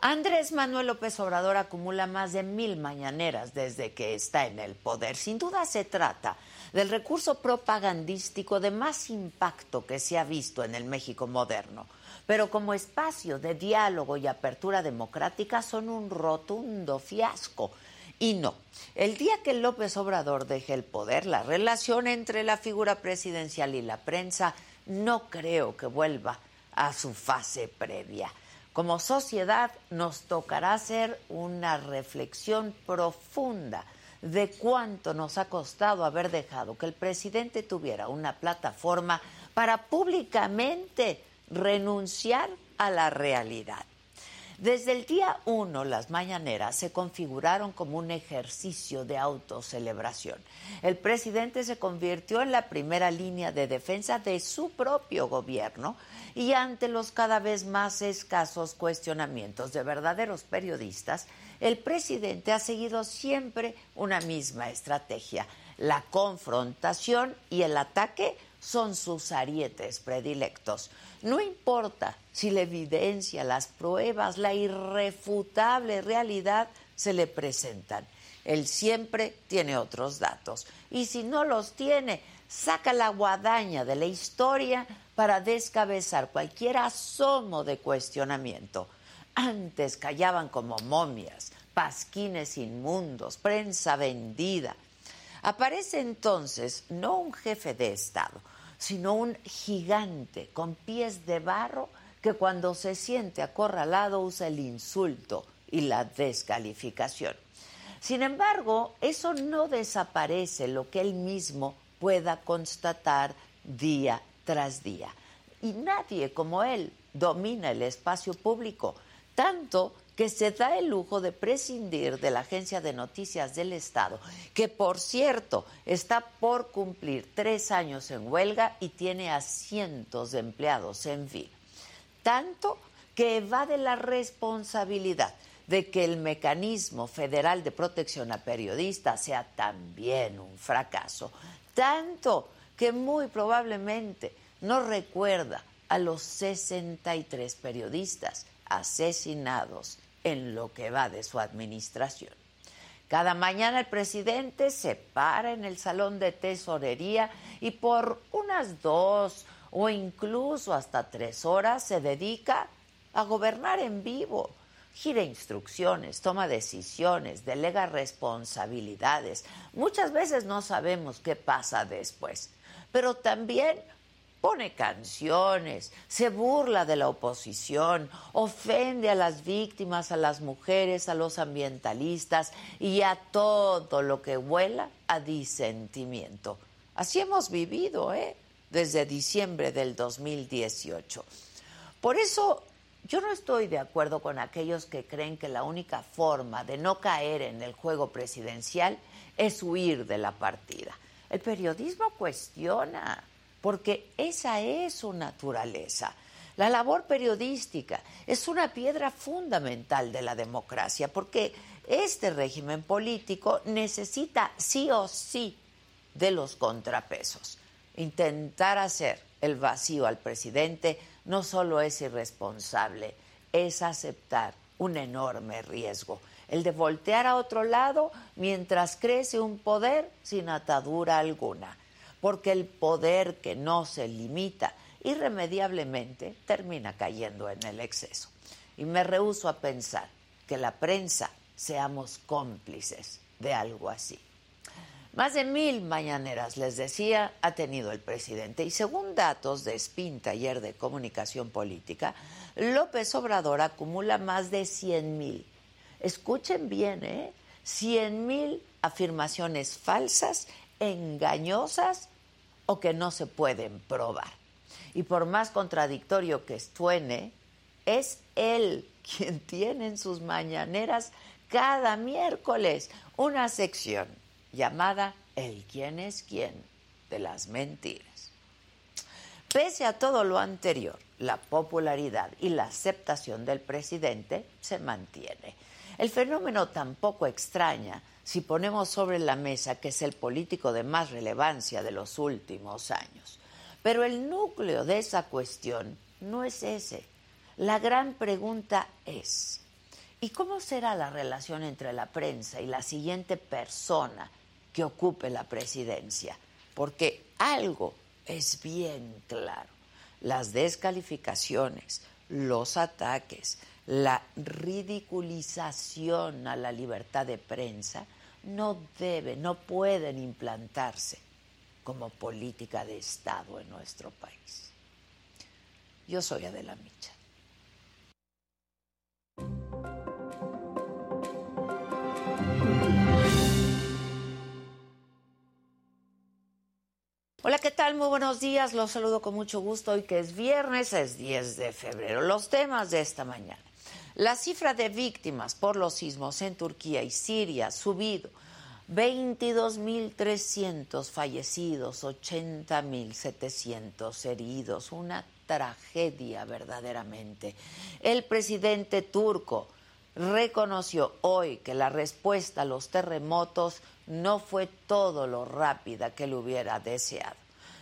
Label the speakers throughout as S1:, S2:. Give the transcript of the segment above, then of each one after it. S1: Andrés Manuel López Obrador acumula más de mil mañaneras desde que está en el poder. Sin duda se trata del recurso propagandístico de más impacto que se ha visto en el México moderno. Pero como espacio de diálogo y apertura democrática son un rotundo fiasco. Y no, el día que López Obrador deje el poder, la relación entre la figura presidencial y la prensa no creo que vuelva a su fase previa. Como sociedad nos tocará hacer una reflexión profunda de cuánto nos ha costado haber dejado que el presidente tuviera una plataforma para públicamente renunciar a la realidad. Desde el día uno, las mañaneras se configuraron como un ejercicio de autocelebración. El presidente se convirtió en la primera línea de defensa de su propio gobierno y ante los cada vez más escasos cuestionamientos de verdaderos periodistas, el presidente ha seguido siempre una misma estrategia. La confrontación y el ataque son sus arietes predilectos. No importa si la evidencia, las pruebas, la irrefutable realidad se le presentan. Él siempre tiene otros datos. Y si no los tiene, saca la guadaña de la historia para descabezar cualquier asomo de cuestionamiento. Antes callaban como momias, pasquines inmundos, prensa vendida. Aparece entonces no un jefe de Estado, sino un gigante con pies de barro que cuando se siente acorralado usa el insulto y la descalificación. Sin embargo, eso no desaparece lo que él mismo pueda constatar día tras día. Y nadie como él domina el espacio público, tanto que se da el lujo de prescindir de la Agencia de Noticias del Estado, que por cierto está por cumplir tres años en huelga y tiene a cientos de empleados en fin. Tanto que evade la responsabilidad de que el mecanismo federal de protección a periodistas sea también un fracaso. Tanto que muy probablemente no recuerda a los 63 periodistas asesinados en lo que va de su administración. Cada mañana el presidente se para en el salón de tesorería y por unas dos o incluso hasta tres horas se dedica a gobernar en vivo. Gira instrucciones, toma decisiones, delega responsabilidades. Muchas veces no sabemos qué pasa después, pero también pone canciones, se burla de la oposición, ofende a las víctimas, a las mujeres, a los ambientalistas y a todo lo que vuela a disentimiento. Así hemos vivido, ¿eh? Desde diciembre del 2018. Por eso yo no estoy de acuerdo con aquellos que creen que la única forma de no caer en el juego presidencial es huir de la partida. El periodismo cuestiona, porque esa es su naturaleza. La labor periodística es una piedra fundamental de la democracia, porque este régimen político necesita sí o sí de los contrapesos. Intentar hacer el vacío al presidente no solo es irresponsable, es aceptar un enorme riesgo, el de voltear a otro lado mientras crece un poder sin atadura alguna porque el poder que no se limita irremediablemente termina cayendo en el exceso. Y me rehúso a pensar que la prensa seamos cómplices de algo así. Más de mil mañaneras, les decía, ha tenido el presidente. Y según datos de SPIN, taller de comunicación política, López Obrador acumula más de 100 mil. Escuchen bien, ¿eh? 100 mil afirmaciones falsas, engañosas o que no se pueden probar. Y por más contradictorio que suene, es él quien tiene en sus mañaneras cada miércoles una sección llamada El quién es quién de las mentiras. Pese a todo lo anterior, la popularidad y la aceptación del presidente se mantiene. El fenómeno tampoco extraña si ponemos sobre la mesa que es el político de más relevancia de los últimos años. Pero el núcleo de esa cuestión no es ese. La gran pregunta es, ¿Y cómo será la relación entre la prensa y la siguiente persona que ocupe la presidencia? Porque algo es bien claro. Las descalificaciones, los ataques, la ridiculización a la libertad de prensa no debe, no pueden implantarse como política de Estado en nuestro país. Yo soy Adela Micha. Hola, ¿qué tal? Muy buenos días. Los saludo con mucho gusto hoy que es viernes, es 10 de febrero. Los temas de esta mañana. La cifra de víctimas por los sismos en Turquía y Siria ha subido. 22.300 fallecidos, 80.700 heridos. Una tragedia verdaderamente. El presidente turco reconoció hoy que la respuesta a los terremotos no fue todo lo rápida que le hubiera deseado.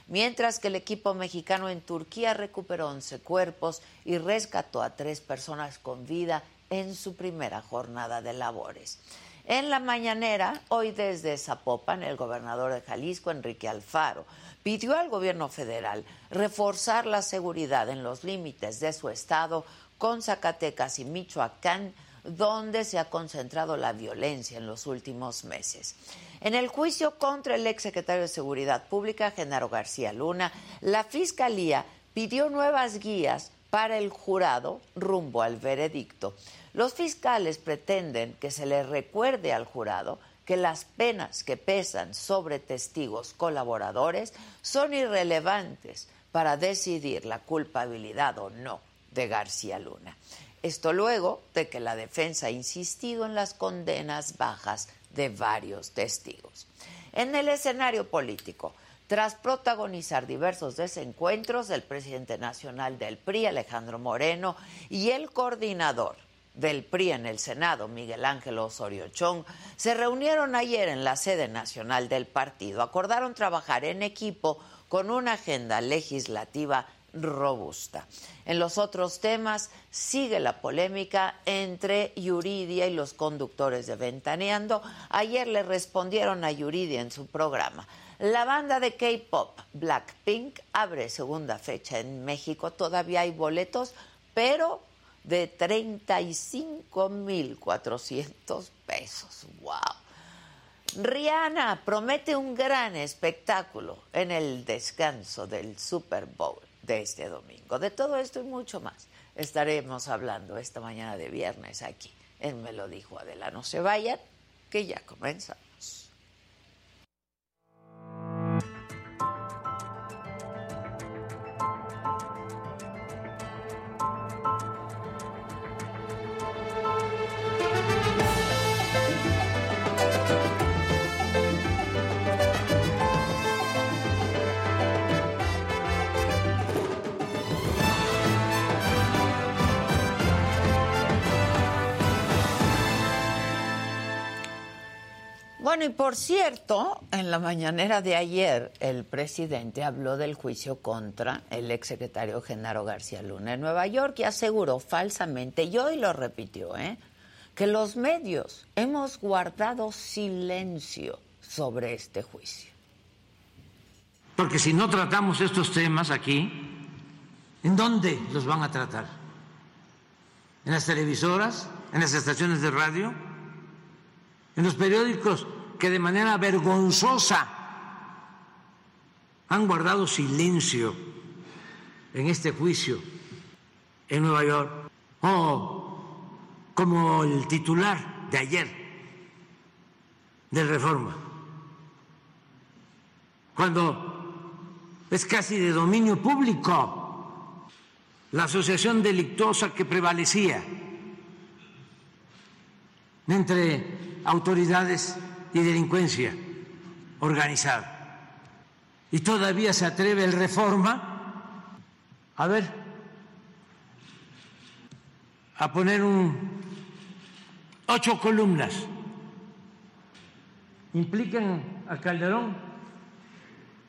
S1: Mientras que el equipo mexicano en Turquía recuperó 11 cuerpos y rescató a tres personas con vida en su primera jornada de labores. En la mañanera, hoy desde Zapopan, el gobernador de Jalisco, Enrique Alfaro, pidió al gobierno federal reforzar la seguridad en los límites de su estado con Zacatecas y Michoacán, donde se ha concentrado la violencia en los últimos meses. En el juicio contra el exsecretario de Seguridad Pública, Genaro García Luna, la Fiscalía pidió nuevas guías para el jurado rumbo al veredicto. Los fiscales pretenden que se le recuerde al jurado que las penas que pesan sobre testigos colaboradores son irrelevantes para decidir la culpabilidad o no de García Luna. Esto luego de que la defensa ha insistido en las condenas bajas de varios testigos. En el escenario político, tras protagonizar diversos desencuentros, el presidente nacional del PRI, Alejandro Moreno, y el coordinador del PRI en el Senado, Miguel Ángel Osorio Chong, se reunieron ayer en la sede nacional del partido. Acordaron trabajar en equipo con una agenda legislativa robusta. En los otros temas sigue la polémica entre Yuridia y los conductores de Ventaneando. Ayer le respondieron a Yuridia en su programa. La banda de K-Pop Blackpink abre segunda fecha en México. Todavía hay boletos, pero de 35.400 pesos. ¡Wow! Rihanna promete un gran espectáculo en el descanso del Super Bowl de este domingo. De todo esto y mucho más estaremos hablando esta mañana de viernes aquí en Me lo dijo Adela. No se vayan, que ya comenzamos. Bueno, y por cierto, en la mañanera de ayer el presidente habló del juicio contra el exsecretario Genaro García Luna en Nueva York y aseguró falsamente, y hoy lo repitió, ¿eh? que los medios hemos guardado silencio sobre este juicio.
S2: Porque si no tratamos estos temas aquí, ¿en dónde los van a tratar? ¿En las televisoras? ¿En las estaciones de radio? ¿En los periódicos? que de manera vergonzosa han guardado silencio en este juicio en Nueva York, o oh, como el titular de ayer de Reforma, cuando es casi de dominio público la asociación delictuosa que prevalecía entre autoridades y delincuencia organizada. Y todavía se atreve el reforma a ver, a poner un ocho columnas. Implican a Calderón,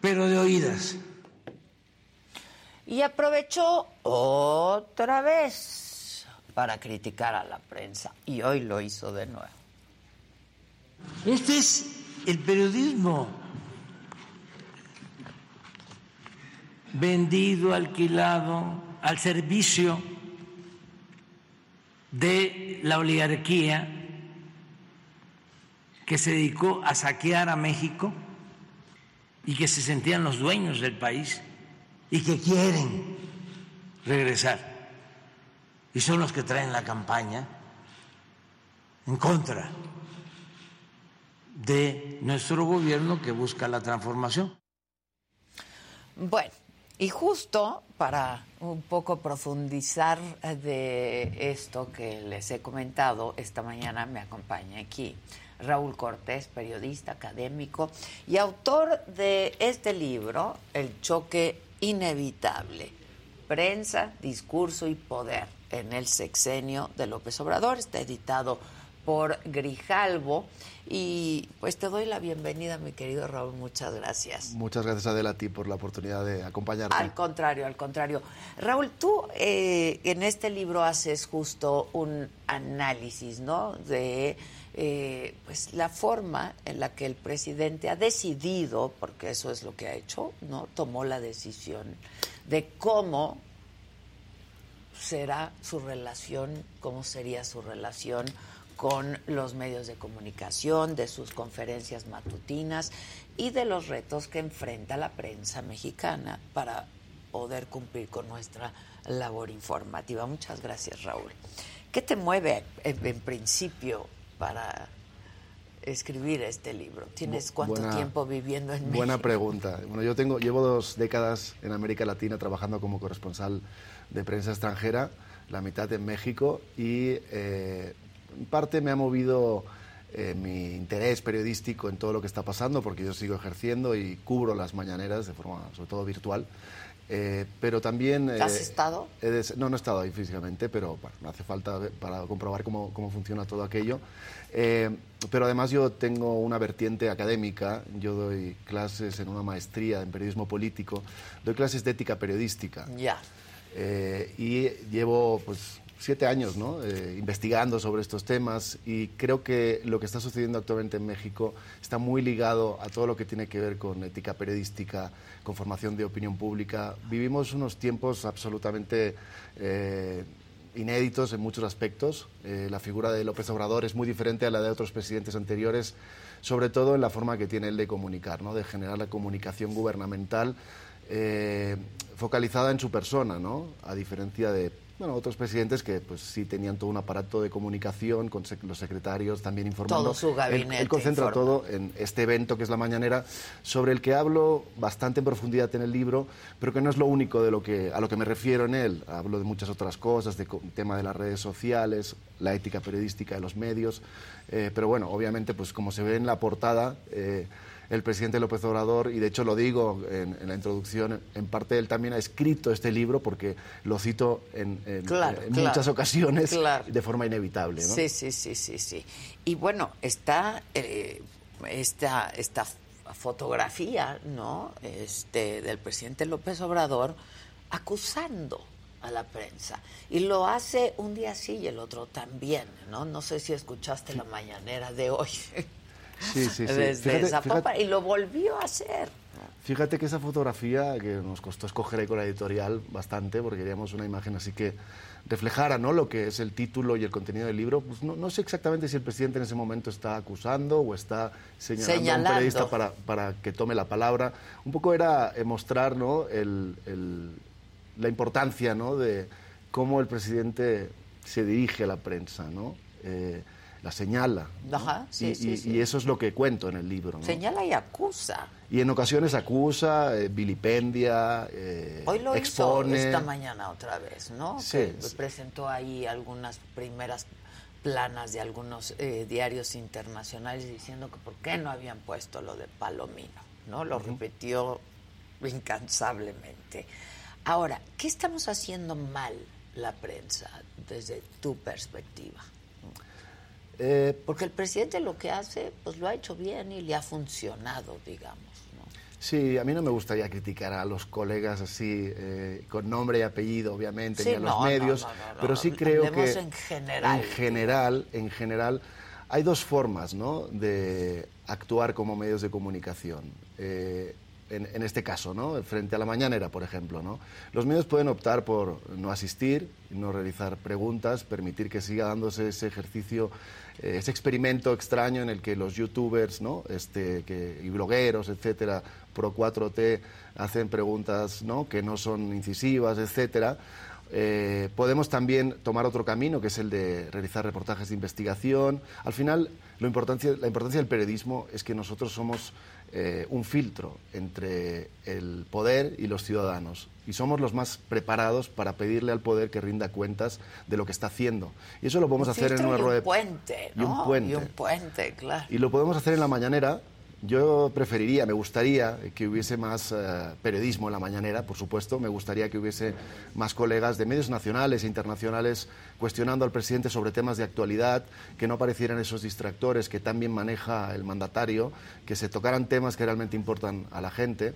S2: pero de oídas.
S1: Y aprovechó otra vez para criticar a la prensa y hoy lo hizo de nuevo.
S2: Este es el periodismo vendido, alquilado, al servicio de la oligarquía que se dedicó a saquear a México y que se sentían los dueños del país y que quieren regresar. Y son los que traen la campaña en contra de nuestro gobierno que busca la transformación.
S1: Bueno, y justo para un poco profundizar eh, de esto que les he comentado, esta mañana me acompaña aquí Raúl Cortés, periodista, académico y autor de este libro, El choque inevitable, prensa, discurso y poder en el sexenio de López Obrador. Está editado por Grijalvo. Y pues te doy la bienvenida, mi querido Raúl. Muchas gracias.
S3: Muchas gracias, Adela, a ti por la oportunidad de acompañarte.
S1: Al contrario, al contrario. Raúl, tú eh, en este libro haces justo un análisis, ¿no? De eh, pues la forma en la que el presidente ha decidido, porque eso es lo que ha hecho, ¿no? Tomó la decisión de cómo será su relación, cómo sería su relación con los medios de comunicación, de sus conferencias matutinas y de los retos que enfrenta la prensa mexicana para poder cumplir con nuestra labor informativa. Muchas gracias, Raúl. ¿Qué te mueve en, principio para escribir este libro? ¿Tienes cuánto
S3: Buena-
S1: tiempo viviendo en México?
S3: Buena pregunta. Bueno, yo tengo, llevo dos décadas en América Latina trabajando como corresponsal de prensa extranjera, la mitad en México, y eh, en parte me ha movido eh, mi interés periodístico en todo lo que está pasando, porque yo sigo ejerciendo y cubro las mañaneras de forma, sobre todo, virtual. Eh, pero también...
S1: ¿Has
S3: eh,
S1: estado?
S3: He des- no, no he estado ahí físicamente, pero bueno, no hace falta ver- para comprobar cómo, cómo funciona todo aquello. Eh, pero además yo tengo una vertiente académica, yo doy clases en una maestría en periodismo político, doy clases de ética periodística.
S1: Ya.
S3: Eh, y llevo pues siete años ¿no? Eh, investigando sobre estos temas y creo que lo que está sucediendo actualmente en México está muy ligado a todo lo que tiene que ver con ética periodística, con formación de opinión pública. Vivimos unos tiempos absolutamente eh, inéditos en muchos aspectos. Eh, la figura de López Obrador es muy diferente a la de otros presidentes anteriores, sobre todo en la forma que tiene él de comunicar, ¿no? de generar la comunicación gubernamental eh, focalizada en su persona, ¿no? A diferencia de bueno, otros presidentes que pues sí tenían todo un aparato de comunicación con sec- los secretarios también informando.
S1: Todo su
S3: Él- Él,
S1: gabinete
S3: concentra
S1: informa.
S3: todo en este evento que es la mañanera, sobre el que hablo bastante en profundidad en el libro, pero que no es lo único de lo que, a lo que me refiero en él. Hablo de muchas otras cosas, de co- tema de las redes sociales, la ética periodística de los medios, eh, pero bueno, obviamente, pues como se ve en la portada, eh, el presidente López Obrador, y de hecho lo digo en, en la introducción, en parte él también ha escrito este libro porque lo cito en, en-
S1: Claro,
S3: en
S1: claro.
S3: muchas ocasiones
S1: Claro.
S3: de forma inevitable. ¿no?
S1: Sí, sí, sí, sí, sí. Y bueno, está eh, esta, esta f- fotografía, ¿no? Este, del presidente López Obrador acusando a la prensa. Y lo hace un día sí y el otro también, ¿no? No sé si escuchaste la mañanera de hoy.
S3: Sí, sí, sí.
S1: Desde
S3: Fíjate-
S1: Zapopan.
S3: fíjate-
S1: Y lo volvió a hacer.
S3: Fíjate que esa fotografía que nos costó escoger ahí con la editorial bastante, porque queríamos una imagen así que reflejara ¿no? lo que es el título y el contenido del libro, pues no, no sé exactamente si el presidente en ese momento está acusando o está señalando, a
S1: Señalando.
S3: un periodista para, para que tome la palabra. Un poco era eh, mostrar ¿no? el- el- la importancia ¿no? de cómo el presidente se dirige a la prensa, ¿no? Eh, la señala. ¿no?
S1: Ajá, sí,
S3: y,
S1: sí,
S3: y-
S1: sí.
S3: y eso es lo que cuento en el libro. ¿no?
S1: Señala y acusa.
S3: Y en ocasiones acusa, eh, vilipendia, eh,
S1: Hoy lo
S3: expone.
S1: hizo esta mañana otra vez, ¿no?
S3: Sí,
S1: Que
S3: sí.
S1: presentó ahí algunas primeras planas de algunos eh, diarios internacionales diciendo que por qué no habían puesto lo de Palomino, ¿no? Lo repitió incansablemente. Ahora, ¿qué estamos haciendo mal la prensa desde tu perspectiva?
S3: Eh,
S1: Porque el presidente lo que hace, pues lo ha hecho bien y le ha funcionado, digamos, ¿no?
S3: Sí, a mí no me gustaría criticar a los colegas así, eh, con nombre y apellido, obviamente,
S1: Sí,
S3: ni a los
S1: no, no,
S3: medios,
S1: no, no, no,
S3: pero sí
S1: no,
S3: creo
S1: hablemos
S3: que...
S1: en general.
S3: En general, en general, hay dos formas, ¿no?, de actuar como medios de comunicación. Eh, en, en este caso, ¿no? Frente a la mañanera, por ejemplo, ¿no? Los medios pueden optar por no asistir, no realizar preguntas, permitir que siga dándose ese ejercicio, eh, ese experimento extraño en el que los youtubers, ¿no? Este, que, y blogueros, etcétera, pro 4T hacen preguntas, ¿no? Que no son incisivas, etcétera. Eh, podemos también tomar otro camino, que es el de realizar reportajes de investigación. Al final, lo importancia- la importancia del periodismo es que nosotros somos eh, un filtro entre el poder y los ciudadanos. Y somos los más preparados para pedirle al poder que rinda cuentas de lo que está haciendo. Y eso lo podemos hacer en
S1: Filtro
S3: una
S1: y
S3: rueda de...
S1: un puente,
S3: y un
S1: ¿no?
S3: puente.
S1: Y un puente, claro.
S3: Y lo podemos hacer en la mañanera. Yo preferiría, me gustaría que hubiese más eh, periodismo en la mañanera, por supuesto. Me gustaría que hubiese más colegas de medios nacionales e internacionales cuestionando al presidente sobre temas de actualidad, que no aparecieran esos distractores que tan bien maneja el mandatario, que se tocaran temas que realmente importan a la gente.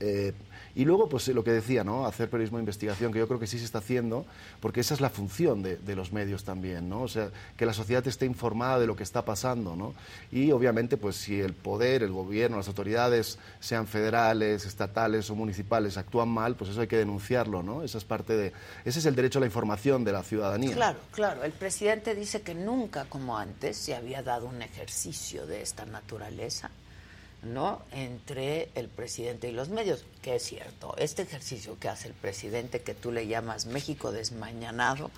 S3: Eh, y luego, pues lo que decía, ¿no? Hacer periodismo de investigación, que yo creo que sí se está haciendo, porque esa es la función de, de los medios también, ¿no? O sea, que la sociedad esté informada de lo que está pasando, ¿no? Y obviamente, pues si el poder, el gobierno, las autoridades, sean federales, estatales o municipales, actúan mal, pues eso hay que denunciarlo, ¿no? Esa es parte de. Ese es el derecho a la información de la ciudadanía.
S1: Claro, claro. El presidente dice que nunca como antes se había dado un ejercicio de esta naturaleza, ¿no? Entre el presidente y los medios, que es cierto. Este ejercicio que hace el presidente, que tú le llamas México desmañanado,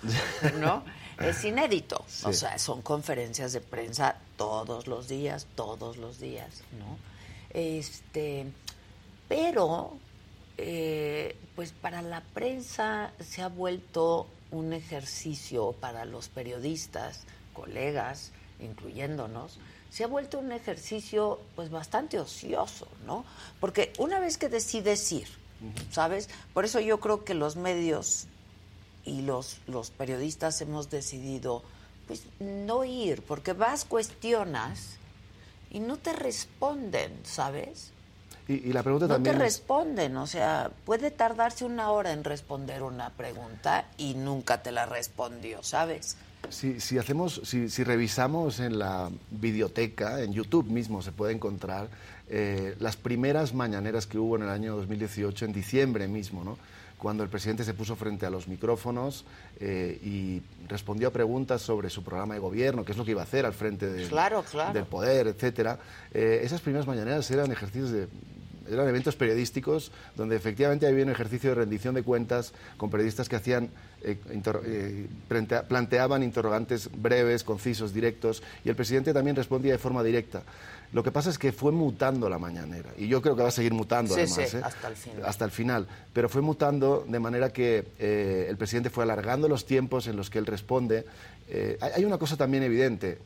S1: ¿no? Es inédito. O sea, son conferencias de prensa todos los días, todos los días, ¿no? Este, pero eh, pues para la prensa se ha vuelto un ejercicio para los periodistas, colegas, incluyéndonos, se ha vuelto un ejercicio pues bastante ocioso, ¿no? Porque una vez que decides ir, ¿sabes? Por eso yo creo que los medios y los, los periodistas hemos decidido pues no ir, porque vas, cuestionas y no te responden, ¿sabes?
S3: Y, y la pregunta
S1: No
S3: también.
S1: te
S3: es-
S1: responden, o sea, puede tardarse una hora en responder una pregunta y nunca te la respondió, ¿sabes?
S3: Si, si hacemos, si, si revisamos en la videoteca, en YouTube mismo se puede encontrar eh, las primeras mañaneras que hubo en el año 2018, en diciembre mismo, ¿no? cuando el presidente se puso frente a los micrófonos eh, y respondió a preguntas sobre su programa de gobierno, qué es lo que iba a hacer al frente del,
S1: Claro, claro.
S3: del poder, etcétera. Eh, esas primeras mañaneras eran ejercicios de eran eventos periodísticos donde efectivamente había un ejercicio de rendición de cuentas con periodistas que hacían eh, inter- eh, plantea- planteaban interrogantes breves, concisos, directos y el presidente también respondía de forma directa. Lo que pasa es que fue mutando la mañanera y yo creo que va a seguir mutando
S1: Sí,
S3: además,
S1: sí,
S3: ¿eh?
S1: hasta el final.
S3: hasta el final. Pero fue mutando de manera que eh, el presidente fue alargando los tiempos en los que él responde. Eh, hay hay una cosa también evidente.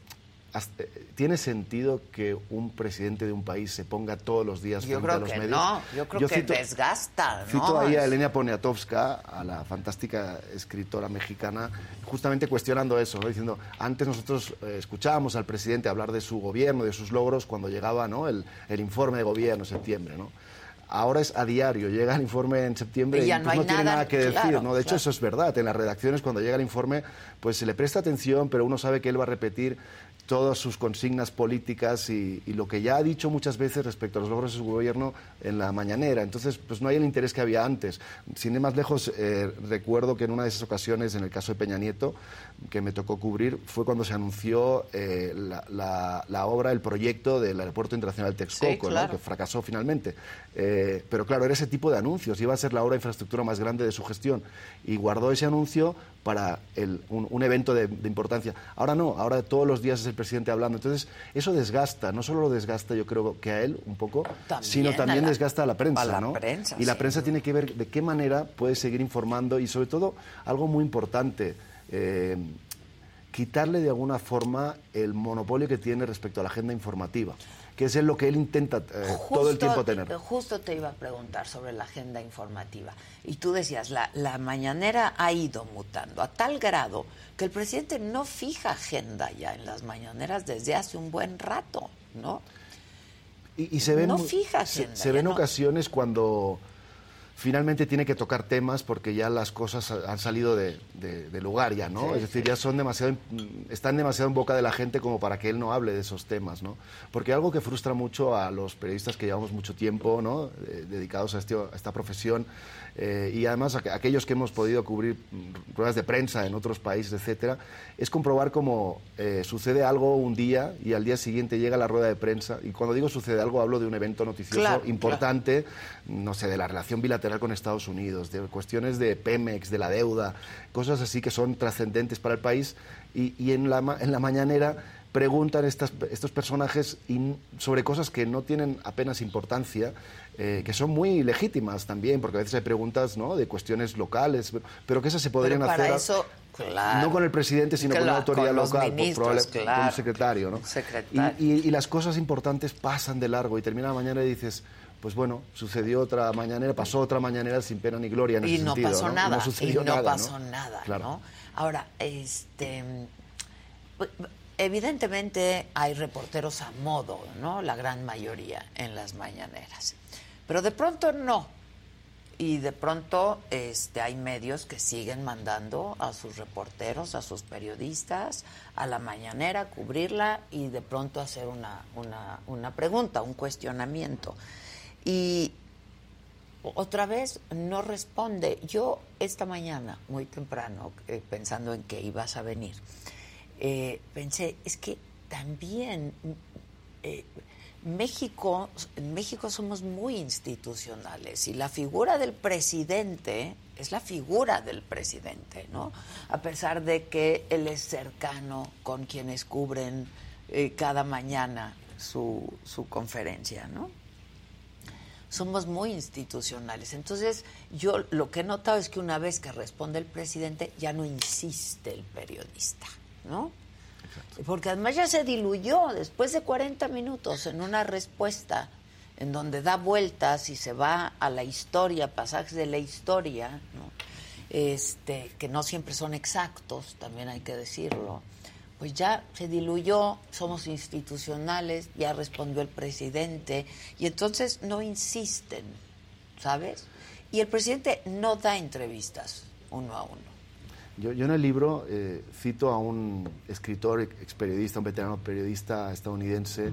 S3: Hasta- eh, ¿Tiene sentido que un presidente de un país se ponga todos los días
S1: Yo
S3: frente a
S1: creo
S3: los
S1: que
S3: medios?
S1: no, yo creo que
S3: cito-
S1: desgasta, ¿no?
S3: Cito ahí a
S1: Es-
S3: Elena Poniatowska, a la fantástica escritora mexicana, justamente cuestionando eso, ¿no? diciendo, antes nosotros eh, escuchábamos al presidente hablar de su gobierno, de sus logros, cuando llegaba ¿no? el, el informe de gobierno en septiembre. ¿no? Ahora es a diario, llega el informe en septiembre
S1: Y
S3: y,
S1: ya no
S3: pues no,
S1: hay
S3: tiene
S1: nada,
S3: nada que decir.
S1: claro,
S3: ¿no? De
S1: claro.
S3: hecho, eso es verdad. En las redacciones, cuando llega el informe, pues se le presta atención, pero uno sabe que él va a repetir todas sus consignas políticas y, y lo que ya ha dicho muchas veces respecto a los logros de su gobierno en la mañanera. Entonces, pues no hay el interés que había antes. Sin ir más lejos, eh, recuerdo que en una de esas ocasiones, en el caso de Peña Nieto, que me tocó cubrir, fue cuando se anunció eh, la, la- la obra, el proyecto del Aeropuerto Internacional Texcoco, ¿no?
S1: claro.
S3: que fracasó finalmente. Eh, pero claro, era ese tipo de anuncios, iba a ser la obra de infraestructura más grande de su gestión. Y guardó ese anuncio para el- un, un evento de, de importancia. Ahora no, ahora todos los días es el presidente hablando. Entonces, eso desgasta, no solo lo desgasta yo creo que a él un poco,
S1: También a
S3: sino también
S1: la-
S3: desgasta a la prensa.
S1: a la
S3: ¿no?
S1: prensa,
S3: y la
S1: sí.
S3: prensa tiene que ver de qué manera puede seguir informando y sobre todo algo muy importante. eh, quitarle de alguna forma el monopolio que tiene respecto a la agenda informativa, que es lo que él intenta eh, todo el
S1: Justo-
S3: tiempo tener.
S1: Justo te iba a preguntar sobre la agenda informativa. Y tú decías, la, la mañanera ha ido mutando a tal grado que el presidente no fija agenda ya en las mañaneras desde hace un buen rato, ¿no?
S3: Y, y se ven,
S1: No fijas
S3: se,
S1: en
S3: se
S1: ella,
S3: ven
S1: no.
S3: ocasiones cuando finalmente tiene que tocar temas porque ya las cosas ha- han salido de, de- de lugar ya, ¿no? es decir, ya son demasiado, en- están demasiado en boca de la gente como para que él no hable de esos temas, ¿no? Porque algo que frustra mucho a los periodistas que llevamos mucho tiempo, ¿no? Eh, dedicados a, este- a esta profesión eh, y además a- aquellos que hemos podido cubrir mm, ruedas de prensa en otros países, etcétera, es comprobar cómo eh, sucede algo un día y al día siguiente llega la rueda de prensa y cuando digo sucede algo hablo de un evento noticioso
S1: Claro,
S3: importante importante, no sé, de la relación bilateral con Estados Unidos, de cuestiones de Pemex, de la deuda, cosas así que son trascendentes para el país. Y, y en, la, ma- en la mañanera preguntan estas, estos personajes in- sobre cosas que no tienen apenas importancia, eh, que son muy legítimas también, porque a veces hay preguntas ¿no? de cuestiones locales, pero que esas se podrían
S1: Pero para
S3: hacer a-
S1: eso, claro.
S3: no con el presidente, sino
S1: Que
S3: con una
S1: la-
S3: autoridad
S1: con los
S3: local, por
S1: ministros,
S3: probable- con
S1: claro.
S3: un secretario. ¿no?
S1: Secretario.
S3: Y- y, y las cosas importantes pasan de largo y termina la mañana y dices, pues bueno, sucedió otra mañanera, pasó otra mañanera sin pena ni gloria. En
S1: y
S3: ese
S1: no
S3: sentido,
S1: pasó
S3: ¿no?
S1: nada
S3: Y no
S1: y
S3: sucedió
S1: no
S3: nada,
S1: pasó
S3: ¿no?
S1: nada
S3: Claro.
S1: ¿no? ahora este evidentemente hay reporteros a modo no la gran mayoría en las mañaneras pero de pronto no y de pronto este hay medios que siguen mandando a sus reporteros a sus periodistas a la mañanera a cubrirla y de pronto hacer una una, una pregunta un cuestionamiento y otra vez no responde. Yo esta mañana, muy temprano, eh, pensando en que ibas a venir, eh, pensé, es que también eh, México, en México somos muy institucionales y la figura del presidente es la figura del presidente, ¿no? A pesar de que él es cercano con quienes cubren eh, cada mañana su, su conferencia, ¿no? somos muy institucionales. Entonces, yo lo que he notado es que una vez que responde el presidente, ya no insiste el periodista, ¿no? Porque además ya se diluyó después de 40 minutos en una respuesta en donde da vueltas y se va a la historia, pasajes de la historia, ¿no? este, que no siempre son exactos, también hay que decirlo, pues ya se diluyó, somos institucionales, ya respondió el presidente, y entonces no insisten, ¿sabes? Y el presidente no da entrevistas uno a uno.
S3: Yo, yo en el libro eh, cito a un escritor, ex periodista, un veterano periodista estadounidense,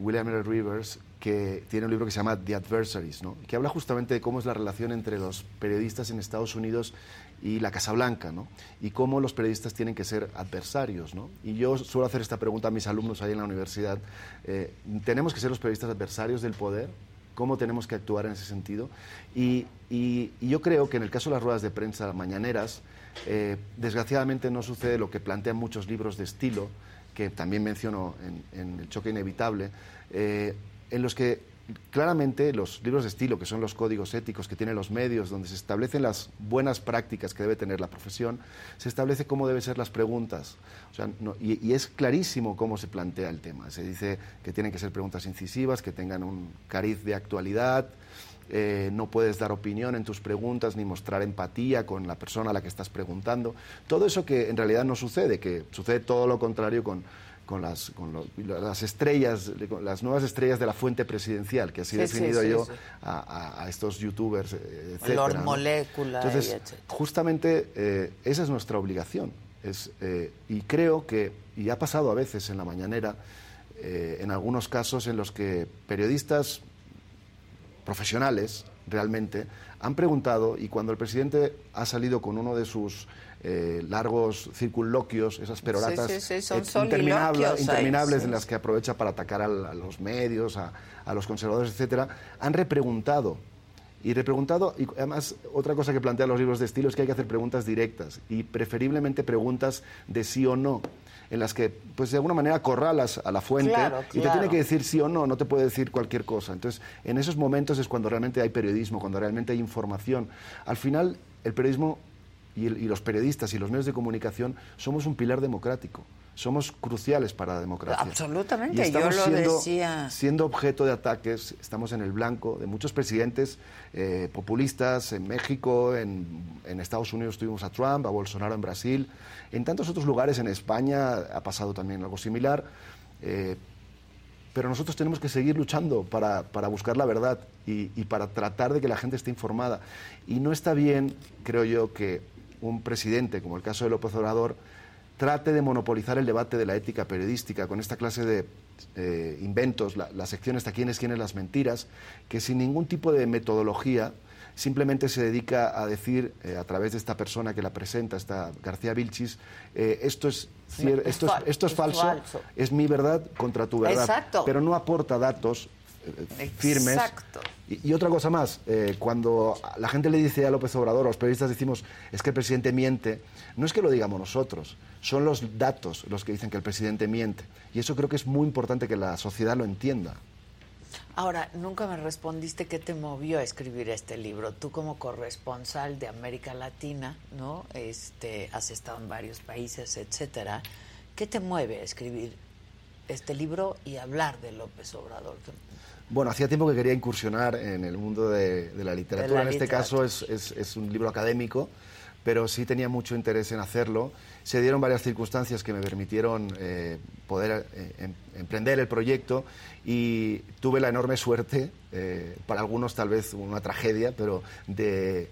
S3: William R. Rivers, que tiene un libro que se llama The Adversaries, ¿no? que habla justamente de cómo es la relación entre los periodistas en Estados Unidos y la Casa Blanca, ¿no? y cómo los periodistas tienen que ser adversarios. ¿no? Y yo suelo hacer esta pregunta a mis alumnos ahí en la universidad. eh, ¿Tenemos que ser los periodistas adversarios del poder? cómo tenemos que actuar en ese sentido. Y, y- y yo creo que en el caso de las ruedas de prensa mañaneras, eh, desgraciadamente no sucede lo que plantean muchos libros de estilo, que también menciono en, en El choque inevitable, eh, en los que claramente los libros de estilo, que son los códigos éticos que tienen los medios, donde se establecen las buenas prácticas que debe tener la profesión, se establece cómo deben ser las preguntas. O sea, no- y, y es clarísimo cómo se plantea el tema. Se dice que tienen que ser preguntas incisivas, que tengan un cariz de actualidad, eh, no puedes dar opinión en tus preguntas ni mostrar empatía con la persona a la que estás preguntando. Todo eso que en realidad no sucede, que sucede todo lo contrario con, con las, con lo- las estrellas, con las nuevas estrellas de la fuente presidencial, que así he
S1: Sí, sí,
S3: definido
S1: sí,
S3: yo
S1: sí.
S3: A, a- a estos youtubers, eh, etcétera, ¿no?
S1: Molécula y
S3: Entonces,
S1: etcétera.
S3: justamente eh, esa es nuestra obligación. Es, eh, y creo que, y ha pasado a veces en la mañanera, eh, en algunos casos en los que periodistas profesionales realmente han preguntado y cuando el presidente ha salido con uno de sus eh, largos circunloquios, esas peroratas
S1: Sí, sí, sí, son
S3: eh, interminables,
S1: soliloquios ahí,
S3: interminables
S1: sí,
S3: en las que aprovecha para atacar al- a los medios, a, a los conservadores, etcétera, han repreguntado. Y repreguntado, y además otra cosa que plantean los libros de estilo es que hay que hacer preguntas directas y preferiblemente preguntas de sí o no, en las que pues de alguna manera corralas a la fuente
S1: Claro,
S3: y te tiene
S1: claro.
S3: que decir sí o no, no te puede decir cualquier cosa. Entonces, en esos momentos es cuando realmente hay periodismo, cuando realmente hay información. Al final, el periodismo y, el- y los periodistas y los medios de comunicación somos un pilar democrático. Somos cruciales para la democracia.
S1: Absolutamente,
S3: Y estamos
S1: yo lo
S3: siendo-
S1: decía.
S3: siendo objeto de ataques, estamos en el blanco de muchos presidentes eh, populistas en México, en, en Estados Unidos tuvimos a Trump, a Bolsonaro en Brasil, en tantos otros lugares, en España ha pasado también algo similar. Eh, pero nosotros tenemos que seguir luchando para, para buscar la verdad y, y, para tratar de que la gente esté informada. Y no está bien, creo yo, que un presidente, como el caso de López Obrador, trate de monopolizar el debate de la ética periodística con esta clase de eh, inventos, la, las secciones de quiénes, quiénes, las mentiras, que sin ningún tipo de metodología simplemente se dedica a decir eh, a través de esta persona que la presenta, esta García Vilchis, eh, esto es Sí, esto, es, esto es, es falso, falso, es mi verdad contra tu verdad.
S1: Exacto.
S3: Pero no aporta datos eh, firmes.
S1: Exacto.
S3: Y, y, otra cosa más, eh, cuando la gente le dice a López Obrador, los periodistas decimos, es que el presidente miente, no es que lo digamos nosotros, son los datos los que dicen que el presidente miente. Y eso creo que es muy importante que la sociedad lo entienda.
S1: Ahora, nunca me respondiste qué te movió a escribir este libro. Tú como corresponsal de América Latina, ¿no? Este, has estado en varios países, etcétera. ¿Qué te mueve a escribir este libro y hablar de López Obrador?
S3: Bueno, hacía tiempo que quería incursionar en el mundo de, de la literatura. De la en literatura. este caso es, es, es un libro académico pero sí tenía mucho interés en hacerlo. Se dieron varias circunstancias que me permitieron eh, poder eh, emprender el proyecto y tuve la enorme suerte, eh, para algunos tal vez una tragedia, pero de,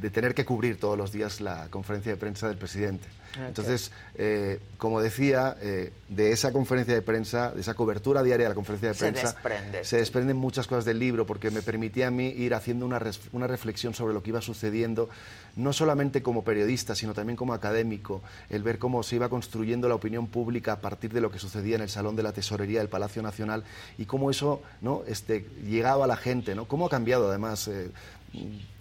S3: de, tener que cubrir todos los días la conferencia de prensa del presidente. Okay. Entonces, eh, como decía, eh, de esa conferencia de prensa, de esa cobertura diaria de la conferencia de prensa,
S1: se, desprende.
S3: se desprenden muchas cosas del libro porque me permitía a mí ir haciendo una, una reflexión sobre lo que iba sucediendo no solamente como periodista, sino también como académico, el ver cómo se iba construyendo la opinión pública a partir de lo que sucedía en el Salón de la Tesorería del Palacio Nacional y cómo eso ¿no? este, llegaba a la gente, ¿no? cómo ha cambiado además. Eh,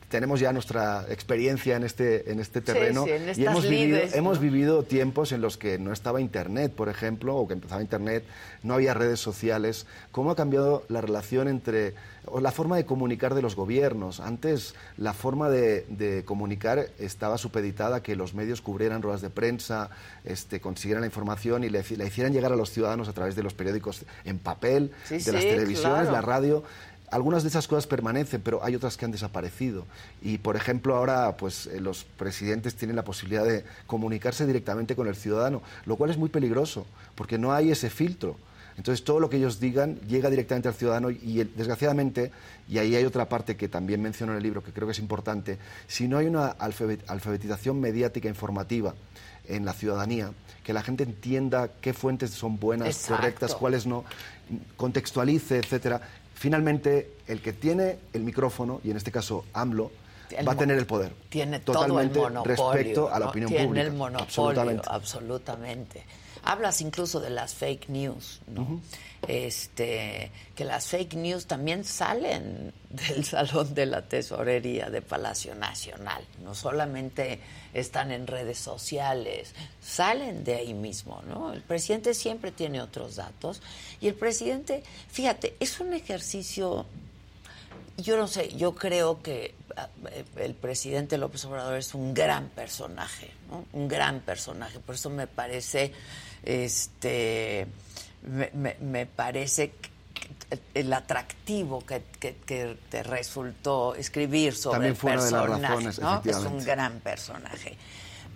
S3: tenemos ya nuestra experiencia en este, en este terreno
S1: sí, sí, en
S3: y hemos vivido,
S1: lides,
S3: hemos ¿no? vivido tiempos en los que no estaba Internet, por ejemplo, o que empezaba Internet, no había redes sociales. ¿Cómo ha cambiado la relación entre o la forma de comunicar de los gobiernos. Antes la forma de, de, comunicar estaba supeditada a que los medios cubrieran ruedas de prensa, este, consiguieran la información y le, la hicieran llegar a los ciudadanos a través de los periódicos en papel,
S1: sí,
S3: de
S1: sí,
S3: las televisiones,
S1: claro.
S3: la radio. Algunas de esas cosas permanecen, pero hay otras que han desaparecido. Y, por ejemplo, ahora pues, los presidentes tienen la posibilidad de comunicarse directamente con el ciudadano, lo cual es muy peligroso, porque no hay ese filtro. Entonces, todo lo que ellos digan llega directamente al ciudadano y, desgraciadamente, y ahí hay otra parte que también menciono en el libro que creo que es importante, si no hay una alfabetización mediática informativa en la ciudadanía, que la gente entienda qué fuentes son buenas,
S1: Exacto.
S3: correctas, cuáles no, contextualice, etcétera, finalmente el que tiene el micrófono, y en este caso AMLO,
S1: el
S3: va a tener el poder.
S1: Tiene
S3: totalmente
S1: todo el monopolio,
S3: respecto a la opinión
S1: ¿no? tiene
S3: pública.
S1: el monopolio, absolutamente. absolutamente. Hablas incluso de las fake news, ¿no? Uh -huh. Este, que las fake news también salen del salón de la tesorería de Palacio Nacional, no solamente están en redes sociales, salen de ahí mismo, ¿no? El presidente siempre tiene otros datos y el presidente, fíjate, es un ejercicio yo no sé, yo creo que ah, eh, el presidente López Obrador es un gran personaje, ¿no? un gran personaje. Por eso me parece, este, me, me, me parece el atractivo que, que, que, te resultó escribir sobre
S3: También fue
S1: el personaje,
S3: una de las razones,
S1: ¿no? Es un
S3: efectivamente.
S1: gran personaje.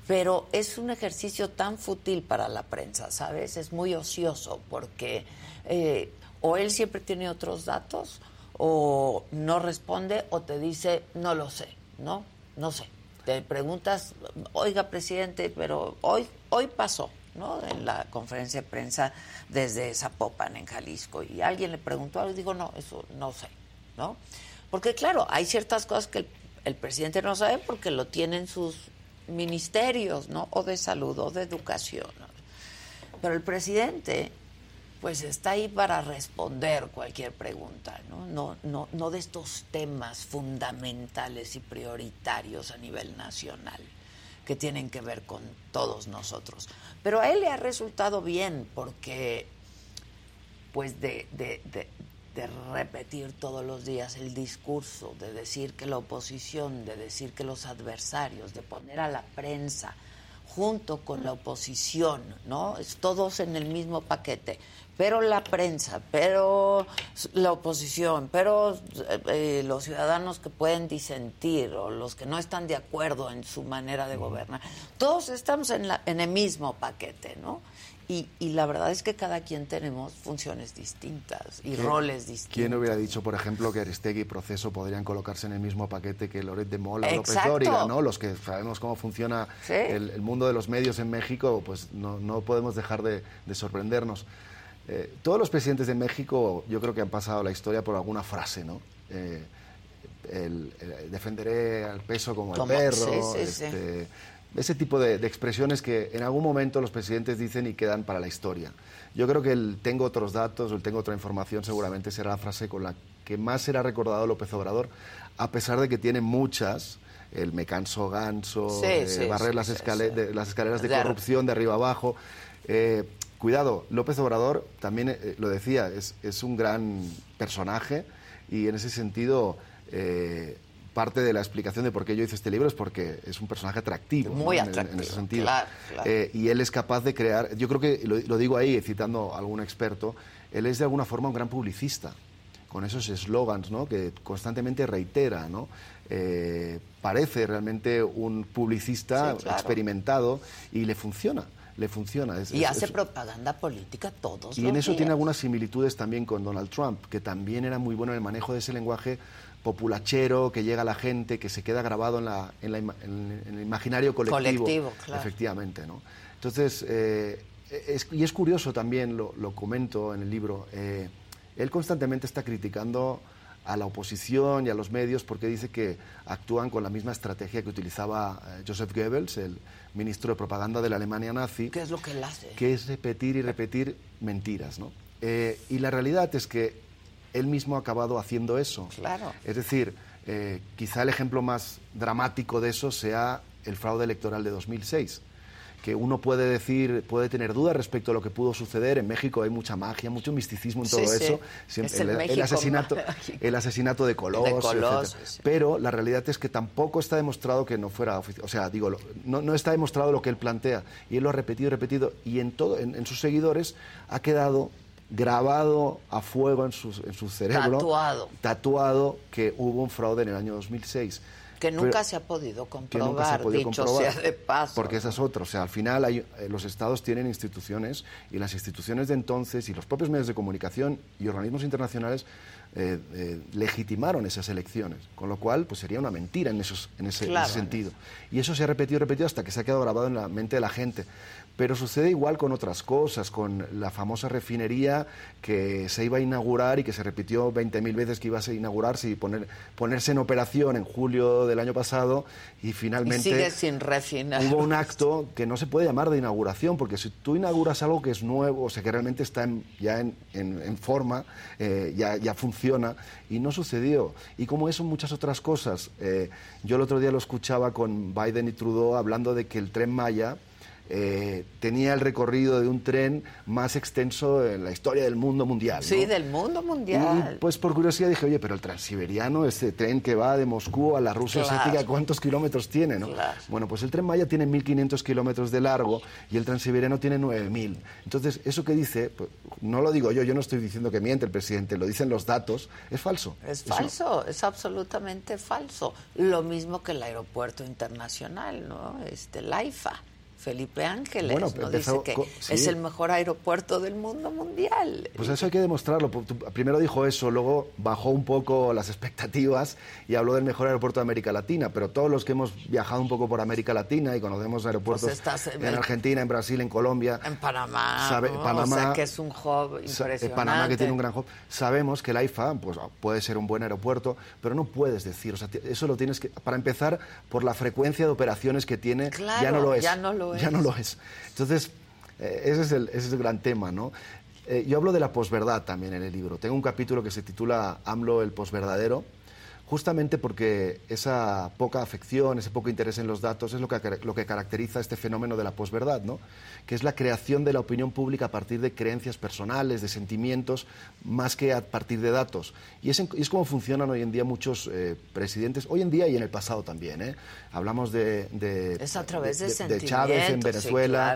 S1: Pero es un ejercicio tan fútil para la prensa, ¿sabes? Es muy ocioso porque eh, o él siempre tiene otros datos o no responde o te dice no lo sé, ¿no? No sé. Te preguntas, oiga presidente, pero hoy, hoy pasó, ¿no? En la conferencia de prensa desde Zapopan, en Jalisco, y alguien le preguntó algo y digo, no, eso no sé, ¿no? Porque claro, hay ciertas cosas que el, el presidente no sabe porque lo tienen sus ministerios, ¿no? O de salud, o de educación. ¿no? Pero el presidente pues está ahí para responder cualquier pregunta, ¿no? No, no, no de estos temas fundamentales y prioritarios a nivel nacional que tienen que ver con todos nosotros. Pero a él le ha resultado bien porque, pues, de, de, de, de repetir todos los días el discurso, de decir que la oposición, de decir que los adversarios, de poner a la prensa, junto con la oposición, ¿no? Es todos en el mismo paquete. pero la prensa, pero la oposición, pero eh, los ciudadanos que pueden disentir o los que no están de acuerdo en su manera de gobernar. Todos estamos en, la, en el mismo paquete, ¿no? Y, y, la verdad es que cada quien tenemos funciones distintas y roles distintos.
S3: ¿Quién hubiera dicho, por ejemplo, que Aristegui y Proceso podrían colocarse en el mismo paquete que Loret de Mola o López Dóriga, ¿no? Los que sabemos cómo funciona ¿Sí? el, el, mundo de los medios en México, pues no, no podemos dejar de, de sorprendernos. Eh, todos los presidentes de México yo creo que han pasado la historia por alguna frase, ¿no? Eh, el, el, defenderé al peso como, como el perro. Sí, sí, este, sí. Ese tipo de, de, expresiones que en algún momento los presidentes dicen y quedan para la historia. Yo creo que el tengo otros datos o el tengo otra información seguramente será la frase con la que más será recordado López Obrador, a pesar de que tiene muchas, el me canso ganso, eh, barrer las, escale de, las, escaleras de claro. corrupción de arriba abajo Eh, cuidado, López Obrador también eh, lo decía, es, es, un gran personaje y en ese sentido eh, parte de la explicación de por qué yo hice este libro es porque es un personaje atractivo.
S1: Muy
S3: ¿no?
S1: atractivo.
S3: En, en, ese sentido.
S1: Claro, claro.
S3: Eh, y él es capaz de crear, yo creo que lo, lo, digo ahí citando a algún experto, él es de alguna forma un gran publicista con esos eslogans ¿no? que constantemente reitera. ¿no? Eh, parece realmente un publicista sí, claro. experimentado y le funciona le funciona.
S1: Es, y es, hace es... propaganda política todos.
S3: Y
S1: los
S3: en eso
S1: días.
S3: tiene algunas similitudes también con Donald Trump, que también era muy bueno en el manejo de ese lenguaje populachero que llega a la gente, que se queda grabado en, la, en, la, en el imaginario colectivo.
S1: Colectivo, claro.
S3: Efectivamente, ¿no? Entonces, eh, y es curioso también, lo, lo comento en el libro, eh, él constantemente está criticando a la oposición y a los medios porque dice que actúan con la misma estrategia que utilizaba eh, Joseph Goebbels, el ministro de propaganda de la Alemania nazi.
S1: ¿Qué es lo que él hace?
S3: Que es repetir y repetir mentiras, ¿no? Eh, y la realidad es que él mismo ha acabado haciendo eso.
S1: Claro.
S3: Es decir, eh, quizá el ejemplo más dramático de eso sea el fraude electoral de 2006 que uno puede decir, puede tener dudas respecto a lo que pudo suceder. En México hay mucha magia, mucho misticismo en todo
S1: sí,
S3: eso.
S1: Sí.
S3: Siempre,
S1: es el,
S3: el, el, asesinato, el asesinato de Colosio,
S1: de Colosio
S3: sí. Pero la realidad es que tampoco está demostrado que no fuera O sea, digo, no, no, está demostrado lo que él plantea. Y él lo ha repetido y repetido. Y en, todo, en, en sus seguidores ha quedado grabado a fuego en su, en su cerebro.
S1: Tatuado.
S3: Tatuado que hubo un fraude en el año 2006
S1: que nunca Pero, se ha podido comprobar, se ha podido dicho
S3: comprobar,
S1: sea de paso.
S3: Porque esa es otra. O sea, al final hay, eh, los estados tienen instituciones y las instituciones de entonces y los propios medios de comunicación y organismos internacionales eh, eh, legitimaron esas elecciones. Con lo cual, pues sería una mentira en, esos, en, ese,
S1: claro,
S3: en ese sentido. Y eso se ha repetido, repetido hasta que se ha quedado grabado en la mente de la gente. Pero sucede igual con otras cosas, con la famosa refinería que se iba a inaugurar y que se repitió 20.000 veces que iba a inaugurarse y poner, ponerse en operación en julio del año pasado y finalmente
S1: y sigue sin refinar.
S3: hubo un acto que no se puede llamar de inauguración, porque si tú inauguras algo que es nuevo, o sea, que realmente está en, ya en, en, en forma, eh, ya, ya, funciona, y no sucedió. Y como eso, muchas otras cosas. Eh, yo el otro día lo escuchaba con Biden y Trudeau hablando de que el tren Maya... Eh, tenía el recorrido de un tren más extenso en la historia del mundo mundial.
S1: Sí,
S3: ¿no?
S1: del mundo mundial.
S3: Y, pues por curiosidad dije, oye, pero el transiberiano, este tren que va de Moscú a la Rusia
S1: claro.
S3: asiática, ¿cuántos kilómetros tiene? ¿no?
S1: Claro.
S3: Bueno, pues el tren Maya tiene 1.500 kilómetros de largo y el transiberiano tiene 9.000. Entonces, eso que dice, pues, no lo digo yo, yo no estoy diciendo que miente el presidente, lo dicen los datos, es falso.
S1: Es falso, eso. es absolutamente falso. Lo mismo que el aeropuerto internacional, ¿no? Este, el AIFA. Felipe Ángeles,
S3: bueno,
S1: ¿no? Dice que
S3: sí.
S1: es el mejor aeropuerto del mundo mundial.
S3: Pues eso hay que demostrarlo. Primero dijo eso, luego bajó un poco las expectativas y habló del mejor aeropuerto de América Latina. Pero todos los que hemos viajado un poco por América Latina y conocemos aeropuertos
S1: pues estás en,
S3: en, Argentina, en Brasil, en Colombia,
S1: en Panamá,
S3: sabe,
S1: ¿no?
S3: Panamá eh,
S1: o sea, que es un hub impresionante.
S3: Panamá que tiene un gran hub. Sabemos que el AIFA pues, puede ser un buen aeropuerto, pero no puedes decir, o sea, eso lo tienes que, para empezar, por la frecuencia de operaciones que tiene,
S1: claro,
S3: ya no lo es.
S1: Ya no lo
S3: ya no lo es. Entonces, eh, ese, es el, ese, es el, gran tema, ¿no? Eh, yo hablo de la posverdad también en el libro. Tengo un capítulo que se titula AMLO el posverdadero, justamente porque esa poca afección, ese poco interés en los datos es lo que, lo que caracteriza este fenómeno de la posverdad, ¿no? que es la creación de la opinión pública a partir de creencias personales, de sentimientos, más que a partir de datos. Y es, en, y es como funcionan hoy en día muchos eh, presidentes, hoy en día y en el pasado también. ¿eh? Hablamos de, de,
S1: es a través de,
S3: de, de Chávez en Venezuela,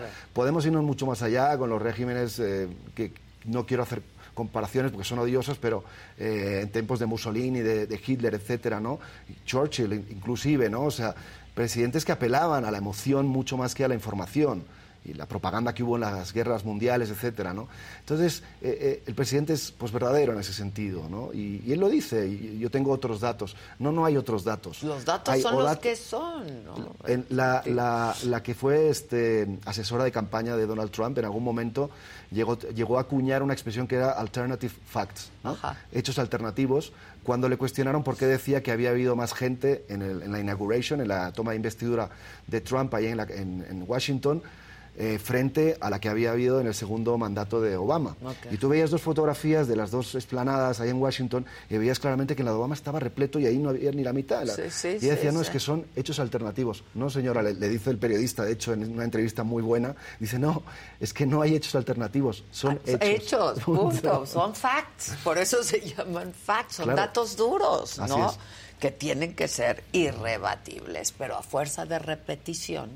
S1: sí, claro.
S3: podemos irnos mucho más allá con los regímenes eh, que no quiero hacer comparaciones porque son odiosas, pero eh, en tiempos de Mussolini, de, de Hitler, etcétera, ¿no? Churchill inclusive, ¿no? O sea, presidentes que apelaban a la emoción mucho más que a la información y la propaganda que hubo en las guerras mundiales, etcétera, ¿no? Entonces, eh, eh, el presidente es pues verdadero en ese sentido, ¿no? Y, y él lo dice, y yo tengo otros datos. No, no hay otros datos.
S1: Los datos
S3: Hay
S1: son
S3: o
S1: los
S3: dat-
S1: que son. ¿no? Eh,
S3: en la, la- la que fue este, asesora de campaña de Donald Trump en algún momento llegó, llegó a acuñar una expresión que era alternative facts, ¿no?
S1: Ajá.
S3: hechos alternativos, cuando le cuestionaron por qué decía que había habido más gente en, el- en la inauguration, en la toma de investidura de Trump ahí en, la- en- en Washington. eh, frente a la que había habido en el segundo mandato de Obama.
S1: Ok.
S3: Y tú veías dos fotografías de las dos esplanadas ahí en Washington y veías claramente que en la de Obama estaba repleto y ahí no había ni la mitad. La-
S1: Sí, sí,
S3: y ella
S1: sí,
S3: decía, no,
S1: sí.
S3: es que son hechos alternativos. No, señora, le, le dice el periodista, de hecho, en una entrevista muy buena, dice, no, es que no hay hechos alternativos, son hechos.
S1: Ah, Hechos, punto. Son facts. Por eso se llaman facts. Son
S3: Claro.
S1: datos duros,
S3: Así
S1: ¿no?
S3: es.
S1: Que tienen que ser irrebatibles. Pero a fuerza de repetición,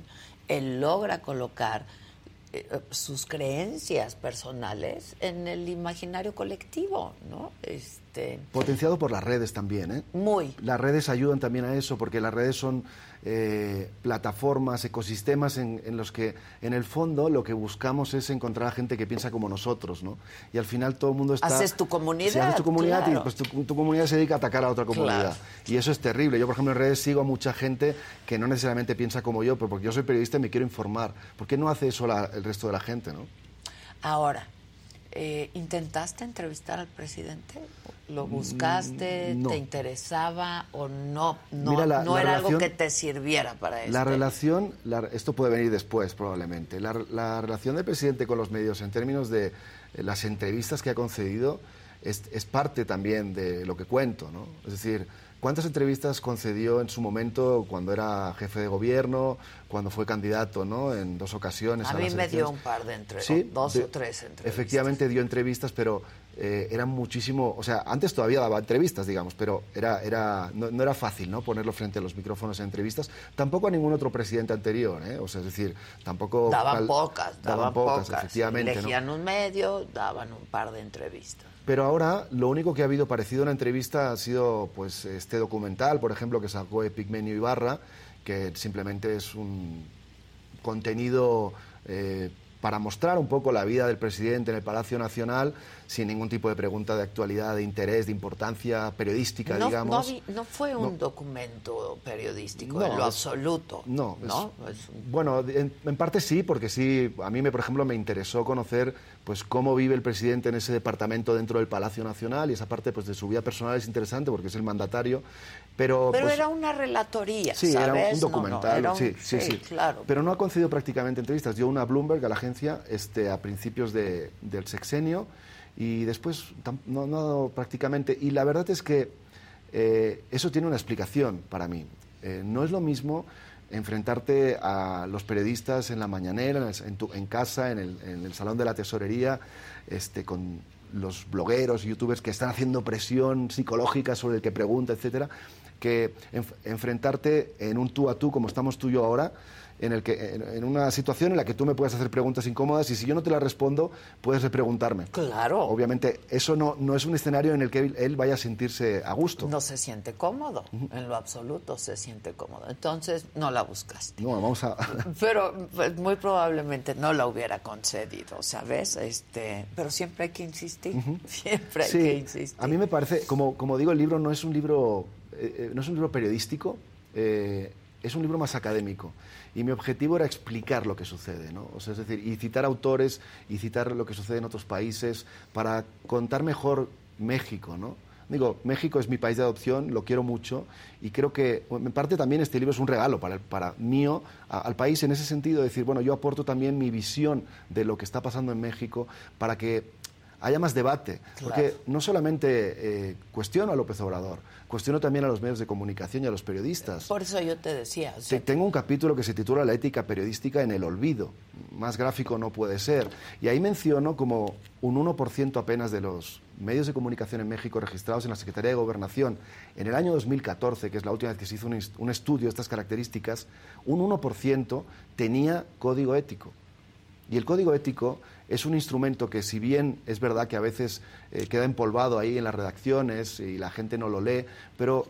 S1: él logra colocar eh, eh, sus creencias personales en el imaginario colectivo, ¿no? Este,
S3: Potenciado por las redes también, ¿eh?
S1: muy.
S3: Las redes ayudan también a eso, porque las redes son eh, plataformas, ecosistemas en, en los que, en el fondo, lo que buscamos es encontrar a gente que piensa como nosotros, ¿no? Y al final todo el mundo está...
S1: Haces tu comunidad,
S3: Sí, haces tu comunidad
S1: claro.
S3: y pues, tu, tu comunidad se dedica a atacar a otra comunidad.
S1: Claro.
S3: Y eso es terrible. Yo, por ejemplo, en redes sigo a mucha gente que no necesariamente piensa como yo, pero porque yo soy periodista y me quiero informar. ¿Por qué no hace eso la- el resto de la gente, no?
S1: Ahora, eh, ¿intentaste entrevistar al presidente? ¿Lo buscaste?
S3: Mm, no.
S1: ¿Te interesaba o no? No,
S3: Mira, la-
S1: no
S3: la
S1: era algo
S3: relación-
S1: que te sirviera para este. eso.
S3: La relación, la- esto puede venir después probablemente, la, la relación del presidente con los medios en términos de eh, las entrevistas que ha concedido es, es parte también de lo que cuento, ¿no? Es decir, ¿cuántas entrevistas concedió en su momento cuando era jefe de gobierno, cuando fue candidato, ¿no? En dos ocasiones.
S1: A
S3: las
S1: mí me dio
S3: elecciones.
S1: un par de entre-
S3: Sí,
S1: dos
S3: de-
S1: o tres entrevistas.
S3: Efectivamente dio entrevistas, pero eh, eran muchísimo, o sea, antes todavía daba entrevistas, digamos, pero era, era, no, no era fácil, ¿no? Ponerlo frente a los micrófonos en entrevistas, tampoco a ningún otro presidente anterior, ¿eh? O sea, es decir, tampoco...
S1: Daban
S3: cal-
S1: pocas, daban, pocas,
S3: efectivamente. ¿no?
S1: Elegían un medio, daban un par de entrevistas.
S3: Pero ahora lo único que ha habido parecido a una entrevista ha sido pues este documental, por ejemplo, que sacó Epigmenio Ibarra, que simplemente es un contenido eh, para mostrar un poco la vida del presidente en el Palacio Nacional, sin ningún tipo de pregunta de actualidad, de interés, de importancia periodística,
S1: No,
S3: digamos.
S1: no vi- no fue un
S3: No.
S1: documento periodístico
S3: No,
S1: en lo
S3: es-
S1: absoluto.
S3: No, es-
S1: ¿no? Es un-
S3: bueno, en, en parte sí, porque sí, a mí, me, por ejemplo, me interesó conocer pues cómo vive el presidente en ese departamento dentro del Palacio Nacional y esa parte pues de su vida personal es interesante porque es el mandatario, pero,
S1: pero
S3: pues,
S1: era una relatoría,
S3: sí,
S1: ¿sabes?
S3: era
S1: No,
S3: un- un
S1: no,
S3: documental,
S1: era un-
S3: sí, sí, sí.
S1: claro.
S3: Pero no ha concedido prácticamente entrevistas. Dio una a Bloomberg, a la agencia, este, a principios de- del sexenio y después tam- no, no ha dado prácticamente. Y la verdad es que eh, eso tiene una explicación para mí. Eh, no es lo mismo enfrentarte a los periodistas en la mañanera, en, el- en tu- en casa, en el, en el salón de la tesorería, este, con los blogueros, youtubers que están haciendo presión psicológica sobre el que pregunta, etcétera, que enf- enfrentarte en un tú a tú como estamos tú y yo ahora, en, el que, en, en una situación en la que tú me puedes hacer preguntas incómodas y si yo no te las respondo, puedes repreguntarme.
S1: Claro.
S3: Obviamente, eso no, no es un escenario en el que él, él vaya a sentirse a gusto.
S1: No se siente cómodo, en lo absoluto se siente cómodo. Entonces no la buscaste.
S3: No, vamos a...
S1: Pero pues, muy probablemente no la hubiera concedido, ¿sabes? Este, pero siempre hay que insistir, siempre hay que insistir.
S3: A mí me parece, como, como digo, el libro no es un libro, eh, eh, no es un libro periodístico, eh, es un libro más académico. Y mi objetivo era explicar lo que sucede, ¿no? O sea, es decir, y citar autores y citar lo que sucede en otros países para contar mejor México, ¿no? Digo, México es mi país de adopción, lo quiero mucho y creo que, bueno, en parte también este libro es un regalo para, el- para mío a- al país en ese sentido, decir, bueno, yo aporto también mi visión de lo que está pasando en México para que haya más debate. Porque no solamente eh, cuestiono a López Obrador, cuestiono también a los medios de comunicación y a los periodistas.
S1: Por eso yo te decía, o sea,
S3: Te- Tengo un capítulo que se titula La ética periodística en el olvido. Más gráfico no puede ser. Y ahí menciono como un 1% apenas de los medios de comunicación en México registrados en la Secretaría de Gobernación. En el año 2014, que es la última vez que se hizo un, est- un estudio de estas características, un 1% tenía código ético. Y el código ético es un instrumento que, si bien es verdad que a veces eh, queda empolvado ahí en las redacciones y la gente no lo lee, pero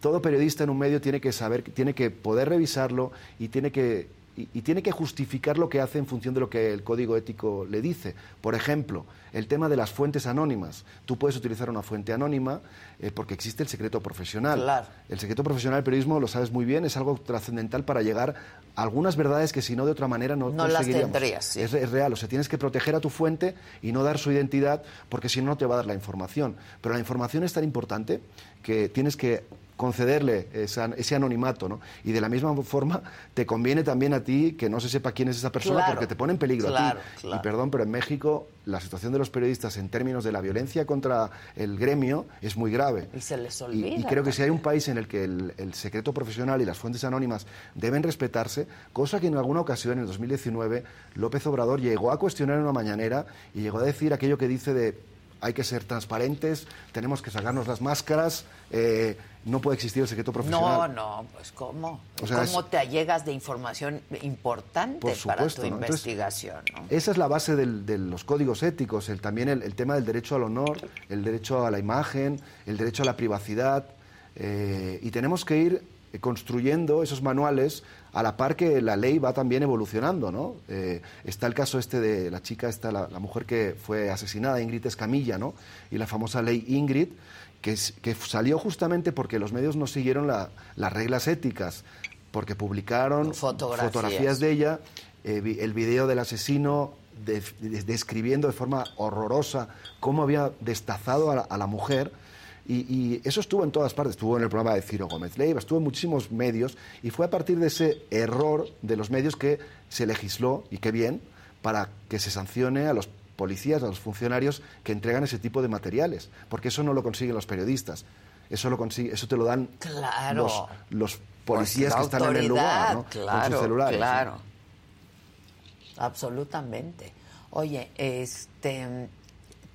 S3: todo periodista en un medio tiene que saber, tiene que poder revisarlo y tiene que, y, y tiene que justificar lo que hace en función de lo que el código ético le dice. Por ejemplo, el tema de las fuentes anónimas. Tú puedes utilizar una fuente anónima eh, porque existe el secreto profesional.
S1: Claro.
S3: El secreto profesional del periodismo, lo sabes muy bien, es algo trascendental para llegar a algunas verdades que si no de otra manera no,
S1: No las
S3: conseguiríamos.
S1: tendrías, sí.
S3: Es es real. O sea, tienes que proteger a tu fuente y no dar su identidad porque si no, no te va a dar la información. Pero la información es tan importante que tienes que concederle esa- ese anonimato, ¿no? Y de la misma forma te conviene también a ti que no se sepa quién es esa persona
S1: Claro.
S3: porque te pone en peligro
S1: Claro,
S3: a ti.
S1: claro.
S3: Y perdón, pero en México la situación de los periodistas en términos de la violencia contra el gremio es muy grave.
S1: Y se les
S3: Y-
S1: olvida
S3: Y, creo que si hay un país en el que el, el secreto profesional y las fuentes anónimas deben respetarse, cosa que en alguna ocasión, en el 2019, López Obrador llegó a cuestionar en una mañanera y llegó a decir aquello que dice de hay que ser transparentes, tenemos que sacarnos las máscaras, eh, no puede existir el secreto
S1: No,
S3: profesional.
S1: no, pues cómo.
S3: O sea,
S1: ¿Cómo
S3: es-
S1: te allegas de información importante
S3: Por
S1: para
S3: supuesto,
S1: tu
S3: ¿no? Entonces,
S1: investigación? ¿no?
S3: Esa es la base del- de los códigos éticos, el, también el, el tema del derecho al honor, el derecho a la imagen, el derecho a la privacidad. eh, y tenemos que ir eh, construyendo esos manuales a la par que la ley va también evolucionando, ¿no? Eh, está el caso este de la chica, esta, la, la mujer que fue asesinada, Ingrid Escamilla, ¿no? Y la famosa ley Ingrid, que, es- que salió justamente porque los medios no siguieron la- las reglas éticas, porque publicaron
S1: Fotografías.
S3: fotografías de ella, eh, vi- el video del asesino de- de- describiendo de forma horrorosa cómo había destazado a la, a la mujer. Y, y eso estuvo en todas partes, estuvo en el programa de Ciro Gómez Leiva, estuvo en muchísimos medios y fue a partir de ese error de los medios que se legisló, y qué bien, para que se sancione a los policías, a los funcionarios que entregan ese tipo de materiales, porque eso no lo consiguen los periodistas, eso, lo consigue, eso te lo dan
S1: Claro.
S3: los, los
S1: Pues
S3: policías
S1: la
S3: que están en el lugar, ¿no?
S1: autoridad,
S3: con
S1: Claro,
S3: sus celulares. ¿no?
S1: claro. Absolutamente. Oye, este,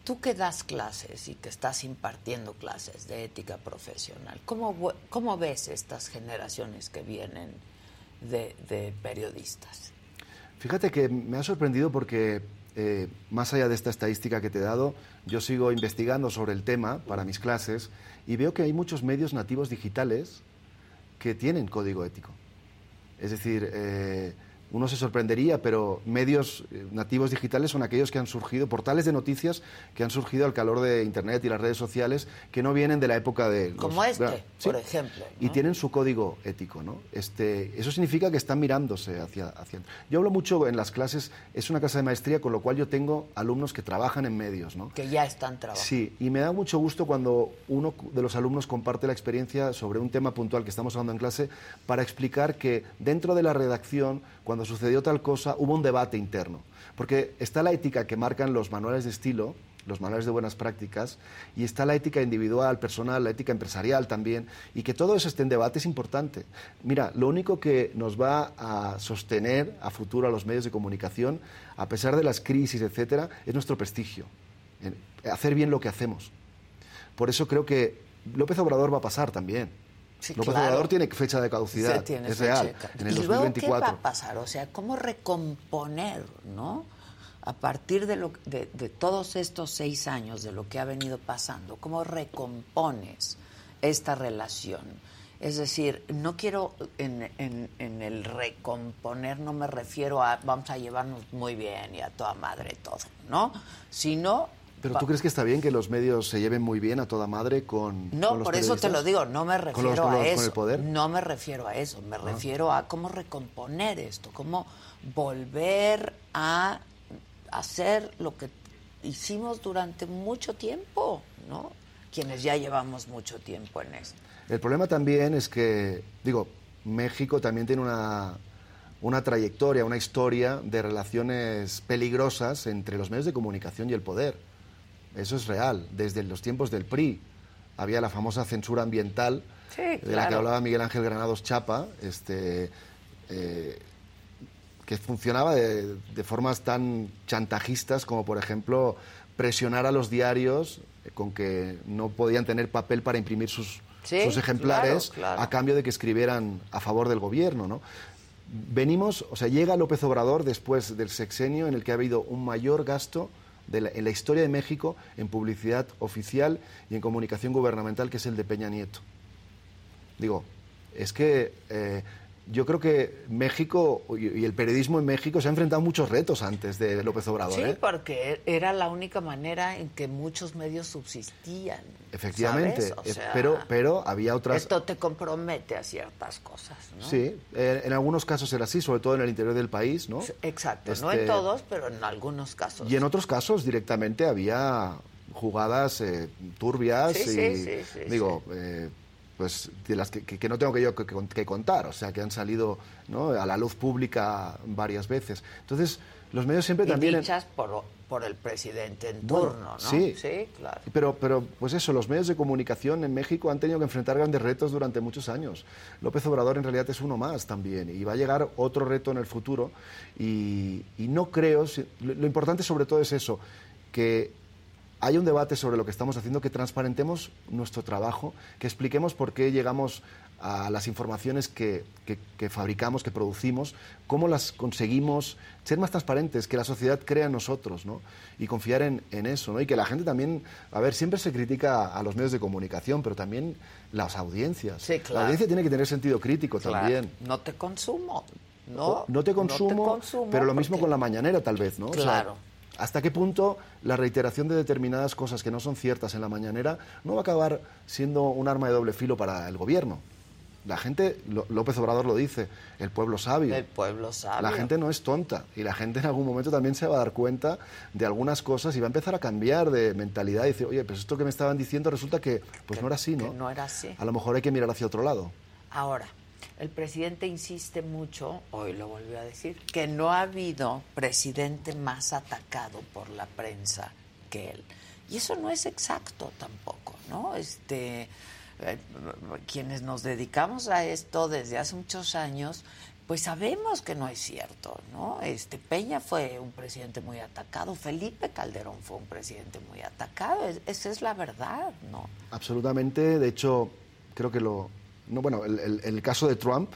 S1: tú que das clases y que estás impartiendo clases de ética profesional, ¿cómo, vu- cómo ves estas generaciones que vienen de, de periodistas?
S3: Fíjate que me ha sorprendido porque eh, más allá de esta estadística que te he dado, yo sigo investigando sobre el tema para mis clases y veo que hay muchos medios nativos digitales que tienen código ético. Es decir, eh, uno se sorprendería, pero medios eh, nativos digitales son aquellos que han surgido, portales de noticias que han surgido al calor de Internet y las redes sociales, que no vienen de la época de... los-
S1: Como este,
S3: Claro, sí.
S1: por ejemplo.
S3: Y
S1: ¿no?
S3: tienen su código ético, ¿no? Este, eso significa que están mirándose hacia, hacia... Yo hablo mucho en las clases, es una casa de maestría, con lo cual yo tengo alumnos que trabajan en medios, ¿no?
S1: que ya están trabajando.
S3: Sí, y me da mucho gusto cuando uno de los alumnos comparte la experiencia sobre un tema puntual que estamos hablando en clase para explicar que dentro de la redacción, cuando sucedió tal cosa, hubo un debate interno. Porque está la ética que marcan los manuales de estilo, los manuales de buenas prácticas, y está la ética individual, personal, la ética empresarial también, y que todo eso esté en debate es importante. Mira, lo único que nos va a sostener a futuro a los medios de comunicación, a pesar de las crisis, etcétera, es nuestro prestigio en hacer bien lo que hacemos. Por eso creo que López Obrador va a pasar también.
S1: Sí,
S3: López
S1: claro.
S3: Obrador tiene fecha de caducidad,
S1: Se tiene
S3: es
S1: esa
S3: real,
S1: checa.
S3: en
S1: y
S3: el
S1: luego, ¿qué va
S3: 2024.
S1: a pasar? O sea, ¿cómo recomponer, no? A partir de, lo, de, de todos estos seis años de lo que ha venido pasando, ¿cómo recompones esta relación? Es decir, no quiero, en, en- en el recomponer no me refiero a vamos a llevarnos muy bien y a toda madre todo, ¿no? Sino...
S3: Pero
S1: pa-
S3: tú crees que está bien que los medios se lleven muy bien a toda madre con
S1: no,
S3: con los
S1: por eso te lo
S3: periodistas?
S1: digo, no me
S3: ¿Con
S1: refiero
S3: los- con
S1: a
S3: los-
S1: eso.
S3: con el poder? Ah.
S1: No me refiero a eso, me refiero a cómo recomponer esto, cómo volver a hacer lo que hicimos durante mucho tiempo, ¿no? Quienes ya llevamos mucho tiempo en esto.
S3: El problema también es que, digo, México también tiene una, una trayectoria, una historia de relaciones peligrosas entre los medios de comunicación y el poder. Eso es real. Desde los tiempos del PRI había la famosa censura ambiental
S1: Sí,
S3: de la que
S1: claro.
S3: hablaba Miguel Ángel Granados Chapa, este, eh, que funcionaba de, de formas tan chantajistas como, por ejemplo, presionar a los diarios con que no podían tener papel para imprimir sus,
S1: Sí,
S3: sus ejemplares
S1: claro, claro.
S3: a cambio de que escribieran a favor del gobierno, ¿no? venimos, o sea, llega López Obrador después del sexenio en el que ha habido un mayor gasto de la- en la historia de México en publicidad oficial y en comunicación gubernamental, que es el de Peña Nieto. Digo, es que eh, yo creo que México y, y el periodismo en México se ha enfrentado a muchos retos antes de López Obrador.
S1: Sí,
S3: ¿eh?
S1: porque era la única manera en que muchos medios subsistían.
S3: Efectivamente,
S1: ¿sabes? O
S3: eh,
S1: sea,
S3: pero, pero había otras...
S1: Esto te compromete a ciertas cosas, ¿no?
S3: Sí, eh, en algunos casos era así, sobre todo en el interior del país, ¿no?
S1: Exacto, no en
S3: Este,
S1: todos, pero en algunos casos.
S3: Y en otros casos directamente había jugadas eh, turbias
S1: Sí,
S3: y
S1: sí, sí, sí,
S3: digo eh, pues de las que, que- que no tengo que yo que, que- que contar, o sea que han salido ¿no? a la luz pública varias veces. Entonces los medios siempre
S1: Y
S3: también en-
S1: dichas por, por el presidente en
S3: Bueno,
S1: turno, ¿no?
S3: Sí,
S1: claro.
S3: Pero, pero, pues eso, los medios de comunicación en México han tenido que enfrentar grandes retos durante muchos años. López Obrador en realidad es uno más también y va a llegar otro reto en el futuro y, y no creo, si- lo, lo importante sobre todo es eso, que haya un debate sobre lo que estamos haciendo, que transparentemos nuestro trabajo, que expliquemos por qué llegamos a las informaciones que, que- que fabricamos, que producimos, cómo las conseguimos, ser más transparentes, que la sociedad crea en nosotros, ¿no? Y confiar en, en eso, ¿no? Y que la gente también, a ver, siempre se critica a los medios de comunicación, pero también las audiencias.
S1: Sí, claro.
S3: La audiencia tiene que tener sentido crítico
S1: Claro.
S3: también.
S1: No te consumo. No,
S3: No te consumo,
S1: consumo
S3: pero lo mismo
S1: porque-
S3: con la mañanera tal vez, ¿no? O sea,
S1: Claro.
S3: ¿Hasta qué punto la reiteración de determinadas cosas que no son ciertas en la mañanera no va a acabar siendo un arma de doble filo para el gobierno? La gente, Lo- López Obrador lo dice, el pueblo sabio.
S1: El pueblo sabe.
S3: La gente no es tonta y la gente en algún momento también se va a dar cuenta de algunas cosas y va a empezar a cambiar de mentalidad y decir, oye, pues esto que me estaban diciendo resulta que pues
S1: Que-
S3: no era así,
S1: que
S3: ¿no?
S1: no era así.
S3: A lo mejor hay que mirar hacia otro lado.
S1: Ahora, el presidente insiste mucho, hoy lo volvió a decir, que no ha habido presidente más atacado por la prensa que él. Y eso no es exacto tampoco, ¿no? Este, eh, quienes nos dedicamos a esto desde hace muchos años, pues sabemos que no es cierto, ¿no? Este Peña fue un presidente muy atacado, Felipe Calderón fue un presidente muy atacado, es- esa es la verdad, ¿no?
S3: Absolutamente. De hecho, creo que lo. No, bueno, el, el- el caso de Trump,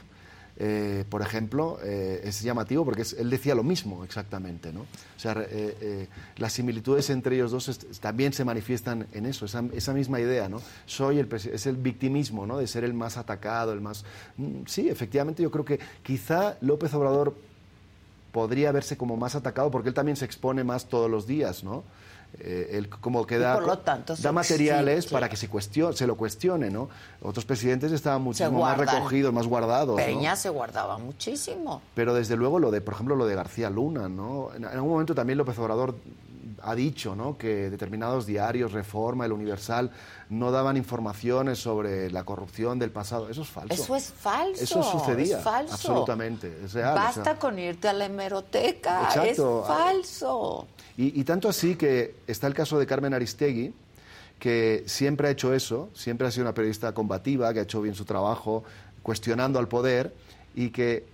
S3: eh, por ejemplo, eh, es llamativo porque es- él decía lo mismo exactamente, ¿no? O sea, re- eh, eh, las similitudes entre ellos dos es- también se manifiestan en eso, esa, esa misma idea, ¿no? Soy el presi- es el victimismo, ¿no? De ser el más atacado, el más. Mm, Sí, efectivamente, yo creo que quizá López Obrador podría verse como más atacado porque él también se expone más todos los días, ¿no? Eh, él como que
S1: Y
S3: da,
S1: por lo tanto se
S3: da materiales
S1: exige.
S3: para que se, cuestione, se lo cuestione, ¿no? Otros presidentes estaban
S1: Se
S3: muchísimo más
S1: guardan.
S3: recogidos, más guardados. ¿no?
S1: Peña se guardaba muchísimo.
S3: Pero desde luego lo de, por ejemplo, lo de García Luna, ¿no? En en algún momento también López Obrador ha dicho, ¿no? Que determinados diarios, Reforma, El Universal, no daban informaciones sobre la corrupción del pasado. Eso es falso.
S1: Eso es falso.
S3: Eso sucedía.
S1: Es falso.
S3: Absolutamente. Es real. o sea.
S1: Basta con irte a la hemeroteca.
S3: Exacto. Ah,
S1: Es falso.
S3: Y, y tanto así que está el caso de Carmen Aristegui, que siempre ha hecho eso, siempre ha sido una periodista combativa, que ha hecho bien su trabajo, cuestionando al poder, y que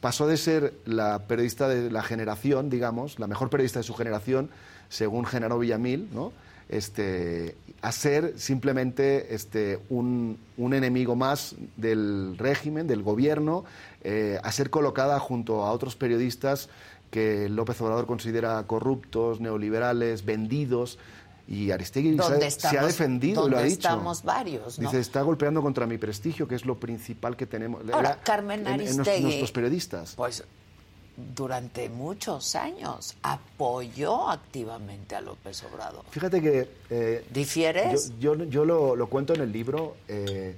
S3: pasó de ser la periodista de la generación, digamos, la mejor periodista de su generación, según Genaro Villamil, ¿no? Este, a ser simplemente este, un, un enemigo más del régimen, del gobierno, eh, a ser colocada junto a otros periodistas que López Obrador considera corruptos, neoliberales, vendidos. Y Aristegui se ha,
S1: Donde
S3: se ha
S1: estamos-
S3: defendido, y lo
S1: donde
S3: ha dicho.
S1: estamos varios, ¿no?
S3: Dice, está golpeando contra mi prestigio, que es lo principal que tenemos.
S1: Ahora,
S3: Era-
S1: Carmen
S3: en- en nos-
S1: Aristegui.
S3: nuestros periodistas.
S1: Pues durante muchos años apoyó activamente a López Obrador.
S3: Fíjate que eh,
S1: ¿Difieres?
S3: Yo, yo, yo lo, lo cuento en el libro eh,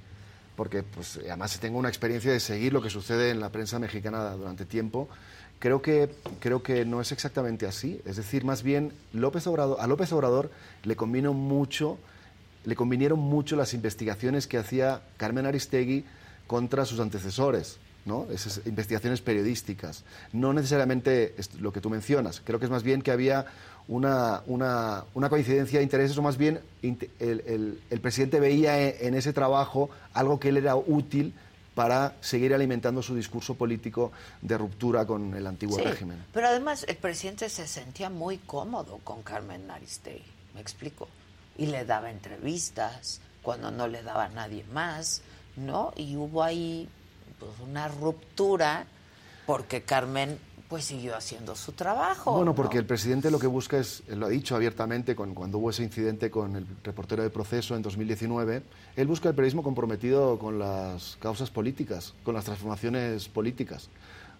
S3: porque pues, además tengo una experiencia de seguir lo que sucede en la prensa mexicana durante tiempo. Creo que, creo que no es exactamente así. Es decir, más bien López Obrador, a López Obrador le convino mucho, le convinieron mucho las investigaciones que hacía Carmen Aristegui contra sus antecesores. ¿no? Esas investigaciones periodísticas. No necesariamente es lo que tú mencionas. Creo que es más bien que había una, una- una coincidencia de intereses, o más bien inte- el, el- el presidente veía e- en ese trabajo algo que él era útil para seguir alimentando su discurso político de ruptura con el antiguo
S1: Sí,
S3: régimen.
S1: Pero además el presidente se sentía muy cómodo con Carmen Aristegui, me explico. Y le daba entrevistas cuando no le daba a nadie más, ¿no? Y hubo ahí pues, una ruptura porque Carmen pues siguió haciendo su trabajo.
S3: Bueno,
S1: ¿no?
S3: porque el presidente lo que busca es, él lo ha dicho abiertamente con, cuando hubo ese incidente con el reportero de proceso en 2019, él busca el periodismo comprometido con las causas políticas, con las transformaciones políticas.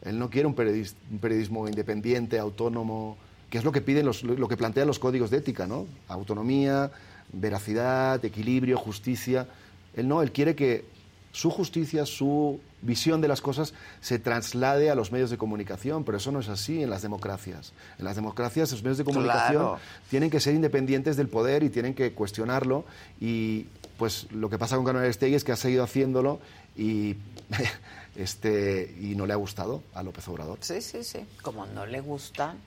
S3: Él no quiere un, periodis- un periodismo independiente, autónomo, que es lo que piden los, lo que plantean los códigos de ética, ¿no? Autonomía, veracidad, equilibrio, justicia. Él no, él quiere que su justicia, su visión de las cosas se traslade a los medios de comunicación, pero eso no es así en las democracias. En las democracias los medios de comunicación
S1: Claro.
S3: tienen que ser independientes del poder y tienen que cuestionarlo y pues lo que pasa con Carmen Aristegui es que ha seguido haciéndolo y este y no le ha gustado a López Obrador.
S1: Sí, sí, sí. Como no le gustan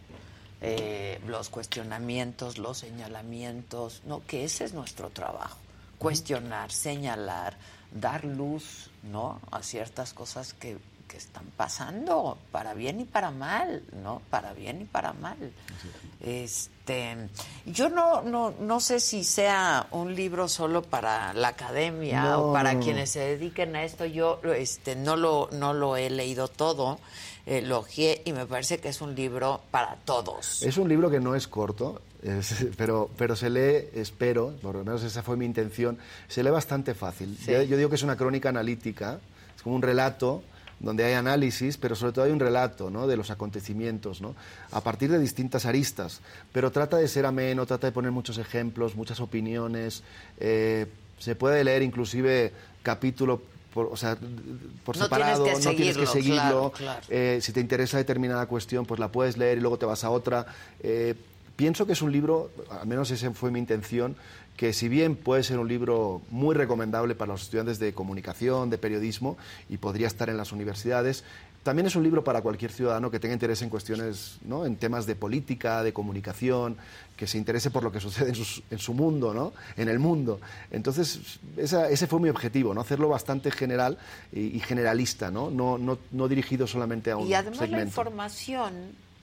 S1: eh, los cuestionamientos, los señalamientos, no, que ese es nuestro trabajo. Cuestionar, señalar, dar luz, ¿no? A ciertas cosas que, que están pasando, para bien y para mal, ¿no? Para bien y para mal. Este, yo no, no, no sé si sea un libro solo para la academia o
S3: No,
S1: para
S3: no, no.
S1: quienes se dediquen a esto, yo este, no, lo, no lo he leído todo, eh, lo ojeé y me parece que es un libro para todos.
S3: Es un libro que no es corto, es- pero, pero se lee, espero, por lo menos esa fue mi intención, se lee bastante fácil. Yo, yo digo que es una crónica analítica, es como un relato donde hay análisis, pero sobre todo hay un relato ¿no? de los acontecimientos, ¿no? a partir de distintas aristas, pero trata de ser ameno, trata de poner muchos ejemplos, muchas opiniones, eh, se puede leer inclusive capítulo por, o sea, por
S1: No tienes
S3: separado,
S1: que
S3: no tienes que
S1: seguirlo, claro,
S3: seguirlo,
S1: claro.
S3: eh, si te interesa determinada cuestión, pues la puedes leer y luego te vas a otra. Eh, pienso que es un libro, al menos esa fue mi intención, que si bien puede ser un libro muy recomendable para los estudiantes de comunicación, de periodismo, y podría estar en las universidades, también es un libro para cualquier ciudadano que tenga interés en cuestiones, ¿no? en temas de política, de comunicación, que se interese por lo que sucede en, sus- en su mundo, ¿no? en el mundo. Entonces, esa- ese fue mi objetivo, ¿no? hacerlo bastante general y, y generalista, ¿no? No, no, no dirigido solamente a un
S1: y además la
S3: segmento.
S1: información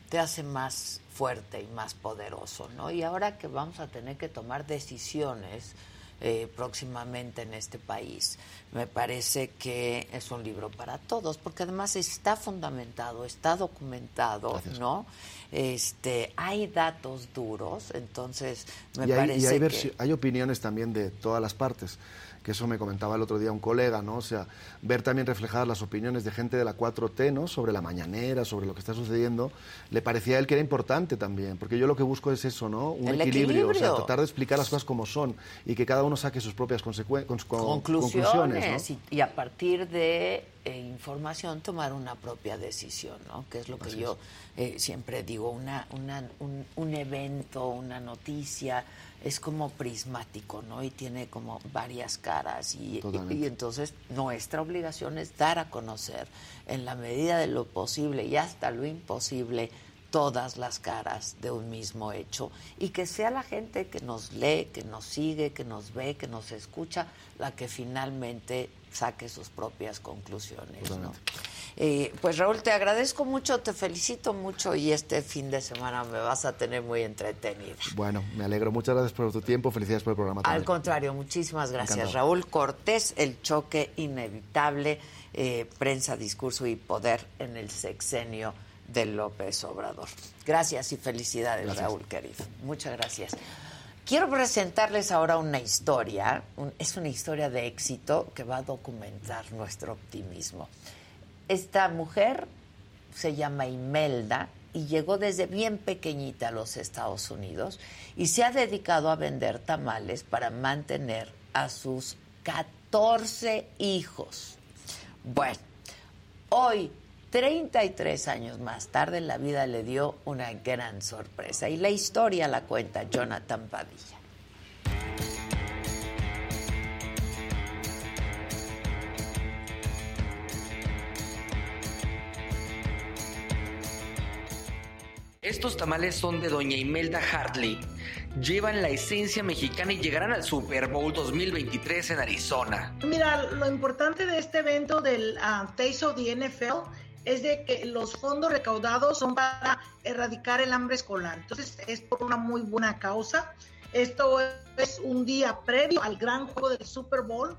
S1: te hace más fuerte y más poderoso, ¿no? Y ahora que vamos a tener que tomar decisiones eh, próximamente en este país, me parece que es un libro para todos, porque además está fundamentado, está documentado,
S3: Gracias.
S1: ¿no? Este, hay datos duros, entonces me
S3: y hay, y
S1: parece
S3: hay
S1: que...
S3: versi- hay opiniones también de todas las partes, que eso me comentaba el otro día un colega, ¿no? O sea, ver también reflejadas las opiniones de gente de la 4T, ¿no? Sobre la mañanera, sobre lo que está sucediendo, le parecía a él que era importante también, porque yo lo que busco es eso, ¿no? Un
S1: El
S3: O sea,
S1: equilibrio.
S3: tratar de explicar las cosas como son y que cada uno saque sus propias consecuen- cons- con-
S1: conclusiones,
S3: conclusiones ¿no?
S1: y, y a partir de eh, información tomar una propia decisión, ¿no? Que es lo que yo eh, siempre digo, una, una- un, un evento, una noticia, es como prismático, ¿no? Y tiene como varias caras y,
S3: Totalmente.
S1: y- y entonces nuestra obligación es dar a conocer en la medida de lo posible y hasta lo imposible todas las caras de un mismo hecho y que sea la gente que nos lee, que nos sigue, que nos ve, que nos escucha, la que finalmente saque sus propias conclusiones. ¿no? Eh, pues Raúl, te agradezco mucho, te felicito mucho y este fin de semana me vas a tener muy entretenida.
S3: Bueno, me alegro. Muchas gracias por tu tiempo. Felicidades por el programa.
S1: Al
S3: también.
S1: contrario, muchísimas gracias.
S3: Encantado.
S1: Raúl Cortés, el choque inevitable, eh, prensa, discurso y poder en el sexenio de López Obrador. Gracias y felicidades, Raúl, querido. Muchas gracias. Quiero presentarles ahora una historia, un- es una historia de éxito que va a documentar nuestro optimismo. Esta mujer se llama Imelda y llegó desde bien pequeñita a los Estados Unidos y se ha dedicado a vender tamales para mantener a sus 14 hijos. Bueno, hoy, 33 años más tarde, la vida le dio una gran sorpresa y la historia la cuenta Jonathan Padilla.
S4: Estos tamales son de Doña Imelda Hartley. Llevan la esencia mexicana y llegarán al Super Bowl 2023 en Arizona.
S5: Mira, lo importante de este evento del ah, Taste of the NFL es de que los fondos recaudados son para erradicar el hambre escolar. Entonces, es por una muy buena causa. Esto es un día previo al gran juego del Super Bowl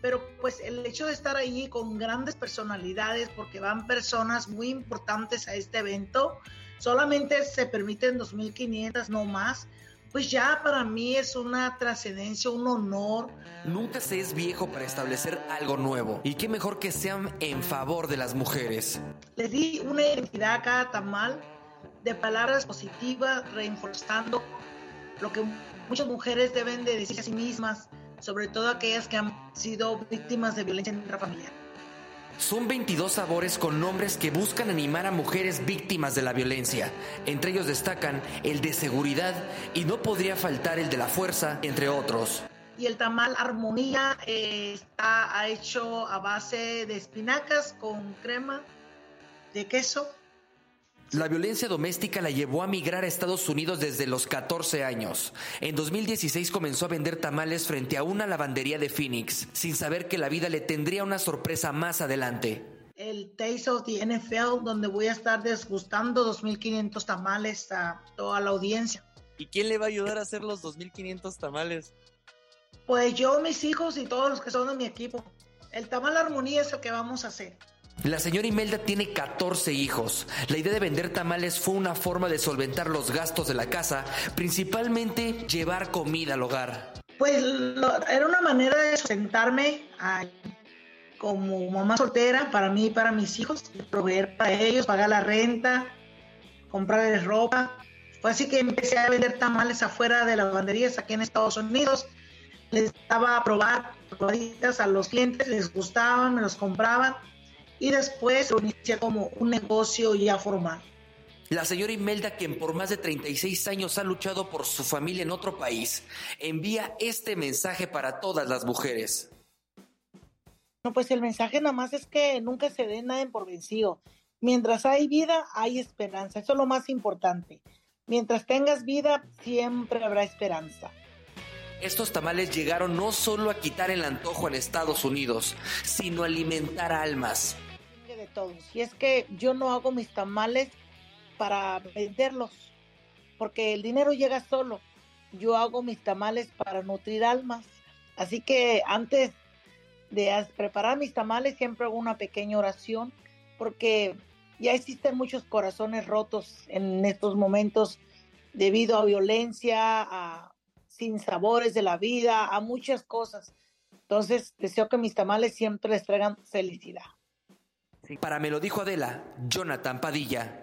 S5: pero pues el hecho de estar ahí con grandes personalidades, porque van personas muy importantes a este evento, solamente se permiten 2.500, no más, pues ya para mí es una trascendencia, un honor.
S4: Nunca se es viejo para establecer algo nuevo. Y qué mejor que sean en favor de las mujeres.
S5: Le di una identidad a cada tamal de palabras positivas, reforzando lo que muchas mujeres deben de decir a sí mismas, sobre todo aquellas que han sido víctimas de violencia en la familia.
S4: Son 22 sabores con nombres que buscan animar a mujeres víctimas de la violencia. Entre ellos destacan el de seguridad y no podría faltar el de la fuerza, entre otros.
S5: Y el tamal Armonía eh, está hecho a base de espinacas con crema de queso.
S4: La violencia doméstica la llevó a migrar a Estados Unidos desde los 14 años. En 2016 comenzó a vender tamales frente a una lavandería de Phoenix, sin saber que la vida le tendría una sorpresa más adelante.
S5: El Taste of the NFL, donde voy a estar desgustando 2.500 tamales a toda la audiencia.
S6: ¿Y quién le va a ayudar a hacer los 2.500 tamales?
S5: Pues yo, mis hijos y todos los que son de mi equipo. El tamal armonía es lo que vamos a hacer.
S4: La señora Imelda tiene 14 hijos. La idea de vender tamales fue una forma de solventar los gastos de la casa, principalmente llevar comida al hogar.
S5: Pues lo, era una manera de sentarme a, como mamá soltera para mí y para mis hijos, proveer para ellos, pagar la renta, comprarles ropa. Fue así que empecé a vender tamales afuera de lavanderías aquí en Estados Unidos. Les daba a probar probaditas a los clientes, les gustaban, me los compraban y después lo inicié como un negocio ya formal.
S4: La señora Imelda, quien por más de 36 años ha luchado por su familia en otro país, envía este mensaje para todas las mujeres.
S5: No, pues el mensaje nada más es que nunca se dé nadie por vencido. Mientras hay vida, hay esperanza. Eso es lo más importante. Mientras tengas vida, siempre habrá esperanza.
S4: Estos tamales llegaron no solo a quitar el antojo en Estados Unidos, sino a alimentar almas
S5: de todos. Y es que yo no hago mis tamales para venderlos, porque el dinero llega solo. Yo hago mis tamales para nutrir almas. Así que antes de preparar mis tamales siempre hago una pequeña oración, porque ya existen muchos corazones rotos en estos momentos debido a violencia, a sinsabores de la vida, a muchas cosas. Entonces deseo que mis tamales siempre les traigan felicidad.
S4: Para me lo dijo Adela, Jonathan Padilla.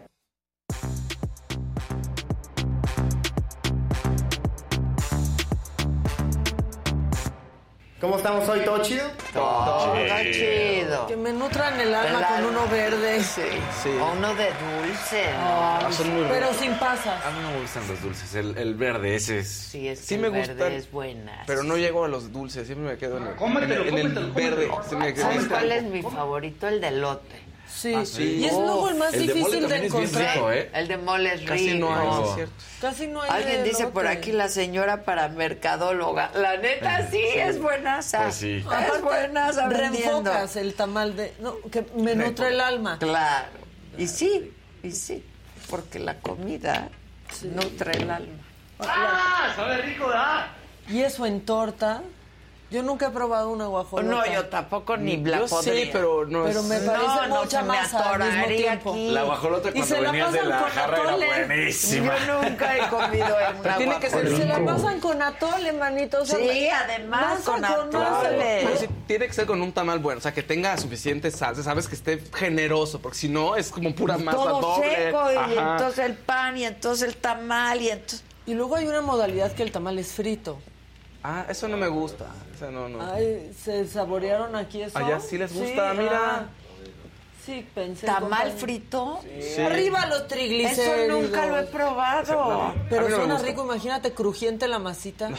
S7: ¿Cómo estamos hoy? ¿Todo chido? Ah,
S1: Todo chido.
S8: Que me nutran el alma
S1: El
S8: con
S1: alma.
S8: uno verde.
S1: Sí.
S7: Sí.
S1: O Uno de dulce.
S8: Ay,
S7: Ah, son muy
S8: pero
S7: ricos.
S8: sin pasas.
S7: A mí no me gustan los dulces, el, el verde, ese es...
S1: Sí, es
S7: Sí
S1: que
S7: me
S1: el
S7: gustan,
S1: verde es buena.
S7: Pero no llego a los dulces, siempre me quedo en el, en el verde. sí me quedo en
S1: ¿Sabes
S7: el-
S1: cuál es mi favorito? El de lote. Ah,
S8: Sí.
S7: sí.
S8: Y es luego el más
S7: El de mole
S8: difícil de,
S7: también es bien
S8: encontrar.
S7: rico, ¿eh?
S1: El de mole es rico.
S7: Casi no hay, sí es cierto.
S8: Casi no hay.
S1: Alguien
S8: de
S1: dice por
S8: elote.
S1: aquí la señora para mercadóloga. La
S7: Eh,
S1: neta sí, es buenaza.
S7: Pues sí.
S1: Es buenaza vendiendo.
S8: Reenfocas el tamal de. No, que me nutre el alma.
S1: Claro. Y sí, y sí, porque la comida nutre el alma.
S8: Y eso en torta. Yo nunca he probado una guajolota.
S1: No, yo tampoco ni la
S7: Yo
S1: podría.
S7: sí, pero no
S8: Pero
S7: es...
S8: me
S1: No,
S8: parece
S1: no,
S8: mucha
S1: se me
S8: masa al mismo
S1: atoraría
S8: tiempo.
S1: aquí.
S7: La guajolota
S8: Y
S7: cuando
S8: se la
S7: venías de
S8: pasan
S7: la
S8: con
S7: jarra era
S8: atole.
S7: buenísima.
S1: Yo nunca he comido en una
S7: tiene que ser
S8: Y se la
S7: Rico.
S8: pasan con atole, manito. o sea,
S1: Sí, además
S8: masa
S1: con
S8: masa.
S1: atole.
S7: Pero sí, tiene que ser con un tamal bueno, o sea, que tenga suficiente salsa, sabes, que esté generoso, porque si no es como pura masa
S1: todo
S7: doble.
S1: seco y
S7: Ajá.
S1: entonces el pan y entonces el tamal y entonces
S8: Y luego hay una modalidad que el tamal es frito.
S7: Ah, eso no me gusta. Eso no, no.
S8: Ay, se saborearon aquí eso.
S7: Allá sí les gusta, mira.
S8: ah. Sí, pensé. en
S1: tamal
S8: comprarme.
S1: frito.
S7: Sí.
S8: Arriba los
S1: Eso
S8: triglicéridos.
S1: nunca lo he probado.
S7: A
S8: Pero
S7: mí no me
S8: suena
S7: gusta.
S8: rico, imagínate crujiente la masita.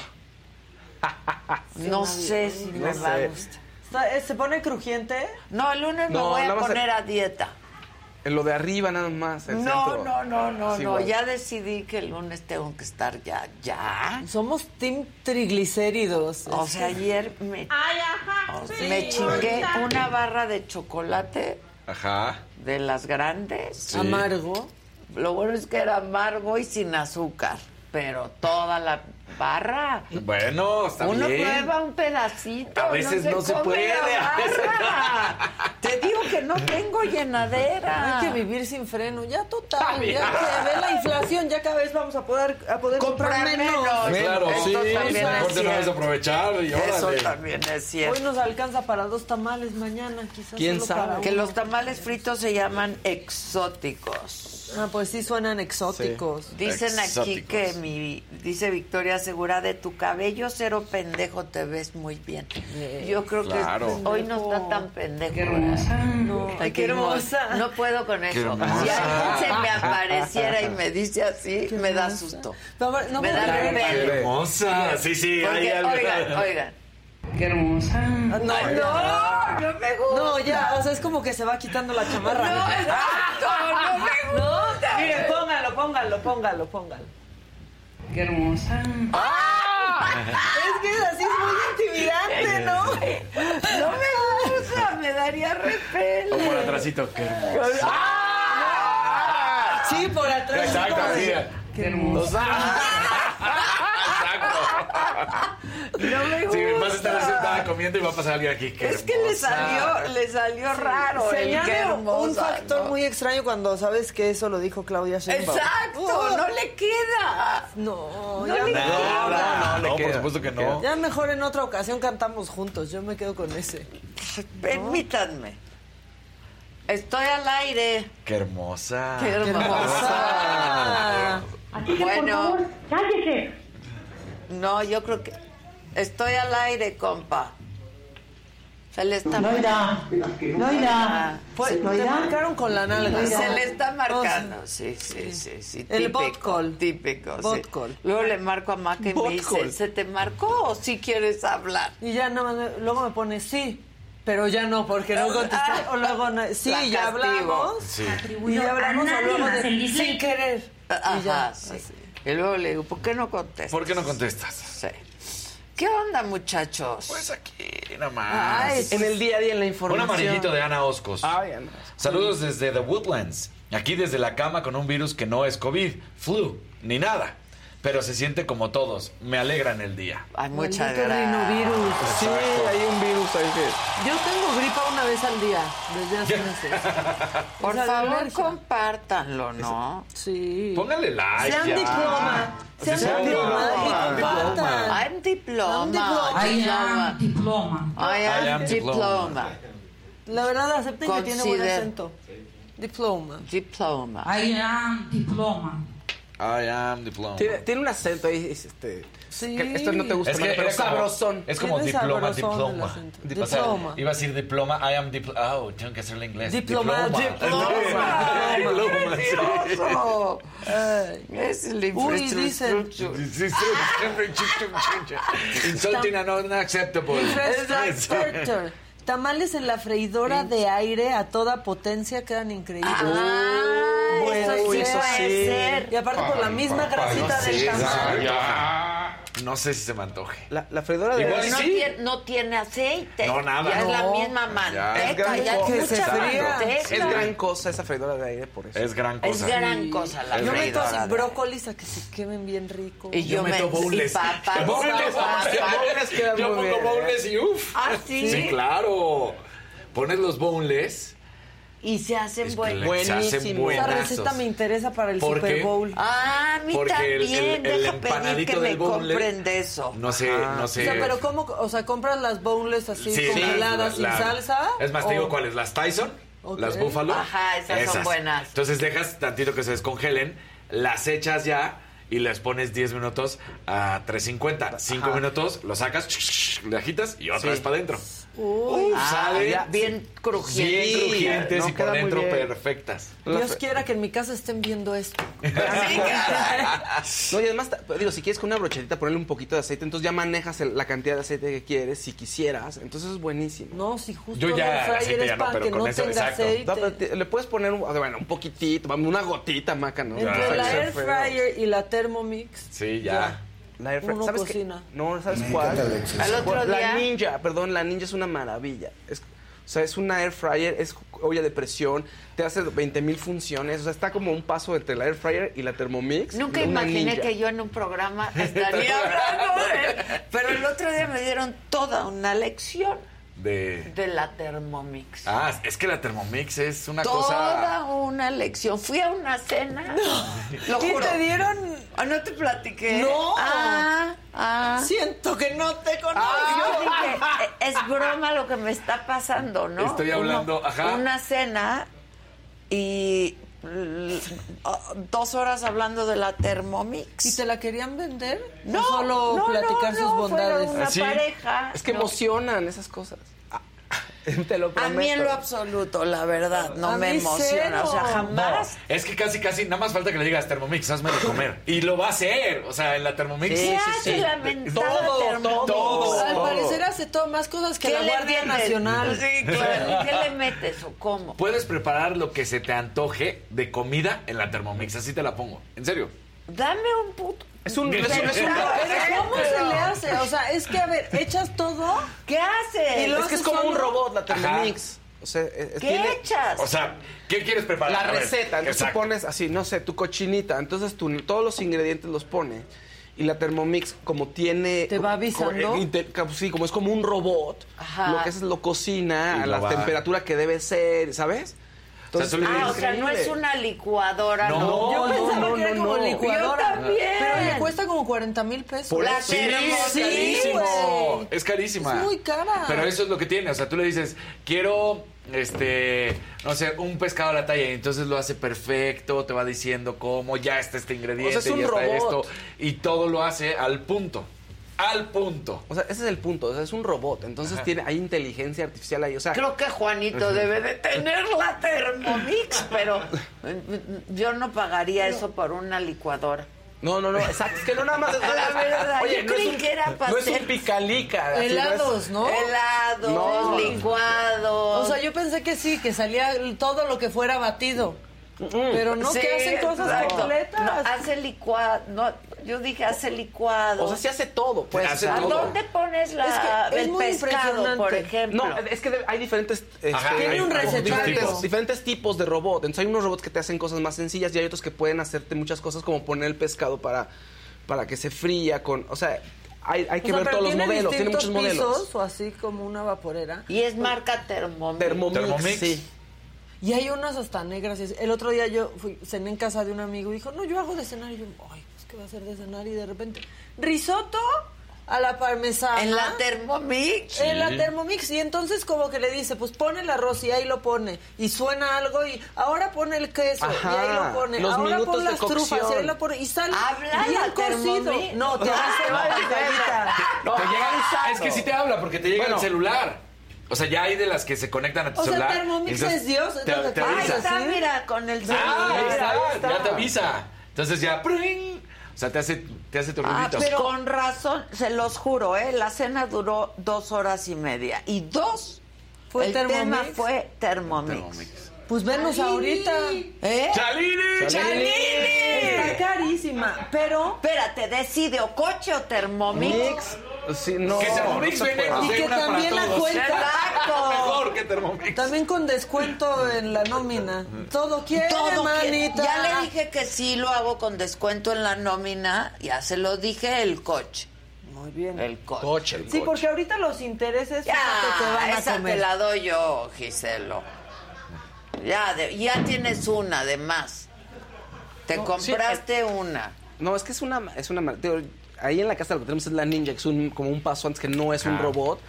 S1: No sé si me
S7: No
S1: va a
S7: sé.
S1: gustar.
S8: Está- eh, ¿Se pone crujiente?
S1: No, el lunes me
S7: No,
S1: voy a
S7: la vas a-
S1: poner a dieta.
S7: En lo de arriba nada más. el
S1: No,
S7: centro.
S1: no, no, no,
S7: Sí,
S1: no.
S7: bueno.
S1: Ya decidí que el lunes tengo que estar ya, ya.
S8: Somos team triglicéridos.
S1: O sea, ayer me, o sea, me chingué una barra de chocolate
S7: Ajá.
S1: de las grandes.
S8: Amargo.
S1: Lo bueno es que era amargo y sin azúcar. pero toda la barra.
S9: Bueno, está
S1: Uno
S9: bien.
S1: prueba un pedacito.
S9: A veces no se
S1: come
S9: puede,
S1: la
S9: a veces
S1: barra. Te digo que no tengo llenadera.
S10: Hay que vivir sin freno, ya
S9: Está
S10: total,
S9: bien.
S10: ya se ve la inflación, ya cada vez vamos a poder, a poder comprar,
S1: Comprar
S10: menos.
S1: menos.
S9: Claro,
S1: Esto
S9: sí,
S1: también
S9: mejor
S1: es
S9: de una vez
S1: cierto.
S9: aprovechar y
S1: Eso
S9: órale.
S1: también es
S10: Hoy
S1: cierto.
S10: nos alcanza para dos tamales, mañana quizás.
S11: ¿Quién
S10: solo
S11: sabe?
S10: para uno.
S1: Que los tamales fritos se llaman exóticos.
S10: Ah, pues sí suenan exóticos.
S1: Dicen aquí
S9: Exóticos.
S1: que mi, dice Victoria Segura, de tu cabello cero pendejo te ves muy bien. Yo creo
S9: Claro.
S1: que hoy no está tan pendejo.
S10: No, ay, qué hermosa.
S1: No puedo con eso. Si
S9: hermosa.
S1: alguien se me apareciera y me dice así, me da susto.
S10: Pero, a ver, no
S1: me
S10: me
S1: da
S10: digas-
S9: Qué
S1: repele.
S9: hermosa. Sí, sí, hay
S1: Porque,
S9: algo.
S1: oigan, oigan.
S10: No, no,
S1: No, no me gusta.
S10: no, ya, o sea, es como que se va quitando la chamarra.
S1: No, exacto, no me gusta.
S10: Mire, póngalo, póngalo, póngalo, póngalo. Qué hermosa. Es que así es muy intimidante, ¿no?
S1: No me gusta, me daría
S9: O
S1: repele.
S9: por atrásito, qué hermosa.
S10: Sí, por atrás.
S9: Exacto,
S10: como de-
S9: mira.
S10: Qué hermoso.
S9: Exacto.
S1: No me gusta.
S9: Sí, vas a estar sentada comiendo y va a pasar alguien aquí. Qué
S1: Es que le
S9: hermosa.
S1: salió, le salió raro.
S10: Se
S1: el qué
S10: añade
S1: hermosa,
S10: un factor
S1: ¿no?
S10: muy extraño cuando sabes que eso lo dijo Claudia Sheinbaum.
S1: Exacto, no le queda.
S10: No,
S1: No
S10: ya,
S1: le
S9: No,
S10: mejor-
S9: no, no,
S7: le
S9: no, por
S7: queda,
S9: supuesto que
S7: le
S9: no.
S10: ya mejor en otra ocasión cantamos juntos. Yo me quedo con ese.
S1: Permítanme. Estoy al aire.
S9: Qué hermosa.
S1: Qué hermosa. Bueno,
S8: ¡Cállese!
S1: no, yo creo que estoy al aire, compa. Se le está Ah,
S8: Noida, Noida,
S10: Fue- te
S8: Noida.
S10: marcaron con la nalga.
S1: Se
S10: ¿no?
S1: le está
S10: O
S1: marcando, sí, sí, sí, sí.
S10: El
S1: típico,
S10: bot call.
S1: Típico, sí.
S10: Bot call.
S1: Luego le marco a Maca y me
S11: Bot
S1: dice,
S11: call.
S1: ¿se te marcó o si quieres hablar?
S10: sea, y ya nada más, me- luego me pone sí, pero ya no, porque no contesté. O luego no- sí,
S1: La
S10: ya
S1: castigo.
S10: hablamos.
S9: Sí.
S10: Y ya hablamos o luego de- sin querer.
S1: Ajá,
S10: y ya.
S1: sí.
S10: así.
S1: Y luego le digo, ¿por qué no contestas?
S9: ¿Por qué no contestas?
S1: Sí. ¿Qué onda, muchachos?
S9: Pues aquí, nada más.
S1: Ay,
S11: En el día a día en la
S9: Un
S11: información.
S9: amarillito de Ana Oscos.
S7: Ay, Ana.
S9: Saludos desde The Woodlands. Aquí desde la cama con un virus que no es COVID, flu, ni nada. Pero se siente como todos. Me alegran el día.
S1: ay, muchas
S10: Maldito
S1: gracias.
S10: rinovirus.
S7: Sí, hay un virus ahí que...
S10: Yo tengo gripa una vez al día, desde hace meses.
S1: Por
S10: Esa
S1: favor,
S10: alergia.
S1: compártanlo, ¿no?
S10: Sí.
S9: Pónganle like.
S10: Sean
S9: ya.
S10: diploma, sean
S9: Sí, sean
S10: diploma y
S9: diploma, diploma.
S10: compartan.
S1: I'm diploma.
S10: I'm diploma.
S1: I am diploma. I am,
S9: I am
S1: diploma.
S9: diploma.
S10: La verdad, acepten que tiene buen
S1: Consider-
S10: acento. Diploma.
S1: Diploma.
S9: I am diploma.
S7: Tiene, tiene un acento ahí, es este...
S10: Sí.
S7: que esto no te gusta,
S9: Es que
S7: Manuel, pero
S9: era
S7: es
S9: como-
S7: sabrosón.
S9: Es como
S10: Tiene
S9: diploma,
S10: sabrosón el
S9: diploma.
S10: acento.
S9: Di- o sea,
S10: Diploma.
S9: iba a decir diploma, I am diploma. Oh, tengo que hacerlo en inglés.
S10: Diploma, diploma.
S9: Diploma, sí.
S1: Mentiroso.
S10: Ay.
S1: Es el
S10: Uy, dicen.
S1: infraestructura.
S9: Insulting and
S8: pues.
S1: Pues,
S9: unacceptable.
S10: Infrastructure. Tamales en la freidora de aire a toda potencia quedan increíbles.
S1: Ah,
S10: Bueno,
S1: eso sí
S10: eso
S1: puede
S10: sí.
S1: ser.
S10: Y aparte por la misma grasita del tamal.
S9: No sé si se me antoje.
S7: La, la freidora de...
S9: Igual
S1: No,
S9: sí.
S1: tiene, no tiene aceite.
S9: No, nada.
S1: Ya es la
S10: No.
S1: misma
S9: Ya, es
S1: manteca.
S9: gran
S1: Ya es
S7: cosa. Que
S1: mucha
S7: se fría.
S1: manteca.
S7: Es gran cosa esa freidora de aire, por eso.
S9: Es gran
S1: Es
S9: cosa.
S1: gran cosa la
S10: Yo meto
S1: freidora
S10: así
S1: de-
S10: brócolis a que se quemen bien rico.
S1: Y yo,
S9: Yo
S1: me
S9: meto
S1: y
S9: boneless.
S1: papas.
S9: Yo pongo
S1: papas.
S9: boneless,
S7: quedan
S9: yo
S7: muy
S9: pongo
S7: bien,
S9: boneless y uff.
S1: ¿Ah, sí?
S9: Sí, claro. Pones los boneless.
S1: Y se hacen
S9: es
S1: buenos.
S9: que se hacen
S7: Buenísimo.
S10: Esa
S9: buenazos.
S10: receta me interesa para el
S9: ¿Por
S10: Super
S9: qué?
S10: Bowl.
S1: Ah, a mí
S9: Porque el-
S1: también.
S9: el, el
S1: Deja pedir
S9: empanadito
S1: que me
S9: del boneless.
S1: compren de eso.
S9: No sé,
S1: Ah,
S9: no
S10: O
S9: sé.
S10: sea, pero ¿cómo? O sea, ¿compras las boneless así
S9: Sí,
S10: congeladas
S9: la- la-
S10: sin salsa? Oh.
S9: Es más, te
S10: ¿O-
S9: digo cuáles, las Tyson,
S10: Ok.
S9: las Buffalo.
S1: Ajá, esas son buenas.
S9: Entonces dejas tantito que se descongelen, las echas ya y las pones 10 minutos a 3.50. 5 minutos, lo sacas, le agitas y otra vez para adentro. Uf, sale
S1: ya, bien crujiente.
S9: Bien crujientes
S7: No,
S9: y por
S7: queda muy
S9: dentro
S7: bien.
S9: perfectas.
S10: Dios quiera que en mi casa estén viendo esto.
S7: No, y además, ta- digo, si quieres con una brochetita ponerle un poquito de aceite, entonces ya manejas el- la cantidad de aceite que quieres, si quisieras. Entonces es buenísimo.
S10: No, si justo
S9: Yo ya,
S10: el air fryer
S9: aceite
S10: es
S9: ya no,
S10: para
S9: pero
S10: que
S9: con
S10: no
S9: eso,
S10: tenga
S9: exacto.
S10: aceite.
S7: No, pero te- le puedes poner, un, ah, bueno, un poquitito, vamos, una gotita, maca, ¿no?
S10: Entre
S7: Para que
S10: la
S7: sea
S10: air
S7: feo.
S10: fryer y la Thermomix.
S9: Sí, ya.
S7: La air fryer.
S10: Uno
S7: ¿Sabes
S10: cocina.
S7: qué? No, ¿sabes cuál?
S1: Al otro
S7: La
S1: día.
S7: ninja, perdón, la ninja es una maravilla. Es, o sea, es una air fryer, es olla de presión, te hace 20 mil funciones. O sea, está como un paso entre la air fryer y la Thermomix.
S1: Nunca
S7: Una
S1: imaginé
S7: ninja.
S1: que yo en un programa estaría hablando de él. Pero el otro día me dieron toda una lección
S9: De...
S1: de la Thermomix.
S9: Ah, es que la Thermomix es una
S1: Toda
S9: cosa...
S1: una lección. Fui a una cena. Lo
S10: ¿Y
S1: juro.
S10: te dieron?
S1: Ah, no te platiqué.
S10: No.
S1: Ah, ah.
S10: Siento que no te conozco.
S1: Yo dije, "E- es broma lo que me está pasando, ¿no?
S9: Estoy
S1: Uno-
S9: hablando, ajá.
S1: Una cena y l- oh, dos horas hablando de la Thermomix.
S10: ¿Y te la querían vender? ¿O
S1: No,
S10: solo
S1: no,
S10: platicar
S1: no,
S10: sus
S1: Oh, no,
S10: bondades.
S1: fueron una
S9: ¿Ah, sí?
S1: pareja.
S7: Es que
S1: No.
S7: emocionan esas cosas. Ah, te lo
S1: A
S7: prometo.
S1: mí en lo absoluto, la verdad, no
S10: A
S1: me
S10: mí
S1: emociona. O sea,
S10: cero.
S1: jamás.
S9: No, es que casi, casi, nada más falta que le digas Thermomix, hazme de comer. Y lo va a hacer. O sea, en la Thermomix.
S1: ¿Qué hace la mentada
S9: Todo,
S1: Thermomix?
S9: todo.
S7: Oh.
S10: Al
S9: Todo.
S10: parecer hace todo más cosas que
S1: ¿Qué
S10: la
S1: le
S10: Guardia
S1: metes?
S10: Nacional.
S1: Sí, claro. ¿Qué le metes o cómo?
S9: Puedes preparar lo que se te antoje de comida en la Thermomix. Así te la pongo. ¿En serio?
S1: Dame un puto.
S7: Es un- es un-
S1: Pero,
S7: es un-
S10: Pero ¿cómo se le hace? O sea, es que a ver, echas todo.
S1: ¿Qué haces?
S10: Y lo
S7: Es que es como
S10: solo.
S7: un robot la Thermomix. O sea, es- es-
S1: ¿Qué
S7: tiene-
S1: echas?
S9: O sea, ¿qué quieres preparar?
S7: la
S9: A ver,
S7: receta. Entonces tú
S9: exacto.
S7: pones así, no sé, tu cochinita. Entonces tú, todos los ingredientes los pones. Y la Thermomix, como tiene.
S10: ¿Te va
S7: co-
S10: avisando?
S7: co- eh, inter- ca- sí, como es como un robot.
S1: Ajá.
S7: Lo que es lo cocina
S9: Y
S7: a
S9: lo
S7: la
S9: va-
S7: temperatura que debe ser, ¿sabes?
S9: O sea, solo
S1: ah, o sea, no es una licuadora, no.
S9: No,
S10: Yo pensaba que era como licuadora.
S1: Yo también.
S10: Pero le cuesta como 40 mil pesos.
S9: Por
S1: La
S9: eso- sí,
S1: Thermomix,
S9: es carísimo.
S10: güey.
S9: Es carísima.
S10: Es muy cara.
S9: Pero eso es lo que tiene. O sea, tú le dices, quiero, este, no sé, un pescado a la talla. Y entonces lo hace perfecto, te va diciendo cómo, ya está este ingrediente,
S7: O sea, es un
S9: ya está
S7: robot.
S9: esto. Y todo lo hace al punto. Al punto.
S7: O sea, ese es el punto. O sea, es un robot. Entonces tiene, hay inteligencia artificial ahí. O sea,
S1: Creo que Juanito debe de tener la Thermomix, pero eh, yo no pagaría eso por una licuadora.
S7: No, no, no, exacto. Es que no nada más.
S1: La verdad, yo
S7: no es
S1: creí
S7: un-
S1: que era para
S7: No es
S1: hacer-
S7: un picalica. así, no es-
S10: Helados, ¿no?
S1: Helados,
S7: No.
S10: O
S1: licuados.
S10: sea, yo pensé que sí, que salía todo lo que fuera batido. Pero no,
S1: Sí,
S10: que hacen cosas
S1: exacto.
S10: completas.
S1: No, hace licuado. No, yo dije hace licuado.
S7: O sea, se hace todo, pues.
S9: Hace
S7: o
S1: ¿A
S7: sea,
S9: todo.
S1: dónde pones la,
S10: Es que es
S1: el
S10: muy
S1: pescado,
S10: impresionante.
S1: por ejemplo?
S7: No, es que de- hay diferentes. este,
S9: Ajá, Tiene hay un como recetario.
S7: Diferentes,
S9: tipos.
S7: diferentes tipos de robot. Entonces hay unos robots que te hacen cosas más sencillas y hay otros que pueden hacerte muchas cosas, como poner el pescado para, para que se fría con. O sea, hay, hay
S10: O
S7: que
S10: sea,
S7: ver
S10: pero
S7: todos los
S10: tiene
S7: modelos. Tiene muchos
S10: distintos
S7: modelos.
S10: pisos, O así como una vaporera.
S1: Y es marca Thermomix.
S7: Thermomix.
S9: Thermomix.
S7: Sí.
S10: Y hay unas hasta negras. y es- El otro día yo fui, cené en casa de un amigo y dijo, no, yo hago de cenar. Y yo, ay, pues ¿qué va a hacer de cenar? Y de repente, risotto a la parmesana.
S1: en la Thermomix.
S10: En la Thermomix. Y entonces como que le dice, pues pone el arroz y ahí lo pone. Y suena algo y ahora pone el queso y ahí
S7: Ajá,
S10: lo pone.
S7: los
S10: ahora
S7: minutos
S10: pon
S7: de
S10: las trufas y ahí
S7: cocción.
S10: lo pone. Y sale
S1: Habla
S10: bien
S1: la
S10: cocido.
S1: Thermomix.
S10: Ah, No, te hace la Angelita.
S9: Te llega- es que sí te habla porque te llega
S7: Bueno.
S9: el celular. O sea, ya hay de las que se conectan a tu
S10: O sea, el
S9: celular.
S10: Thermomix
S9: Entonces,
S10: es Dios, es
S9: Te,
S10: lo que
S9: te
S10: pasa.
S1: Ahí
S9: avisa.
S1: está,
S10: ¿Sí?
S1: mira, con el
S9: Ah, ahí
S1: celular.
S9: está,
S7: ahí está.
S9: ya te avisa. Entonces ya, ¡pring! o sea, te hace, te hace tu
S1: Ah,
S9: ruidito.
S1: pero con razón, se los juro, ¿eh? La cena duró dos horas y media. Y dos,
S10: ¿Fue
S1: el
S10: Thermomix?
S1: tema fue Thermomix.
S9: Thermomix.
S10: Pues venos ahorita.
S1: ¿Eh?
S9: ¡Chalini!
S10: Está carísima, pero...
S1: Espérate, decide o coche o Thermomix.
S7: Mix. Sí, no.
S9: Que Thermomix
S7: no se
S9: viene,
S7: puede.
S9: o sea,
S10: Y que
S9: una para
S10: también la
S9: todos.
S10: cuenta.
S1: Exacto.
S9: Mejor que Thermomix.
S10: También con descuento en la nómina. Todo quiere,
S1: Todo que-
S10: manita.
S1: ya le dije que sí lo hago con descuento en la nómina, ya se lo dije el coche.
S10: Muy bien.
S1: El coche.
S7: Coche, el
S10: Sí,
S7: coche.
S10: porque ahorita los intereses
S1: Ya,
S10: fíjate, te van a
S1: Ah, esa
S10: comer.
S1: te la doy yo, Giselo. Ya, de- ya tienes una de más. Te
S7: No, sí,
S1: compraste una.
S7: No, es que es una, es una ma- digo, ahí en la casa lo que tenemos es la ninja, que es un, como un paso antes que no es un
S1: Ah.
S7: robot.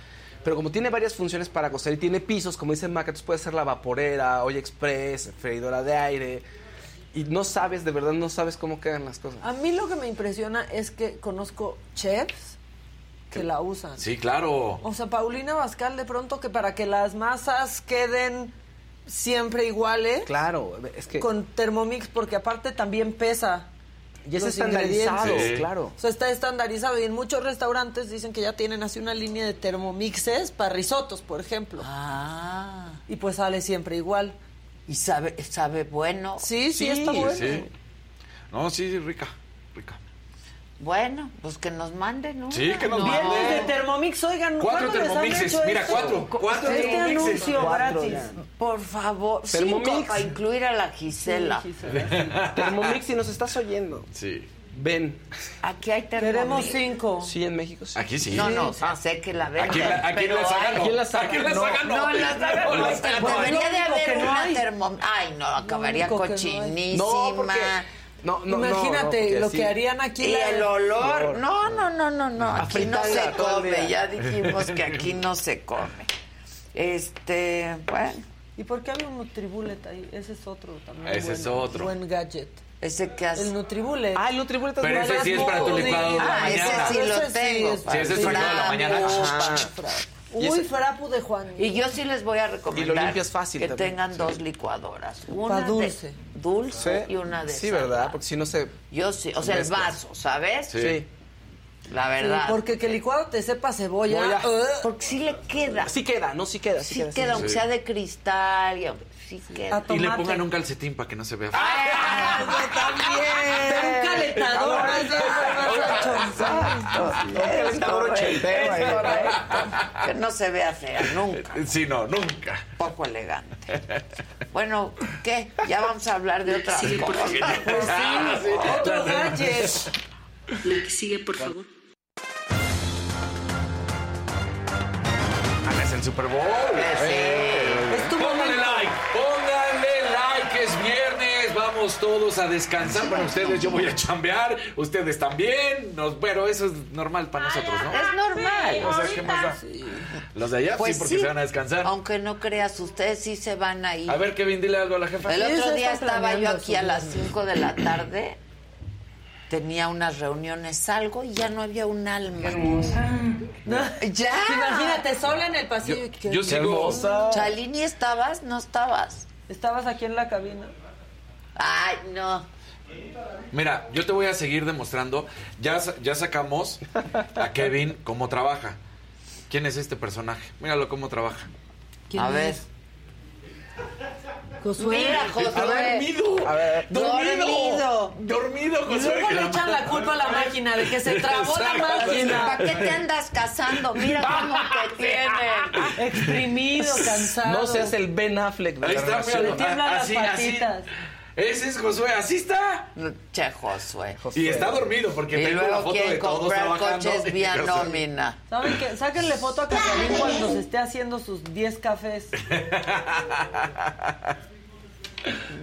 S7: Pero como tiene varias funciones para coser y tiene pisos, como dice Maca, entonces puede ser la vaporera, olla express, freidora de aire. Y no sabes, de verdad no sabes cómo quedan las cosas.
S10: A mí lo que me impresiona es que conozco chefs que la usan.
S9: Sí, claro.
S10: O sea, Paulina Bascal de pronto que para que las masas queden siempre iguales
S7: Claro, es que...
S10: con Thermomix porque aparte también pesa.
S7: y es
S10: los
S7: estandarizado,
S10: ingredientes.
S9: Sí.
S7: claro.
S10: O sea, está estandarizado y en muchos restaurantes dicen que ya tienen así una línea de termomixes para risotos, por ejemplo.
S1: Ah,
S10: Y pues sale siempre igual.
S1: y sabe, sabe bueno.
S10: Sí, sí,
S7: Sí,
S10: está
S7: sí,
S10: bueno.
S9: Sí. No, sí, rica, rica.
S1: Bueno, pues que nos manden una.
S9: Sí, que nos
S1: ¿no?
S9: manden.
S8: Viernes de Thermomix, oigan,
S9: Cuatro
S8: ¿cuándo les han
S9: Thermomixes,
S8: hecho
S9: mira,
S8: eso?
S9: cuatro, cuatro
S8: este
S9: Thermomixes.
S8: anuncio
S1: Cuatro.
S8: gratis.
S1: Por favor,
S7: Thermomix.
S1: cinco para incluir a la Gisela.
S7: Thermomix, si nos estás oyendo,
S9: Sí.
S7: ven.
S1: Aquí hay Thermomix.
S8: Queremos cinco.
S7: Sí, en México. Sí.
S9: Aquí sí.
S1: No, no, o sea, sé que la venden.
S9: Aquí en la, aquí en
S1: pero
S9: la saga
S1: hay-
S9: no.
S7: Aquí en la saga
S9: Aquí en la
S7: no.
S9: saga no.
S1: No, en la saga no.
S9: En la
S1: hay
S9: saga
S1: Thermomix.
S9: no.
S8: Es
S1: Debería de
S8: lo único
S1: haber
S8: que no
S1: una
S8: hay.
S1: Thermomix. Ay, no, acabaría
S8: único que no hay.
S1: cochinísima.
S7: No, porque. No, no, no, no,
S8: Imagínate
S7: porque
S8: lo
S7: sí.
S8: que harían aquí.
S1: Y
S8: la-
S1: el olor, no, no, no, no, no, aquí no
S7: fritarla
S1: se
S7: todo el
S1: come,
S7: día.
S1: ya dijimos que aquí no se come. Este, bueno,
S8: ¿Y por qué había un Nutribullet ahí? Ese es otro también.
S9: Ese
S8: buen-
S9: es otro.
S8: Buen gadget.
S1: ese que
S8: El
S1: hace...
S8: Nutribullet.
S7: Ah, el Nutribullet
S9: Pero ese
S7: varias
S9: sí es para tu
S7: cosas.
S9: licuado de la
S1: Ah, ese
S9: mañana.
S1: sí lo tengo.
S9: Sí, ese es tu licuado de la mañana.
S7: Ajá. Y
S8: Uy,
S7: ese-
S8: frapu de Juan.
S1: Y yo sí les voy a recomendar
S7: limpias fácil
S1: que
S7: también,
S1: tengan
S7: sí.
S1: dos licuadoras, una de
S8: dulce.
S1: dulce y una de
S7: Sí,
S1: salada.
S7: ¿verdad? Porque si no se.
S1: Yo sí, o sea, el
S7: Mezcla.
S1: vaso, ¿sabes?
S9: Sí.
S7: Sí.
S1: La
S8: Sí,
S1: verdad.
S8: Porque que el licuado te sepa cebolla. uh,
S7: Voy a-
S8: ugh,
S1: Porque sí le queda, sí,
S7: Sí queda, no, sí queda. Sí,
S1: queda,
S7: queda, sí.
S1: aunque sea de cristal, y aunque- sí queda.
S8: a
S9: Y le
S8: tomate.
S9: pongan un calcetín para que no se vea.
S1: ¡Ah!
S8: Yo también. Un calentador. ¿no? Eso es más
S1: Exacto. Es
S7: calentador
S1: correcto,
S7: ochentero
S1: es
S7: ahí.
S1: correcto. Que no se vea fea nunca.
S9: Eh, Sí, no, nunca.
S1: Poco elegante. Bueno, ¿qué? Ya vamos a hablar de otras cosas.
S9: Pues sí,
S8: Otro gadget.
S12: La que sigue, por favor.
S9: Ah, es el Super Bowl. Eh,
S8: Es tu
S9: Pónganle
S8: momento.
S9: like, pónganle like, es viernes, vamos todos a descansar. Bueno, ustedes, yo voy a chambear, ustedes también. Nos, bueno, eso es normal para nosotros,
S1: Es
S9: ¿no?
S1: normal.
S9: O sea, ¿qué más da? Los de allá
S1: Pues
S9: sí, porque se van a descansar.
S1: Aunque no creas, ustedes sí se van a ir.
S9: A ver, Kevin, dile algo a la jefa.
S1: El otro
S8: Ellos
S1: día
S8: están
S1: estaba yo
S8: planeando
S1: aquí a
S8: su
S1: las
S8: viaje.
S1: 5 de la tarde. Tenía unas reuniones, algo y ya no había un alma. Ya.
S8: Imagínate, sola en el pasillo. ¿Qué?
S9: Yo sigo.
S1: Chalini, ¿estabas? ¿No estabas?
S8: Estabas aquí en la cabina.
S1: Ay, no.
S9: Mira, yo te voy a seguir demostrando. Ya, sa- ya sacamos a Kevin cómo trabaja. ¿Quién es este personaje? Míralo cómo trabaja.
S1: A ver.
S8: Josué.
S1: Mira, Josué.
S9: Dormido.
S7: A ver.
S1: Dormido.
S9: Dormido,
S8: Y
S9: Josué.
S8: luego le echan la culpa a la máquina de que se trabó la
S9: Exacto.
S1: ¿Para
S8: máquina. Ah,
S1: qué te andas casando? Mira cómo te tienen.
S8: Exprimido, cansado.
S7: No seas el Ben Affleck de
S9: Ahí
S7: la
S9: está,
S7: relación.
S9: míralo.
S8: Le tiemblan
S9: A-
S8: las
S9: así, así.
S8: patitas.
S9: Ese es Josué, así está.
S1: Che, Josué.
S9: Y está dormido porque
S1: Y
S9: tengo la
S1: luego
S9: foto de
S1: quieren
S9: todos
S1: comprar
S9: trabajando.
S1: coches vía
S9: Josué.
S1: nómina.
S8: ¿Saben qué? Sáquenle foto a Catalín cuando se esté haciendo sus 10 cafés.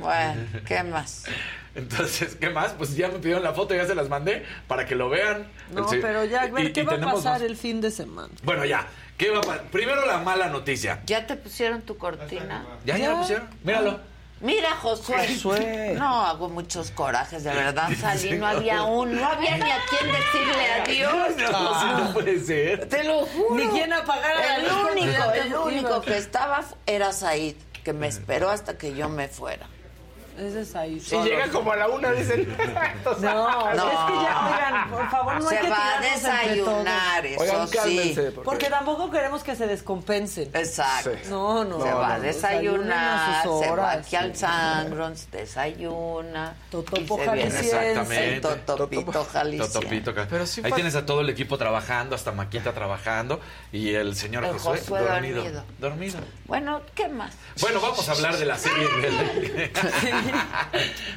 S1: Bueno, ¿qué más?
S9: Entonces, ¿qué más? Pues ya me pidieron la foto, ya se las mandé para que lo vean.
S8: No,
S9: Sí.
S8: pero ya, a ver,
S9: Y-
S8: ¿qué
S9: y
S8: va a
S9: tenemos
S8: pasar
S9: más.
S8: el fin de semana?
S9: Bueno, ya. ¿Qué va a pa- Primero la mala noticia.
S1: ¿Ya te pusieron tu cortina?
S9: ¿Ya, ya, lo pusieron? Míralo.
S1: Mira, Josué. No, hago muchos corajes, de verdad. Salí, no había un, no había ni a quién decirle adiós.
S9: No, sí, no puede ser.
S1: Te lo juro.
S8: Ni quien apagara la
S1: El
S8: luz porque
S1: único,
S8: ya te
S1: el
S8: ibas.
S1: único que estaba fu- era Said, que me esperó hasta que yo me fuera.
S8: Ese es ahí.
S7: Si llega como a la una, dicen.
S8: No, es
S1: No.
S8: que ya, oigan, por favor, no hay
S1: Se
S8: que
S1: va a
S8: tirarnos entre todos.
S1: desayunar, eso
S7: Oigan,
S1: sí.
S7: cálmense.
S8: Porque tampoco queremos que se descompensen.
S1: Exacto.
S7: Sí.
S8: No, no.
S1: se va a
S8: no, desayunen a
S1: desayunar,
S8: sus
S1: se va
S8: horas,
S1: aquí al
S8: sí.
S1: Sangrons, desayuna.
S8: Totopo
S1: y se viene
S8: jalisciense.
S1: el
S9: Exactamente.
S1: Totopito jalisciense.
S9: Totopito, ca-
S7: Pero sí
S9: Ahí
S7: fue-
S9: tienes a todo el equipo trabajando, hasta Maquita trabajando y el señor
S1: El
S9: Josué,
S1: Josué
S9: dormido.
S1: dormido.
S9: Dormido.
S1: Bueno, ¿qué más?
S9: Bueno, vamos a hablar de la serie del...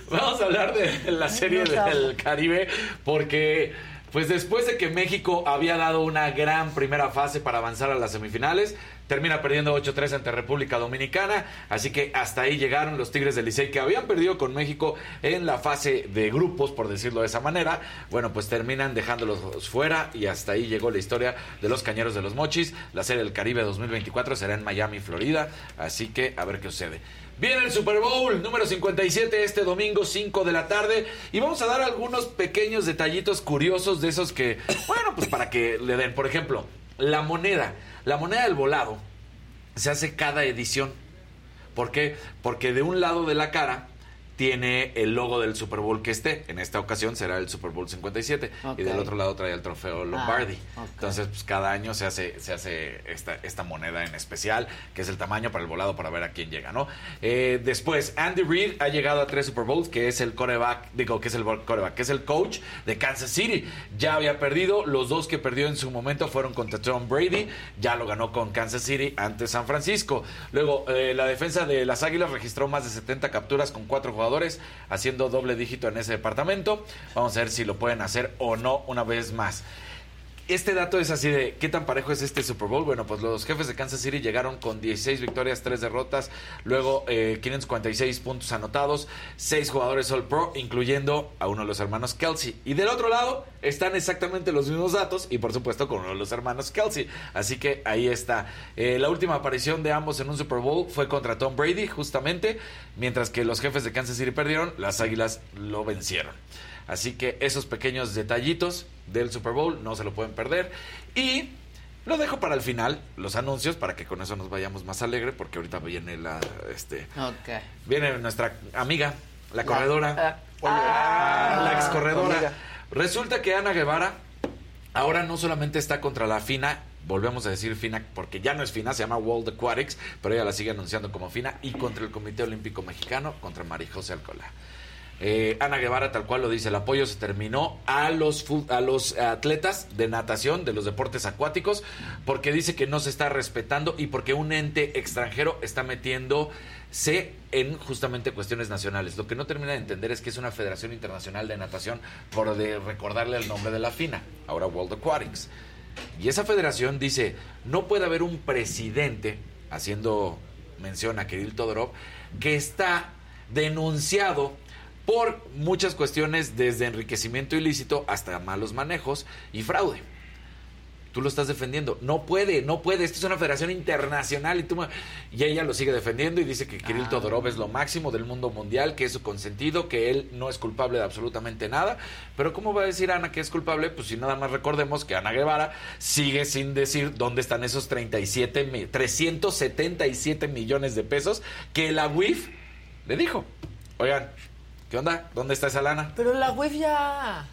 S9: Vamos a hablar de la serie del Caribe porque pues después de que México había dado una gran primera fase para avanzar a las semifinales, termina perdiendo 8-3 ante República Dominicana, así que hasta ahí llegaron los Tigres del Licey que habían perdido con México en la fase de grupos, por decirlo de esa manera. Bueno, pues terminan dejándolos fuera y hasta ahí llegó la historia de los Cañeros de los Mochis. La serie del Caribe 2024 será en Miami, Florida, así que a ver qué sucede. Viene el Super Bowl número 57 este domingo 5 de la tarde y vamos a dar algunos pequeños detallitos curiosos de esos que, bueno, pues para que le den, por ejemplo, la moneda, la moneda del volado se hace cada edición. ¿Por qué? Porque de un lado de la cara tiene el logo del Super Bowl que esté. En esta ocasión será el Super Bowl 57. Y del
S1: Ok.
S9: otro lado trae el trofeo
S13: Ah,
S9: Lombardi.
S1: ok.
S9: Entonces, pues cada año se hace, se hace esta, esta moneda en especial, que es el tamaño para el volado para ver a quién llega, ¿no? Eh, después, Andy Reid ha llegado a tres Super Bowls, que es el coreback, digo, que es el coreback, que es el coach de Kansas City. Ya había perdido, los dos que perdió en su momento fueron contra Tom Brady, ya lo ganó con Kansas City ante San Francisco. Luego, eh, la defensa de las Águilas registró más de 70 capturas con cuatro jugadores, haciendo doble dígito en ese departamento. Vamos a ver si lo pueden hacer o no una vez más. Este dato es así de qué tan parejo es este Super Bowl. Bueno, pues los jefes de Kansas City llegaron con 16 victorias, 3 derrotas, luego eh, 546 puntos anotados, 6 jugadores All Pro, incluyendo a uno de los hermanos Kelsey. Y del otro lado están exactamente los mismos datos y por supuesto con uno de los hermanos Kelsey. Así que ahí está. Eh, la última aparición de ambos en un Super Bowl fue contra Tom Brady, justamente, mientras que los jefes de Kansas City perdieron, las Águilas lo vencieron. Así que esos pequeños detallitos del Super Bowl no se lo pueden perder. Y lo dejo para el final, los anuncios, para que con eso nos vayamos más alegre, porque ahorita viene la este
S1: Ok.
S9: viene nuestra amiga, la corredora, la ex corredora. Resulta que Ana Guevara ahora no solamente está contra la FINA, volvemos a decir FINA porque ya no es FINA, se llama World Aquatics, pero ella la sigue anunciando como FINA y contra el Comité Olímpico Mexicano, contra María José Alcolá. Eh, Ana Guevara, tal cual lo dice, el apoyo se terminó a los, fu- a los atletas de natación, de los deportes acuáticos, porque dice que no se está respetando y porque un ente extranjero está metiéndose en justamente cuestiones nacionales. Lo que no termina de entender es que es una Federación Internacional de Natación, por de recordarle el nombre de la FINA, ahora World Aquatics. Y esa federación dice, no puede haber un presidente, haciendo mención a Kirill Todorov, que está denunciado por muchas cuestiones desde enriquecimiento ilícito hasta malos manejos y fraude. Tú lo estás defendiendo. No puede, no puede. Esto es una federación internacional y tú... ma- Y ella lo sigue defendiendo y dice que Kirill Todorov es lo máximo del mundo mundial, que es su consentido, que él no es culpable de absolutamente nada. Pero ¿cómo va a decir Ana que es culpable? Pues si nada más recordemos que Ana Guevara sigue sin decir dónde están esos 37, mi- 377 millones de pesos que la WIF le dijo. Oigan, ¿qué onda? ¿Dónde está esa lana?
S8: Pero la web ya.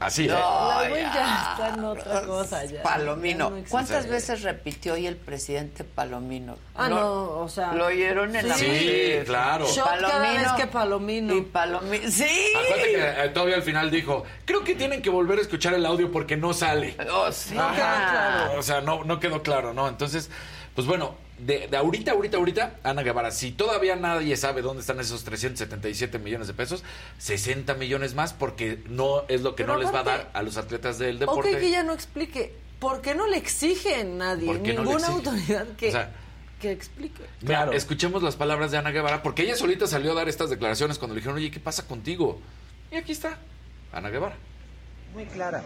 S9: Así, ¿eh?
S8: La
S1: No,
S8: web
S1: ya.
S8: ya está en otra cosa. Ya.
S1: Palomino.
S8: Ya no existe.
S1: ¿Cuántas veces repitió hoy el presidente Palomino?
S8: Ah, no, o sea.
S1: ¿Lo oyeron en la
S8: Sí.
S1: mañana?
S9: Sí, claro.
S8: Shot cada vez que Palomino.
S1: Y Palomino. Sí.
S9: Acuérdate que eh, todavía al final dijo, creo que tienen que volver a escuchar el audio porque no sale.
S1: Oh, sí.
S9: Ajá. O sea, no, no quedó claro, ¿no? Entonces, pues bueno, de, de ahorita, ahorita, ahorita, Ana Guevara, si todavía nadie sabe dónde están esos 377 millones de pesos, 60 millones más porque no es lo que
S8: Pero
S9: no les va a
S8: aparte-
S9: dar a los atletas del
S8: Ok,
S9: deporte.
S8: que ya no explique. ¿Por qué no le exigen nadie?
S9: ¿Por qué no le
S8: Ninguna
S9: exigen?
S8: autoridad que,
S9: O sea,
S8: que explique.
S9: Mira, escuchemos las palabras de Ana Guevara, porque ella solita salió a dar estas declaraciones cuando le dijeron, oye, ¿qué pasa contigo? Y aquí está, Ana Guevara.
S14: Muy clara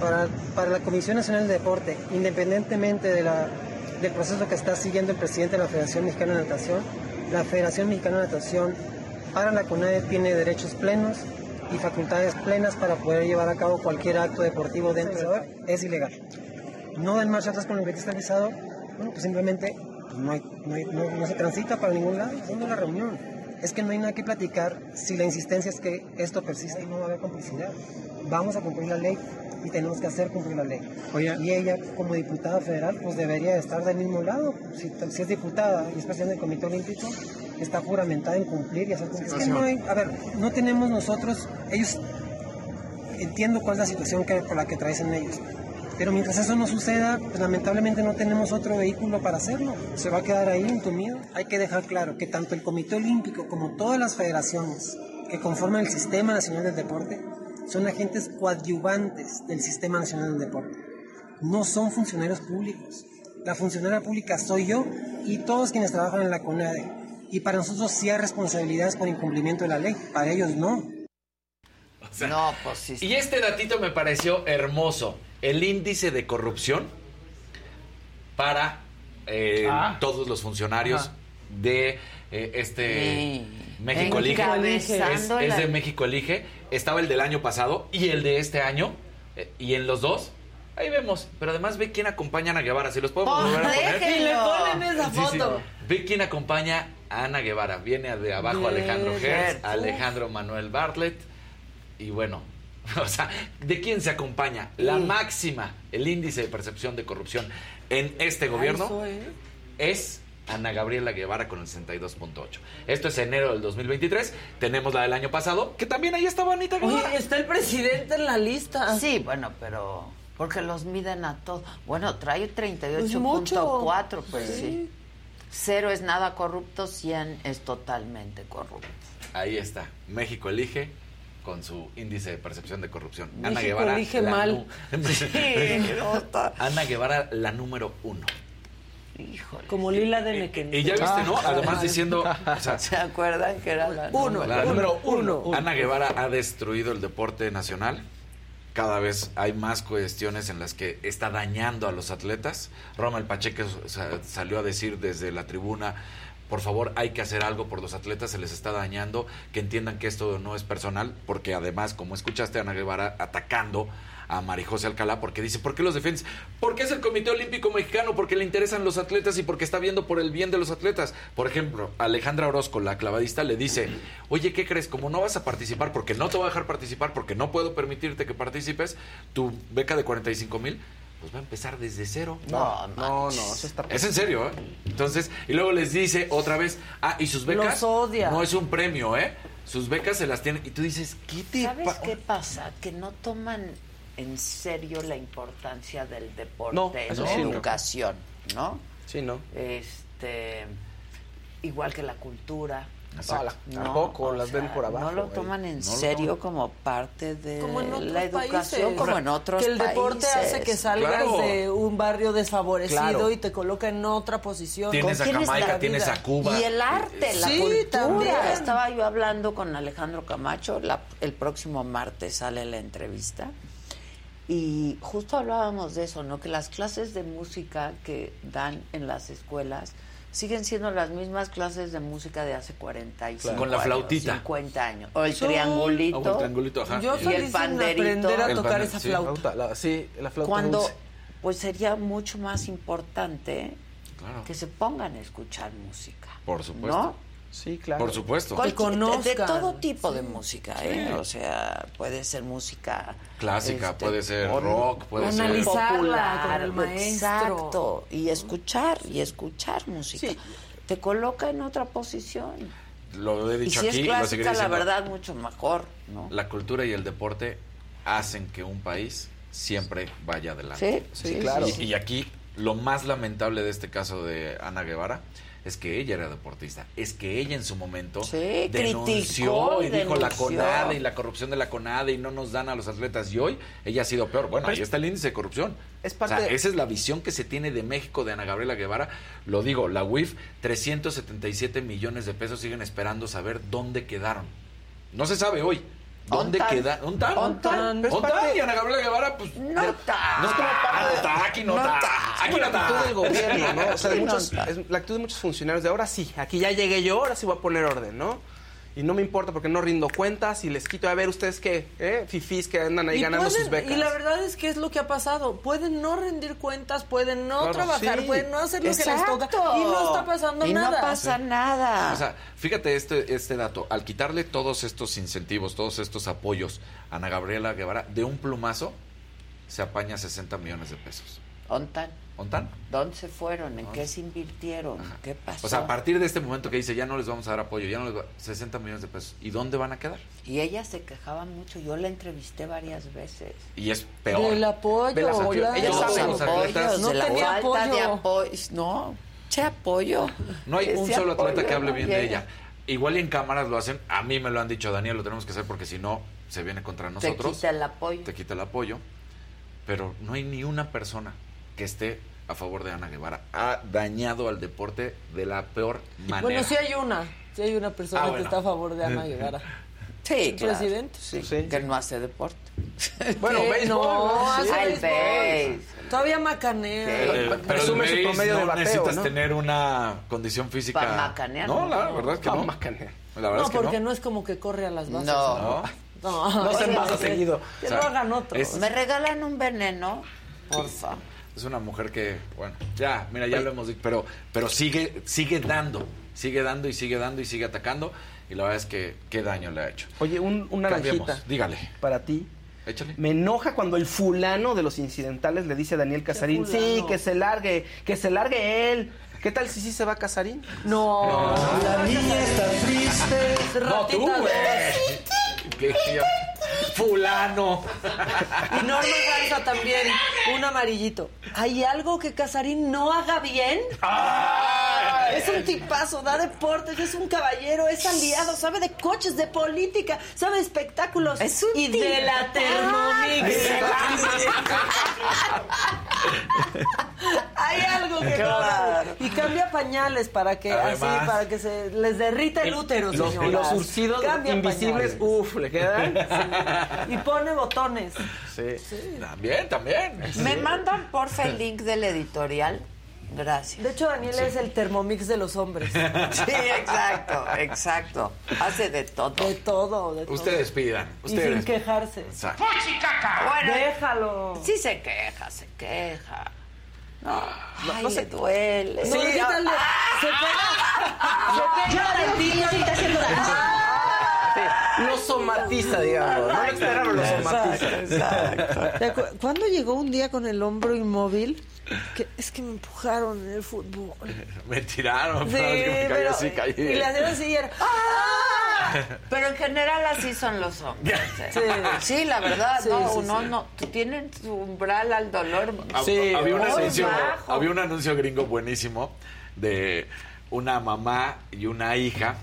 S14: para, para la Comisión Nacional de Deporte, independientemente de la- del proceso que está siguiendo el presidente de la Federación Mexicana de Natación, la Federación Mexicana de Natación, ahora la CONADE tiene derechos plenos y facultades plenas para poder llevar a cabo cualquier acto deportivo dentro del Salvador. Es ilegal. No dan marcha atrás con el está visado, bueno, pues simplemente no, hay- no hay- no- no se transita para ningún lado, es una reunión. Es que no hay nada que platicar si la insistencia es que esto persiste y no va a haber complicidad vamos a cumplir la ley y tenemos que hacer cumplir la ley. Y ella, como diputada federal, pues debería estar del mismo lado. Si, si es diputada y es presidenta del Comité Olímpico, está juramentada en cumplir y hacer cumplir. Es que no hay- a ver, no tenemos nosotros, ellos, entiendo cuál es la situación que, por la que traen ellos. Pero mientras eso no suceda, pues, lamentablemente no tenemos otro vehículo para hacerlo. Se va a quedar ahí entumido. Hay que dejar claro que tanto el Comité Olímpico como todas las federaciones que conforman el Sistema Nacional del Deporte son agentes coadyuvantes del Sistema Nacional del Deporte. No son funcionarios públicos. La funcionaria pública soy yo y todos quienes trabajan en la CONADE. Y para nosotros sí hay responsabilidades por incumplimiento de la ley. Para ellos no.
S1: No, pues sí.
S9: Y este datito me pareció hermoso. El índice de corrupción para eh, todos los funcionarios de eh, este
S1: Sí.
S9: México Elige. Es,
S1: Encabezando
S9: es
S1: la-
S9: de México Elige. Estaba el del año pasado y el de este año. eh, y en los dos, ahí vemos. Pero además ve quién acompaña a Ana Guevara. Si los podemos
S1: Pon-
S9: volver a poner.
S1: déjenlo.
S8: Y le ponen esa
S9: Sí, sí.
S8: foto.
S9: Ve quién acompaña Ana Guevara. Viene de abajo
S6: Bien,
S9: Alejandro Hertz,
S6: Hertz.
S9: Alejandro Manuel Bartlett. Y bueno, o sea, ¿de quién se acompaña? La
S6: Mm.
S9: máxima, el índice de percepción de corrupción en este gobierno es Ana Gabriela Guevara con el 62.8. Esto es enero del 2023. Tenemos la del año pasado, que también ahí estaba Anita Guevara.
S8: Oye, está el presidente en la lista.
S1: Sí, bueno, pero porque los miden a todos. Bueno, trae
S8: Es mucho.
S1: 38.4, pues
S8: Sí.
S1: sí. Cero es nada corrupto, 100 es totalmente corrupto.
S9: Ahí está. México elige con su índice de percepción de corrupción. Ana
S1: México
S9: Guevara.
S1: elige
S9: la
S1: mal.
S9: nu-
S1: no
S9: Ana Guevara, la número uno.
S8: Como Lila de Mequén.
S9: Y ya viste, ¿no?
S1: Ah,
S9: Además diciendo. o sea,
S1: ¿Se acuerdan que era la
S8: Uno,
S9: La
S8: uno,
S9: número
S8: uno.
S9: Ana Guevara ha destruido el deporte nacional. Cada vez hay más cuestiones en las que está dañando a los atletas. Rommel Pacheco sa- salió a decir desde la tribuna, por favor, hay que hacer algo por los atletas, se les está dañando, que entiendan que esto no es personal, porque además, como escuchaste a Ana Guevara atacando a Marijose Alcalá, porque dice, ¿por qué los defiendes? Porque es el Comité Olímpico Mexicano, porque le interesan los atletas y porque está viendo por el bien de los atletas. Por ejemplo, Alejandra Orozco, la clavadista, le dice, oye, ¿qué crees? Como no vas a participar, porque no te voy a dejar participar, porque no puedo permitirte que participes, tu beca de 45 mil, pues va a empezar desde cero.
S7: No, no, no, eso está.
S9: Es en serio, ¿eh? Entonces, y luego les dice otra vez, ah, y sus becas
S8: Los odia.
S9: no es un premio, ¿eh? Sus becas se las tienen. Y tú dices, ¿qué te
S1: ¿Sabes
S9: pa-
S1: qué pasa? Que no toman en serio la importancia del deporte
S7: No,
S1: en
S7: eso
S1: la
S7: sí, no.
S1: educación, ¿no?
S7: Sí, no.
S1: Este, igual que la cultura.
S7: Exacto. Tampoco,
S1: o
S7: las ven por abajo,
S1: No lo
S7: güey.
S1: toman en
S7: No lo
S1: serio
S7: toman.
S1: como parte de
S8: Como en otros
S1: la educación,
S8: países.
S1: como en otros
S8: Que el deporte
S1: países.
S8: hace que salgas
S9: Claro.
S8: de un barrio desfavorecido
S7: Claro.
S8: y te coloca en otra posición.
S9: Tienes a
S1: ¿Con quién es la
S9: Jamaica,
S8: vida?
S9: tienes a Cuba.
S1: Y el arte, la
S8: Sí,
S1: cultura.
S8: también.
S1: Estaba yo hablando con Alejandro Camacho, la- el próximo martes sale la entrevista. Y justo hablábamos de eso, ¿no? Que las clases de música que dan en las escuelas siguen siendo las mismas clases de música de hace 45
S9: Claro. Con la
S1: años,
S9: flautita.
S1: 50 años. O el
S8: Son-
S1: triangulito.
S9: Ah, o el triangulito, ajá.
S8: Yo
S9: Y
S1: soy-
S8: feliz
S1: el
S8: en
S1: panderito.
S8: aprender a
S9: El
S8: tocar
S9: pander-
S8: esa
S9: sí,
S7: La
S8: flauta.
S7: flauta, la- sí, la flauta.
S1: Cuando,
S7: dulce.
S1: pues sería mucho más importante
S9: Claro.
S1: que se pongan a escuchar música.
S9: Por supuesto.
S1: ¿no?
S7: Sí, claro.
S9: Por supuesto.
S1: Cual-
S8: Que conozcan.
S1: De todo tipo de música, ¿eh? O sea, puede ser música...
S9: Clásica,
S1: este,
S9: puede ser
S1: pop,
S9: rock, puede ser...
S8: Analizar. Analizarla
S1: popular,
S8: con el maestro.
S1: Exacto, y escuchar, y escuchar música.
S7: Sí.
S1: Te coloca en otra posición.
S9: Lo he
S1: Y
S9: dicho
S1: si
S9: aquí,
S1: es
S9: lo seguiré
S1: clásica, la
S9: diciendo.
S1: verdad, mucho mejor, ¿no?
S9: La cultura y el deporte hacen que un país siempre vaya adelante.
S1: Sí,
S7: Sí, claro.
S9: Y, y aquí lo más lamentable de este caso de Ana Guevara es que ella era deportista, es que ella en su momento
S1: Sí,
S9: denunció
S1: criticó y
S9: y dijo la
S1: denunció.
S9: CONADE y la corrupción de la CONADE y no nos dan a los atletas y hoy ella ha sido peor. Bueno,
S7: Pero
S9: ahí
S7: es-
S9: está el índice de corrupción.
S7: es parte
S9: O sea,
S7: de-
S9: esa es la visión que se tiene de México de Ana Gabriela Guevara. Lo digo, la UIF, 377 millones de pesos siguen esperando saber dónde quedaron. No se sabe hoy. ¿Dónde
S1: ¿Ontan?
S9: queda? ¿Ontan?
S1: ¿Ontan?
S9: Pero es
S7: ¿Ontan?
S9: parte- Y Ana Gabriela Guevara, pues...
S1: No
S9: de-
S1: está.
S9: No es como parte de... Aquí no
S1: No
S9: está.
S1: está.
S9: Aquí no
S7: actitud del
S9: está.
S7: gobierno, ¿no? O sea, de
S1: Sí, no,
S7: muchos-
S1: no.
S7: es la actitud de muchos funcionarios de ahora sí, aquí ya llegué yo, ahora sí voy a poner orden, ¿no? Y no me importa porque no rindo cuentas y les quito a ver ustedes qué, ¿eh? Fifís que andan ahí
S8: Y,
S7: ganando
S8: pueden-
S7: sus becas.
S8: y la verdad es que es lo que ha pasado. Pueden no rendir cuentas, pueden no
S7: Claro,
S8: trabajar,
S7: sí.
S8: pueden no hacer lo que les
S1: Exacto.
S8: toca. Y no está pasando
S1: Y
S8: nada.
S1: no pasa nada.
S9: O sea, fíjate este, este dato. Al quitarle todos estos incentivos, todos estos apoyos a Ana Gabriela Guevara, de un plumazo se apaña 60 millones de pesos.
S1: ¿Ontan?
S9: ¿Ontan?
S1: ¿Dónde se fueron? ¿En qué se invirtieron? ¿Qué pasó?
S9: O sea, a partir de este momento que dice, ya no les vamos a dar apoyo, ya no les va... 60 millones de pesos. ¿Y dónde van a quedar?
S1: Y ella se quejaba mucho. Yo la entrevisté varias veces.
S9: Y es peor.
S8: Del apoyo,
S9: Del apoyo.
S8: claro.
S9: Ella
S1: Los
S9: sabe,
S1: apoyos,
S9: los atletas-
S8: No
S1: de la
S8: tenía
S1: falta
S8: apoyo.
S1: de apoyo. No, che apoyo.
S9: No hay un
S1: Ese
S9: solo atleta
S1: apoyo
S9: que hable
S1: no
S9: bien de
S1: llega.
S9: ella. Igual y en cámaras lo hacen. A mí me lo han dicho, Daniel, lo tenemos que hacer porque si no, se viene contra
S1: Te
S9: nosotros.
S1: quita el apoyo.
S9: te quita el apoyo. Pero no hay ni una persona que esté a favor de Ana Guevara. Ha dañado al deporte de la peor manera.
S8: Bueno, sí hay una. Sí hay una persona
S9: Ah,
S8: que
S9: bueno.
S8: está a favor de Ana Guevara.
S1: Sí, claro.
S8: presidente.
S1: Sí,
S7: Sí.
S1: que no hace deporte.
S7: Bueno,
S8: Que
S7: béisbol,
S8: No,
S7: ¿no? Sí.
S8: hace
S1: Ay,
S8: béisbol.
S1: béis.
S8: Todavía macanea.
S9: Eh, pero
S7: Resume
S9: el
S7: su
S9: béis
S7: promedio
S9: no
S7: de bateo,
S9: necesitas
S7: ¿no?
S9: tener una condición física.
S1: Pa' macanear,
S9: No,
S1: ¿no?
S9: la verdad es que no.
S7: Pa' macanear.
S9: La verdad
S8: No,
S9: es que
S8: porque no.
S9: no.
S8: es como que corre a las bases.
S1: No.
S9: No.
S8: No,
S7: No se
S8: Oye,
S7: pasa
S8: que-
S7: seguido.
S8: Que
S9: O sea,
S8: no hagan otro.
S9: es-
S1: ¿Me regalan un veneno? Porfa.
S9: Es una mujer que, bueno, ya, mira, ya lo hemos dicho, pero, pero sigue, sigue dando, sigue dando y sigue dando y sigue atacando. Y la verdad es que qué daño le ha hecho.
S7: Oye, un, una
S9: Cambiemos,
S7: naranjita.
S9: Dígale,
S7: Para ti.
S9: échale.
S7: Me enoja cuando el fulano de los incidentales le dice a Daniel Casarín, sí,
S10: fulano?
S7: que se largue, que se largue él. ¿Qué tal si sí se va Casarín?
S10: No. La niña está triste.
S9: No, tú,
S10: ratita
S9: güey.
S10: de-
S9: Qué- Fulano.
S10: Y Norma Garza también. Un amarillito. ¿Hay algo que Casarín no haga bien? Es un tipazo, da deportes, es un caballero, es aliado, sabe de coches, de política, sabe de espectáculos.
S1: Es un
S10: y de la
S1: tipazo.
S10: Thermomix. Hay algo que no haga bien. Y cambia pañales para que así,
S9: Además.
S10: para que se les derrita el útero,
S7: Los,
S10: señoras.
S7: los surcidos
S10: Cambia
S7: invisibles,
S10: pañales.
S7: uff, le quedan.
S10: Y pone botones.
S7: Sí.
S9: También, también.
S1: ¿Me mandan porfa el link del editorial? Gracias.
S10: De hecho, Daniel es el Thermomix de los hombres.
S1: Sí, exacto, exacto. Hace de todo.
S10: De todo, de todo.
S9: Ustedes pidan.
S10: y sin
S9: Ustedes.
S10: quejarse.
S9: Exacto.
S1: Bueno,
S10: Déjalo.
S1: sí se queja, se queja. No, ay,
S7: no se-
S1: le duele.
S10: No, quítale. Se pega. Se pega la tía y te hace llorar.
S7: Lo somatiza, digamos. No lo exageraron, lo somatiza.
S10: ¿Te acu- ¿Cuándo llegó un día con el hombro inmóvil? Que, es que me empujaron en el fútbol.
S9: Me tiraron.
S10: Sí,
S9: pero es que me caí
S10: pero-
S9: así, caí.
S10: Y la señora sí era.
S1: ah. Pero en general así son los hombres. ¿eh?
S10: Sí.
S1: Sí, la verdad,
S10: Sí,
S1: no,
S10: sí,
S1: uno
S10: sí.
S1: no. Tú tienes tu umbral al dolor.
S9: Hab-
S7: Sí,
S9: había, un
S1: muy
S9: anuncio,
S1: bajo.
S9: había un anuncio gringo buenísimo de una mamá y una hija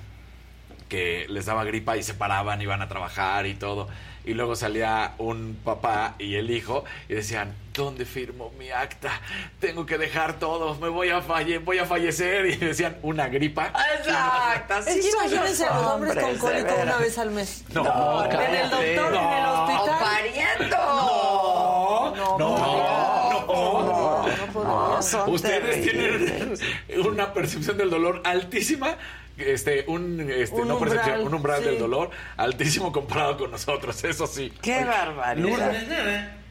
S9: que les daba gripa y se paraban, iban a trabajar y todo. Y luego salía un papá y el hijo y decían, ¿dónde firmo mi acta? Tengo que dejar todo, me voy a, falle voy a fallecer. Y decían, una gripa.
S1: Exacto, así
S10: Es que
S1: son
S10: imagínense a los hombres con
S1: de
S10: cólico
S1: veras.
S10: una vez al mes.
S9: No,
S10: en el
S9: cállate.
S10: doctor, en el
S1: O
S10: hospital.
S1: pariendo.
S9: No, no, no.
S10: No, no podría.
S1: son
S9: Ustedes
S1: terribles.
S9: tienen una percepción del dolor altísima. Este, un, este,
S10: Un
S9: no percepción,
S10: umbral,
S9: un umbral
S10: sí.
S9: del dolor altísimo comparado con nosotros, eso sí.
S1: Qué barbaridad.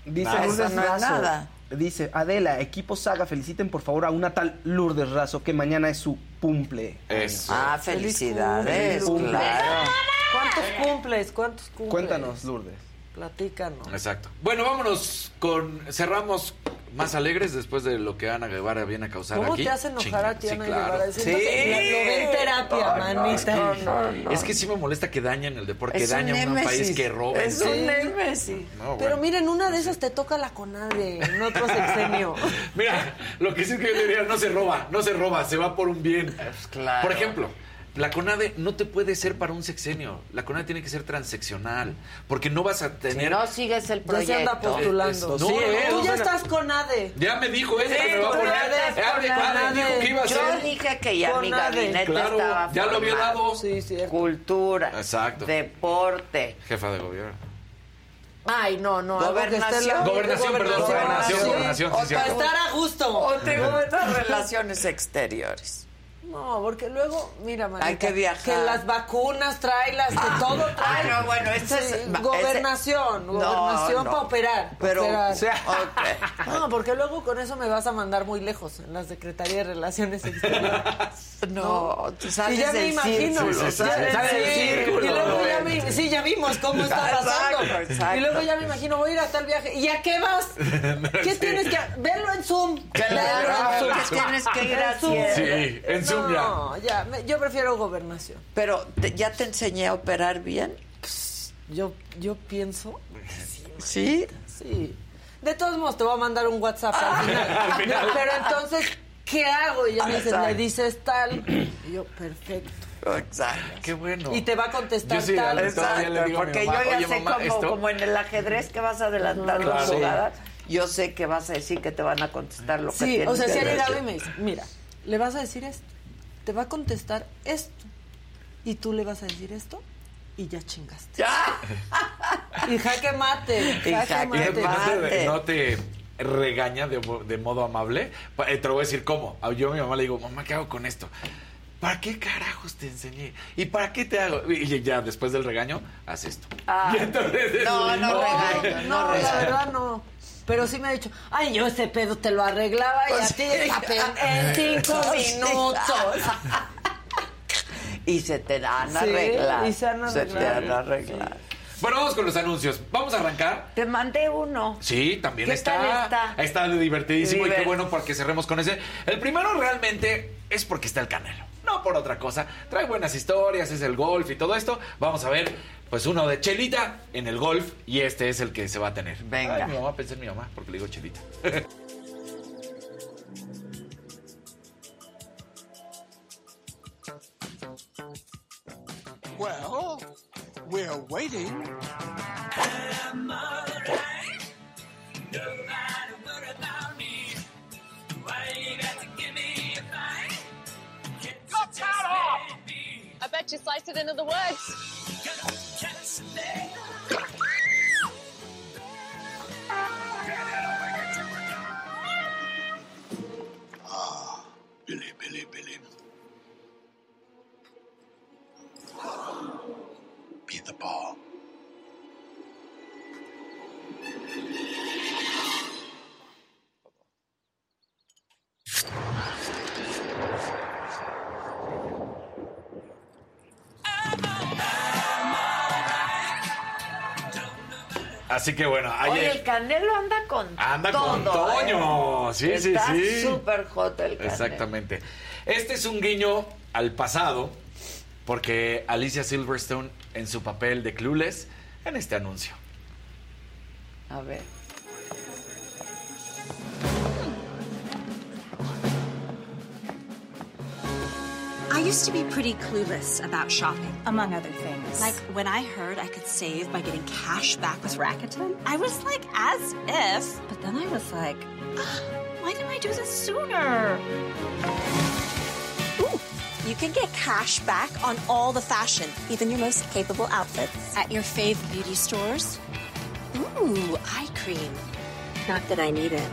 S7: Dice
S1: Nada,
S7: Lourdes
S1: eso no es
S7: Razo.
S1: nada.
S7: Dice, Adela, equipo Saga, feliciten por favor a una tal Lourdes Razo que mañana es su cumple.
S9: Eso.
S1: Ah, felicidades,
S7: Feliz cumple.
S1: claro.
S10: ¿Cuántos cumples? ¿Cuántos cumples?
S7: Cuéntanos, Lourdes.
S10: Platícanos.
S9: Exacto. Bueno, vámonos con. Cerramos más alegres después de lo que Ana Guevara viene a causar
S10: ¿Cómo
S9: aquí.
S10: te hace enojar
S9: Chinga,
S10: a ti,
S9: sí,
S10: Ana
S9: claro.
S10: Guevara?
S9: Sí.
S10: Siento que la- Lo ve en terapia, manita.
S9: Es que sí me molesta que dañen el deporte, que
S1: Es un
S9: dañan a un país,
S1: némesis.
S9: que roben.
S1: Es un némesis.
S9: No,
S10: Pero
S9: bueno.
S10: miren, una de esas te toca la CONADE en otro sexenio.
S9: Mira, lo que sí es que yo le diría, no se roba, no se roba, se va por un bien.
S1: claro.
S9: Por ejemplo, la CONADE no te puede ser para un sexenio. La CONADE tiene que ser transeccional, porque no vas a
S1: Si
S9: tener...
S1: no sigues el
S10: Ya se anda
S1: proyecto.
S10: postulando.
S9: Eh, no, Sí, eh,
S10: Tú
S9: no,
S10: ya
S9: no.
S10: estás CONADE.
S9: Ya me dijo esta, me va a poner...
S10: CONADE,
S9: Ya me- ya me dijo que iba a
S1: Yo
S9: ser...
S1: dije que ya mi
S10: Conade.
S1: gabinete
S9: Claro,
S1: estaba
S9: ya lo había
S1: formado.
S9: dado.
S10: Sí, cierto.
S1: Cultura.
S9: Exacto.
S1: Deporte.
S9: Jefa de gobierno.
S10: Ay, no, no. algo que esté en la-
S9: Gobernación, perdón, gobernación, gobernación, sí,
S10: O para
S9: cierto.
S10: estar a gusto.
S1: O tengo otras relaciones exteriores.
S10: No, porque luego, mira, Marita,
S1: Hay que viajar.
S10: Que las vacunas tráelas, que todo
S1: Ah,
S10: trae.
S1: no, bueno, esto
S10: Sí,
S1: es...
S10: gobernación,
S1: No,
S10: gobernación
S1: no.
S10: para operar.
S1: Pero,
S10: Operar.
S1: o sea... ok.
S10: No, porque luego con eso me vas a mandar muy lejos en la Secretaría de Relaciones Exteriores.
S1: No, tú sales
S10: y ya me
S1: del
S10: imagino.
S1: círculo,
S10: ya-
S1: sales
S10: sí,
S1: del círculo.
S10: Y luego ya me, sí, ya vimos cómo está pasando.
S1: Exacto, exacto.
S10: Y luego ya me imagino, voy a ir a tal viaje. ¿Y a qué vas? ¿Qué tienes que Velo en Zoom.
S1: Claro,
S10: Velo en
S1: que
S10: Zoom.
S1: tienes que ir
S10: En
S1: a
S10: Zoom.
S1: cierre.
S9: Sí, en Zoom ya.
S10: No, ya, me- yo prefiero gobernación.
S1: Pero te- ya te enseñé a operar bien. Pues,
S10: Yo, yo pienso,
S1: Sí.
S10: sí. De todos modos, te voy a mandar un WhatsApp al final.
S9: al final.
S10: Pero entonces, ¿qué hago? Y ya me dices,
S1: Exacto.
S10: me dices tal. Y yo, perfecto.
S1: Exacto.
S9: Qué bueno.
S10: Y te va a contestar
S9: Yo sí,
S10: tal.
S9: al- Todavía le
S1: Exacto,
S9: digo a mi
S1: porque
S9: mamá,
S1: yo ya
S9: "Oye,
S1: sé
S9: mamá,
S1: como,
S9: esto".
S1: como en el ajedrez que vas adelantando
S9: Claro.
S1: las
S9: Sí.
S1: jugadas, yo sé que vas a decir que te van a contestar lo que
S10: Sí,
S1: tienes
S10: o sea,
S1: que
S10: si ha llegado y
S1: decir.
S10: me dice, mira, le vas a decir esto, te va a contestar esto, y tú le vas a decir esto, y ya chingaste.
S1: ¡Ah!
S10: Y jaque mate,
S1: Y
S10: jaque
S1: jaque
S9: Y no te-
S10: mate.
S9: no
S1: Mate.
S9: te, no te regaña de, mo- de modo amable. Pa- eh, Te lo voy a decir cómo. A- Yo a mi mamá le digo, mamá, ¿qué hago con esto? ¿Para qué carajos te enseñé? ¿Y para qué te hago? Y ya después del regaño, haz esto.
S1: Ah.
S9: Y entonces,
S1: No, no regaño, no
S10: No, la
S1: regaño.
S10: verdad no. Pero sí me ha dicho, ay, yo ese pedo
S1: Pues
S10: te lo arreglaba y a ti esa pe- en cinco minutos.
S1: Y se te dan
S8: Sí,
S1: a arreglar.
S8: y se han
S1: te
S8: arreglado.
S1: han a arreglar.
S9: Bueno, vamos con los anuncios. Vamos a arrancar.
S1: Te mandé uno.
S9: Sí, también
S1: ¿Qué
S9: está,
S1: tal está?
S9: divertidísimo y
S1: Divert-
S9: qué bueno porque cerremos con ese. El primero realmente es porque está el Canelo, no por otra cosa. Trae buenas historias, es el golf y todo esto. Vamos a ver, pues uno de Chelita en el golf y este es el que se va a tener.
S1: Venga.
S9: Ay, mi mamá pensé en mi mamá porque le digo Chelita.
S15: Well, we're waiting.
S16: Cut that off! I bet you sliced it into the woods.
S15: Billy, Billy, Billy. Be the ball.
S9: Así que bueno,
S1: Oye,
S9: ayer
S1: el Canelo anda con
S9: anda
S1: todo.
S9: con Toño.
S1: ¿eh?
S9: Sí,
S1: Está
S9: sí, sí.
S1: súper hot el Canelo.
S9: Exactamente. Este es un guiño al pasado, porque Alicia Silverstone en su papel de Clueless en este anuncio.
S1: A ver.
S17: I used to be pretty clueless about shopping, among other things. Like when I heard I could save by getting cash back with Rakuten, I was like, as if. But then I was like, "Ah, why didn't I do this sooner? Ooh, you can get cash back on all the fashion, even your most capable outfits, at your fave beauty stores. Ooh, eye cream. Not that I need it.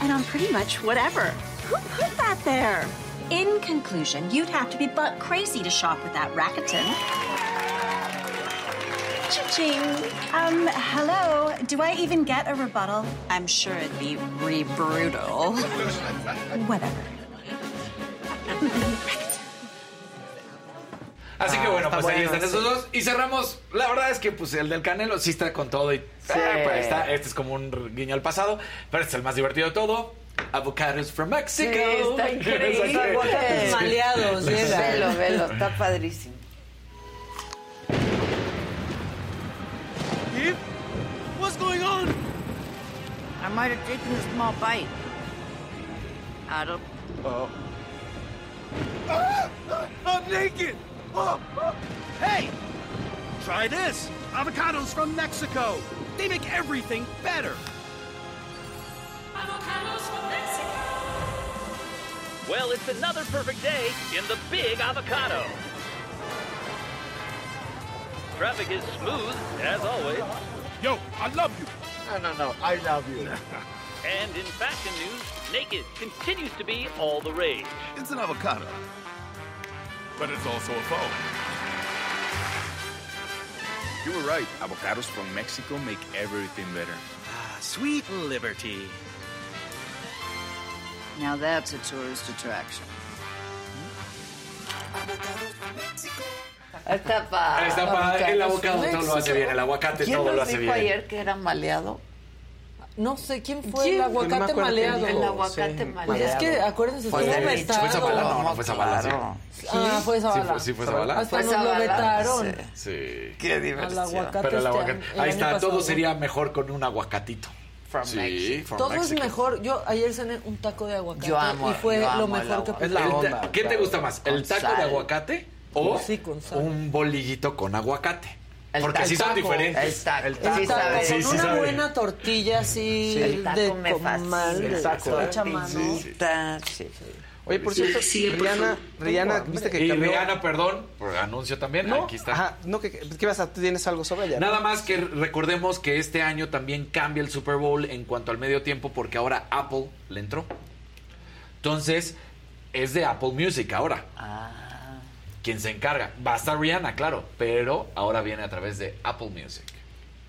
S17: And on pretty much whatever. Who put that there? In conclusion, you'd have to be butt crazy to shop with that Rakuten. Cha-ching. Um, hello. Do I even get a rebuttal? I'm sure it'd be re brutal. Whatever.
S9: Así que
S17: Ah,
S9: bueno,
S17: está
S9: pues ahí
S17: bueno,
S9: están
S17: sí.
S9: esos dos. Y cerramos. La verdad es que pues el del Canelo sí está con todo y Eh, pues, ahí está. Este es como un guiño al pasado, pero este es el más divertido de todo. Avocados from Mexico.
S1: Sí, está
S9: Así que-
S1: increíble.
S9: Sí.
S1: ¿eh?
S10: ¿eh?
S1: Velo, velo, está padrísimo.
S15: Eve, what's going on?
S1: I might have taken a small bite. I don't.
S15: Oh. I'm naked. Oh, oh. Hey, try this. Avocados from Mexico. They make everything better.
S18: Well, it's another perfect day in the big avocado. Traffic is smooth, as always.
S15: Yo, I love you. No, no, no. I love you.
S18: And in fashion news, naked continues to be all the rage.
S15: it's an avocado, but it's also a phone.
S19: You were right. Avocados from Mexico make everything better. Ah, sweet liberty.
S20: Now that's a tourist attraction.
S1: Está padre.
S9: Está padre. El abocado todo lo hace bien, el aguacate
S1: ¿Quién
S9: todo lo
S1: nos
S9: hace
S1: dijo
S9: bien.
S1: ayer que era maleado?
S8: No sé quién fue
S1: ¿Quién?
S8: el
S1: No me
S8: aguacate
S1: acuerdo quién
S8: maleado.
S1: dijo. El aguacate maleado.
S8: Es que acuérdense,
S1: Fue
S8: estuvo
S1: de-
S8: vetado.
S9: ¿Fue Zavala? No, no fue Zavala, sí.
S1: Claro.
S8: Ah, fue
S9: Sí,
S8: Zavala.
S9: fue, sí fue Zavala.
S8: Hasta nos lo vetaron.
S9: Sí.
S1: Qué
S8: diversión. Al aguacate
S9: Pero el
S8: este
S9: aguacate.
S8: año- el
S9: ahí
S8: año
S9: está,
S8: pasado.
S9: todo sería mejor con un aguacatito. From sí,
S1: Mexico.
S9: from
S8: Todo es
S9: Mexico.
S8: mejor. Yo ayer cené un taco de aguacate
S9: Yo amo-
S8: y fue
S9: yo amo
S8: lo
S9: el
S8: mejor que
S9: aguacate. El ta- ¿Qué te gusta más? ¿El taco de aguacate o
S8: Sí, con sal.
S9: un bolillito con aguacate?
S8: El
S9: Porque
S8: taco.
S9: sí son
S8: El taco.
S9: diferentes.
S8: El taco.
S9: El
S8: El taco
S9: Sí,
S8: con
S9: sí
S8: una
S9: sabe.
S8: buena tortilla así
S1: Sí. El taco
S8: de
S1: me
S8: comal,
S1: fascina.
S8: de
S1: El taco,
S8: hecha a
S1: ¿eh?
S8: mano.
S1: Sí, sí. Está-
S7: Oye, por cierto,
S1: Sí, por
S7: Rihanna,
S1: favor.
S7: Rihanna, viste que
S9: y
S7: cambió?
S9: Rihanna, perdón, por anuncio también.
S7: No,
S9: Aquí está.
S7: Ajá, no, que, que- ¿qué vas a, tienes algo sobre ella?
S9: Nada más que recordemos que este año también cambia el Super Bowl en cuanto al medio tiempo porque ahora Apple le entró. Entonces, es de Apple Music ahora. Quien se encarga. Va a estar Rihanna, claro, pero ahora viene a través de Apple Music.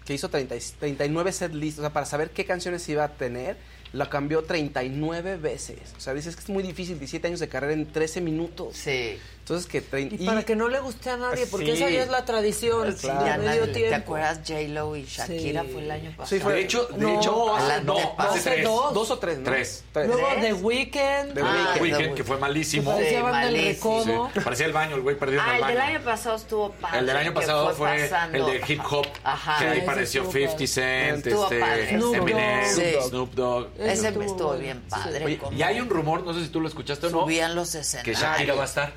S7: que hizo 30 y- 39 set listos, o sea, para saber qué canciones iba a tener la cambió 39 veces. O sea, dices que es muy difícil, 17 años de carrera en 13 minutos.
S1: Sí.
S7: Entonces que... trein-
S8: Y para que no le guste a nadie, porque
S7: Sí.
S8: esa ya es la tradición.
S7: Sí,
S8: de
S7: ya
S8: medio
S7: nadie- ¿te
S8: tiempo.
S1: acuerdas J-Lo y Shakira
S8: Sí.
S1: fue el año pasado?
S7: Sí, fue-
S9: De hecho, de
S7: no,
S9: hecho,
S7: hace
S9: hace-
S7: dos,
S9: no, hace
S7: hace
S9: tres.
S7: dos, dos o tres, ¿no?
S9: Tres.
S8: Luego
S9: Tres.
S8: The Weeknd.
S9: The
S8: Ah,
S9: Weeknd,
S8: The
S9: que fue malísimo.
S8: Que parecía Sí, banda del malísimo. recodo.
S9: Sí, Parecía el baño, el güey perdido en
S1: Ah,
S9: el
S1: el del
S9: baño.
S1: año pasado estuvo padre.
S9: El del año
S1: que
S9: pasado fue,
S1: pasando.
S9: el de hip hop,
S1: Ajá.
S9: que
S1: Sí,
S9: ahí
S1: ese
S9: pareció
S1: estuvo
S9: 50 Cent,
S1: Estuvo padre.
S9: este,
S1: Snoop
S9: Eminem,
S1: Dogg. Sí.
S9: Snoop Dogg.
S1: Ese me estuvo bien padre.
S9: Oye,
S1: como
S9: y hay un rumor, no sé si tú lo escuchaste o no,
S1: Subían los
S9: que
S1: escenarios.
S9: Shakira va a estar.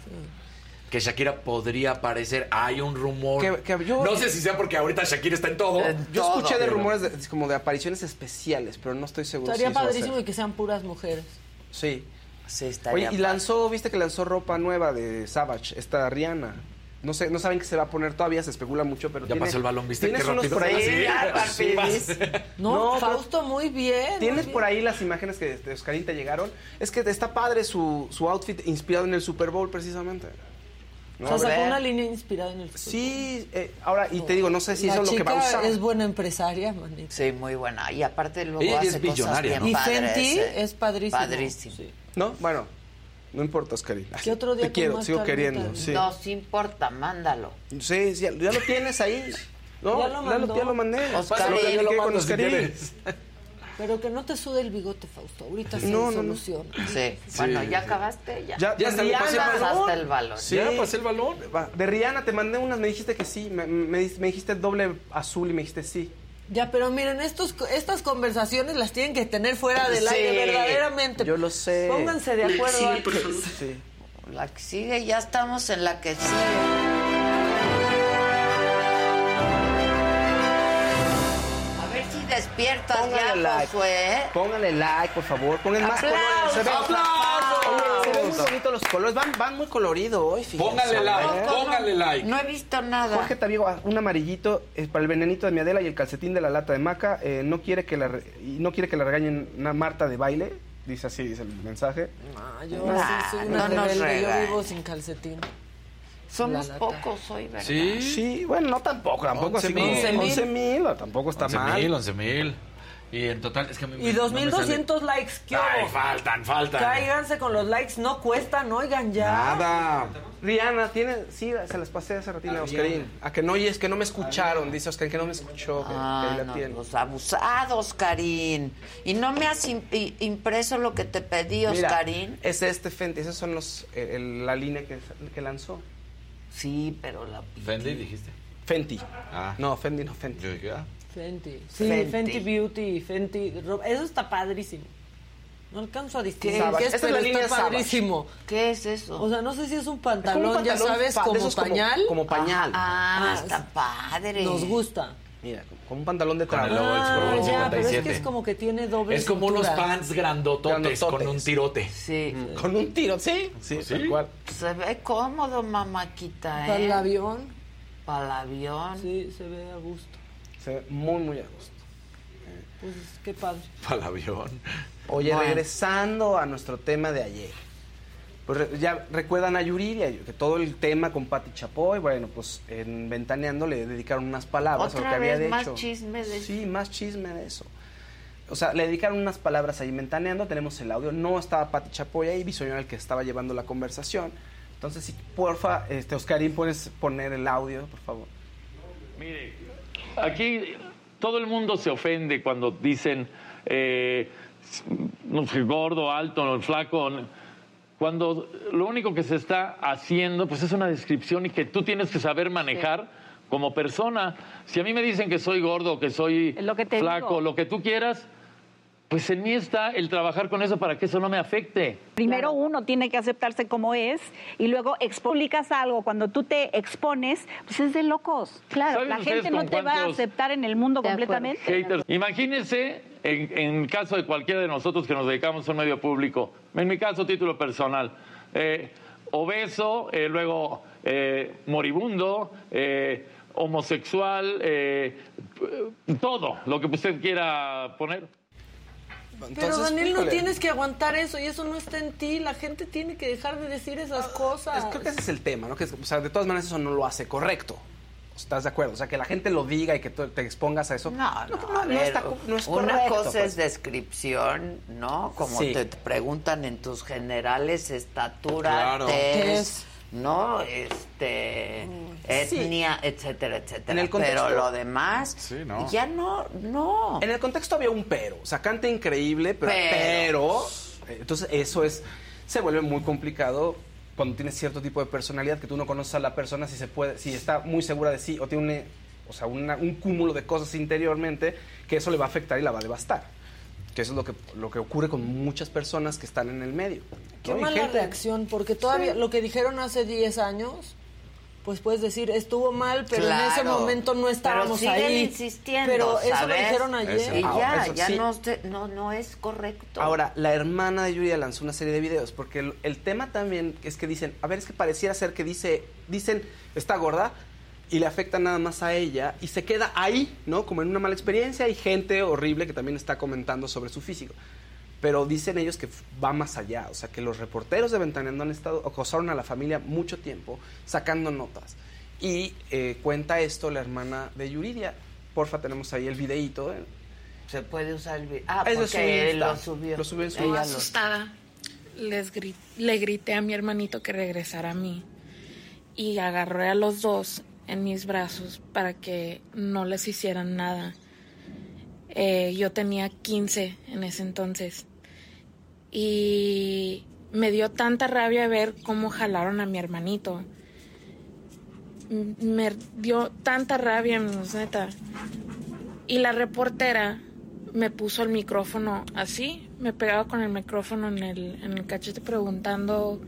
S9: Que Shakira podría aparecer. Hay un rumor.
S7: Que- que yo-
S9: no sé si sea porque ahorita Shakira está en todo.
S7: Yo escuché de
S9: Pero-
S7: rumores de- como de apariciones especiales, pero no estoy seguro.
S10: Estaría
S7: si eso va a ser.
S10: padrísimo y que sean puras mujeres.
S7: Sí.
S1: Sí,
S7: Oye, y lanzó, viste que lanzó ropa nueva de Savage, esta Rihanna. No sé, no saben qué se va a poner todavía, se especula mucho, pero
S9: Ya
S7: tiene-
S9: pasó el balón, ¿viste
S7: Tienes
S9: qué
S7: unos
S9: rápido?
S7: por ahí.
S9: Sí, ya,
S7: Sí,
S9: papis.
S7: vas.
S10: No,
S7: pero
S10: Fausto, muy bien. muy
S7: Tienes
S10: bien.
S7: por ahí las imágenes que de Oscarín te llegaron. Es que está padre su, su outfit inspirado en el Super Bowl, precisamente. ¿No?
S10: o sea, sacó una línea inspirada en el fútbol.
S7: Sí, eh, ahora, y te digo, no sé si
S10: La
S7: eso es lo que va a
S10: chica
S7: usar.
S10: es buena empresaria, manito.
S1: Sí, muy buena. Y aparte luego
S7: Ella
S1: hace
S7: es billonaria,
S1: cosas bien
S7: ¿no?
S10: Y
S1: padres,
S10: Fenty
S1: ¿eh?
S10: es padrísimo.
S1: Padrísimo.
S7: ¿No? Bueno, no importa, Oscarín.
S10: ¿Qué otro día
S7: Te quiero,
S10: con más
S7: sigo
S10: calma
S7: queriendo.
S10: también?
S7: Sí.
S1: No, sí importa, mándalo.
S7: Sí, sí, ya, ya lo tienes ahí. No, ya
S10: Ya lo
S7: lo,
S10: mandó.
S7: ya lo mandé.
S1: Oscarín,
S7: Pásalo, ya
S1: yo
S7: me
S1: lo
S7: quedé
S1: mando
S7: con
S1: si
S7: Oscarín.
S1: quieres.
S10: Pero que no te sude el bigote, Fausto. Ahorita se
S7: No, no, no.
S10: soluciona.
S1: Sí.
S7: Sí.
S1: Bueno, ya acabaste, ya.
S7: Ya, ya hasta le pasé el balón.
S1: Hasta el balón.
S7: Sí. Va, De Rihanna te mandé unas, me dijiste que sí. Me, me di- me dijiste doble azul y me dijiste sí.
S10: Ya, pero miren, estos, estas conversaciones las tienen que tener fuera del
S7: Sí.
S10: aire, verdaderamente.
S7: Yo lo sé.
S10: Pónganse de acuerdo. antes.
S7: Sí.
S1: La que sigue, ya estamos en la que sigue. A ver si despiertas
S7: Póngale
S1: ya,
S7: like.
S1: Josué. ¿eh?
S7: Pónganle like, por favor. Pongan más
S1: ¡Aplausos!
S7: colores. Se ven,
S1: ¡Aplausos!
S7: Oye, se ven muy bonitos los colores. Van, van muy coloridos hoy. fíjense.
S9: Póngale like,
S7: ¿Eh?
S9: póngale like.
S1: No he visto nada.
S7: Jorge Tabigo, ah, un amarillito eh, para el venenito de mi Adela y el calcetín de la lata de maca. eh, no, quiere que la re- y no quiere que la regañen una Marta de baile. Dice así, dice el mensaje.
S10: Ah, yo
S1: Nah,
S10: sí soy una
S1: no nos
S10: rebelde, yo
S1: regañen.
S10: vivo sin calcetín.
S1: Somos
S10: La lata.
S1: pocos hoy, ¿verdad?
S9: Sí.
S7: Sí, bueno, no tampoco, tampoco así como
S9: 11,000.
S7: 11,000, o tampoco está mal.
S9: 11,000, 11,000. Y en total, es que a mí me-
S10: Y
S9: no me
S10: 2200 likes, ¿qué
S9: sale. Ay,
S10: hubo?
S9: faltan, faltan.
S10: Cáiganse con los likes, no cuestan, oigan ya.
S7: Nada. Rihanna, tiene, sí, se las pasé hace ratito a Oscarín. A que no, y es que no me escucharon, dice Oscarín, que no me escuchó, que, que
S1: Ah,
S7: ahí la
S1: no,
S7: tiene.
S1: los abusados, Karin. Y no me has im- i- impreso lo que te pedí,
S7: Mira,
S1: Oscarín.
S7: es este Fenty, esos son los, el- el- la línea que, que lanzó.
S1: Sí, pero la
S9: Fendi, dijiste. Ah.
S7: Fenty. No, Fendi no, Fenty.
S10: Fenty. Sí,
S7: Fenty.
S10: Fenty, Beauty, Fenty ropa. Eso está padrísimo. No alcanzo a distinguir
S7: Savage.
S10: qué es,
S7: Esta es
S10: pero
S7: la línea
S10: está
S7: Savage.
S10: padrísimo.
S1: ¿Qué es eso?
S10: O sea, no sé si es un
S7: Es
S10: pantalón,
S7: como un
S10: ya
S7: pantalón
S10: sabes,
S7: pa- de
S10: como
S7: esos
S10: pañal.
S7: Como, pañal.
S1: Ah, está padre.
S10: Nos gusta.
S7: Mira, como un pantalón de
S9: Con el
S7: trabajo.
S9: logo del Super
S10: Ah,
S9: Bowl
S10: ya, pero es que
S9: 57.
S10: es como que tiene doble
S9: Es como unos
S10: cintura.
S9: pants grandototes,
S7: Grandototes.
S9: con un tirote.
S1: Sí.
S7: Con un tiro, sí. Sí, tal cual.
S1: Se ve cómodo, mamaquita, ¿eh?
S10: Para el avión.
S1: Para el avión.
S10: Sí, se ve a gusto.
S7: Se ve muy, muy a gusto.
S10: Pues qué padre.
S9: Para el avión.
S7: Oye,
S1: Bueno.
S7: regresando a nuestro tema de ayer. Pues re- ya recuerdan a Yuridia, que todo el tema con Pati Chapoy, bueno, pues en Ventaneando le dedicaron unas palabras a lo
S1: Otra
S7: que había
S1: vez más
S7: hecho.
S1: chisme de-
S7: Sí, más chisme de eso. O sea, le dedicaron unas palabras ahí en Ventaneando, tenemos el audio, no estaba Pati Chapoy ahí, Bisoño era el que estaba llevando la conversación. Entonces, sí, porfa, este, Oscarín, puedes poner el audio, por favor.
S13: Mire, aquí todo el mundo se ofende cuando dicen, eh, no sé, gordo, alto, flaco. Cuando lo único que se está haciendo, pues es una descripción y que tú tienes que saber manejar como persona. Si a mí me dicen que soy gordo, que soy flaco, lo que tú quieras, pues en mí está el trabajar con eso para que eso no me afecte.
S21: Primero uno tiene que aceptarse como es y luego explicas algo. Cuando tú te expones, pues es de locos. Claro,
S13: ¿Saben
S21: la
S13: ustedes
S21: gente no
S13: con
S21: te va a
S13: cuántos-
S21: aceptar en el mundo completamente.
S13: Haters. Imagínense, en, en caso de cualquiera de nosotros que nos dedicamos a un medio público, en mi caso, título personal, eh, obeso, eh, luego eh, moribundo, eh, homosexual, eh, p- todo lo que usted quiera poner.
S10: Pero
S13: Entonces,
S10: Daniel, no
S13: híjole.
S10: tienes que aguantar eso y eso no está en ti. La gente tiene que dejar de decir esas cosas.
S7: Creo que ese es el tema, ¿no? Que, o sea, de todas maneras eso no lo hace correcto. ¿Estás de acuerdo? O sea, que la gente lo diga y que tú te expongas a eso.
S1: No, no, a
S7: no
S1: ver,
S7: está co- no es
S1: Una
S7: correcto,
S1: cosa es
S7: pues.
S1: descripción, ¿no? Como
S7: Sí.
S1: te preguntan en tus generales, estatura,
S7: Claro. ¿Qué
S1: tez,
S7: es? Mm,
S1: ¿no? Este, etnia, etcétera, etcétera.
S7: En el contexto-
S1: Pero lo demás, ya no, no.
S7: En el contexto había un pero. O sea, canta increíble, pero,
S1: Pero.
S7: pero- eh, Entonces, eso es. Se vuelve muy complicado cuando tienes cierto tipo de personalidad que tú no conoces a la persona si se puede, si está muy segura de sí o tiene una- o sea, una- un cúmulo de cosas interiormente que eso le va a afectar y la va a devastar. Que eso es lo que, lo que ocurre con muchas personas que están en el medio.
S10: Qué
S7: ¿no? Y
S10: mala
S7: gente-
S10: reacción, porque todavía
S7: Sí.
S10: lo que dijeron hace 10 años, pues puedes decir, estuvo mal, pero en ese
S1: Claro.
S10: momento no estábamos
S1: pero siguen
S10: ahí.
S1: insistiendo,
S10: pero eso
S1: ¿sabes?
S10: lo dijeron ayer.
S1: Y
S7: Ah,
S1: ya,
S7: eso
S1: ya
S7: sí.
S1: no, se- no, no es correcto.
S7: Ahora, la hermana de Yuya lanzó una serie de videos, porque el, el tema también es que dicen, a ver, es que pareciera ser que dice, dicen, está gorda, y le afecta nada más a ella, y se queda ahí, ¿no? Como en una mala experiencia, y gente horrible que también está comentando sobre su físico. Pero dicen ellos que f- va más allá, o sea, que los reporteros de Ventaneando han estado, acosaron a la familia mucho tiempo, sacando notas. Y eh, cuenta esto la hermana de Yuridia. Porfa, tenemos ahí el videíto. eh.
S1: Se puede usar el video. Ah,
S7: Es de
S1: porque
S7: su Insta.
S1: lo subió.
S7: Lo subió en su
S1: Ella
S22: Estaba
S1: lo-
S22: asustada. Les gri- le grité a mi hermanito que regresara a mí y agarré a los dos en mis brazos para que no les hicieran nada. Eh, yo tenía 15 en ese entonces y me dio tanta rabia ver cómo jalaron a mi hermanito. M- Me dio tanta rabia, amigos, neta. Y la reportera me puso el micrófono así, me pegaba con el micrófono en el, en el cachete preguntando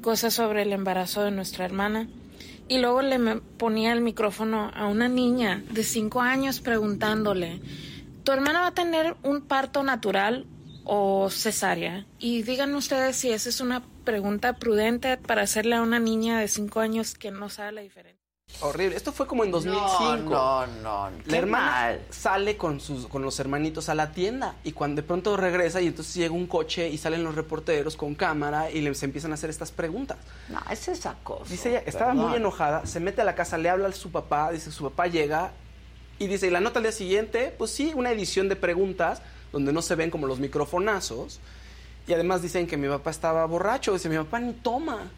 S22: cosas sobre el embarazo de nuestra hermana. Y luego le me- ponía el micrófono a una niña de 5 años preguntándole, ¿tu hermana va a tener un parto natural o cesárea? Y digan ustedes si esa es una pregunta prudente para hacerle a una niña de 5 años que no sabe la diferencia.
S7: Horrible. Esto fue como en 2005.
S1: No, no, no.
S7: La
S1: Qué
S7: hermana
S1: mal.
S7: sale con, sus, con los hermanitos a la tienda y cuando de pronto regresa y entonces llega un coche y salen los reporteros con cámara y les empiezan a hacer estas preguntas.
S1: No, es esa cosa.
S7: Dice ella, estaba muy enojada, se mete a la casa, le habla a su papá, dice, su papá llega y dice, y la nota al día siguiente, pues sí, una edición de preguntas donde no se ven como los microfonazos y además dicen que mi papá estaba borracho, dice, mi papá ni toma.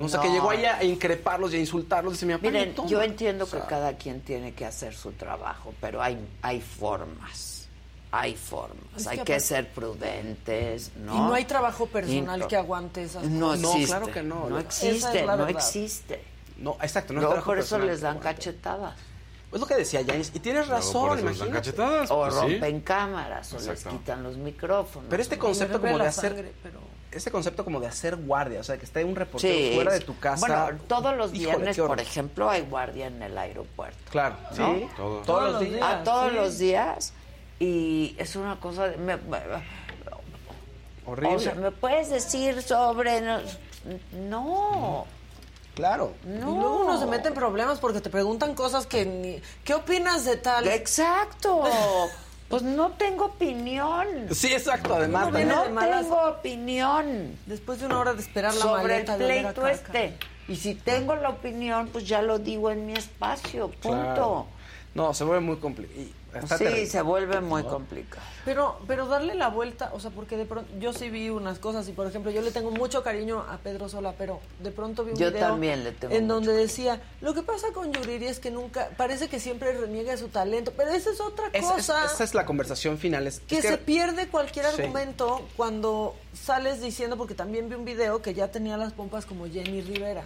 S7: O sea, que
S1: No.
S7: llegó allá a increparlos y a insultarlos, dice, mi papá ni
S1: Miren,
S7: toma".
S1: yo entiendo
S7: O sea,
S1: que cada quien tiene que hacer su trabajo, pero hay, hay formas. Hay formas.
S10: Es que
S1: hay que,
S10: aparte-
S1: ser prudentes, ¿no?
S10: Y no hay trabajo personal
S1: Intro-
S10: que aguante esas
S1: No
S10: cosas.
S1: existe.
S10: claro que no.
S1: No
S10: Esa
S1: existe,
S10: es la
S1: no
S10: verdad.
S1: existe.
S7: No, exacto, no es
S1: Luego
S7: trabajo
S1: por eso
S7: personal
S1: les
S7: que
S1: dan
S7: aguante.
S1: cachetadas.
S7: Es lo que decía James, y tienes
S1: Luego por
S7: razón,
S1: eso les dan
S7: imagínate.
S1: cachetadas, O pues sí. rompen cámaras, o les Exacto. quitan los micrófonos.
S7: Pero este
S1: ¿no?
S7: concepto
S1: Me
S7: como
S1: hierve
S7: de
S1: la
S7: hacer
S1: sangre,
S7: este concepto como de hacer guardia, o sea, que esté un reportero fuera de tu casa.
S1: Bueno, todos los
S7: Híjole,
S1: viernes,
S7: qué horror.
S1: por ejemplo, hay guardia en el aeropuerto.
S7: Claro,
S1: ¿no?
S7: sí, todos, los días.
S1: Ah, todos los días. Y es una cosa. de- me- me-
S7: Horrible.
S1: O sea, ¿me puedes decir sobre.? No. no.
S7: Claro.
S1: No.
S10: Y luego uno se mete en problemas porque te preguntan cosas que ni... ¿Qué opinas de tal?
S1: Exacto. pues no tengo opinión.
S7: Sí, exacto, además.
S1: No,
S7: también.
S1: no tengo opinión.
S10: Después de una hora de esperar la
S1: sobre
S10: maleta
S1: el
S10: de oler a
S1: pleito
S10: caca.
S1: este. Y si tengo la opinión, pues ya lo digo en mi espacio, punto.
S7: Claro. No, se vuelve muy complicado.
S1: Sí, se vuelve muy complicado.
S10: Pero, pero darle la vuelta, o sea, porque de pronto yo sí vi unas cosas y por ejemplo yo le tengo mucho cariño a Pedro Sola, pero de pronto vi un
S1: Yo
S10: video
S1: también le tengo
S10: en
S1: mucho
S10: donde decía lo que pasa con Yuriri es que nunca parece que siempre reniega de su talento, pero esa es otra
S7: Esa es,
S10: cosa
S7: esa es la conversación final. Es,
S10: que,
S7: es
S10: se pierde cualquier
S7: Sí.
S10: argumento cuando sales diciendo porque también vi un video que ya tenía las pompas como Jenny Rivera.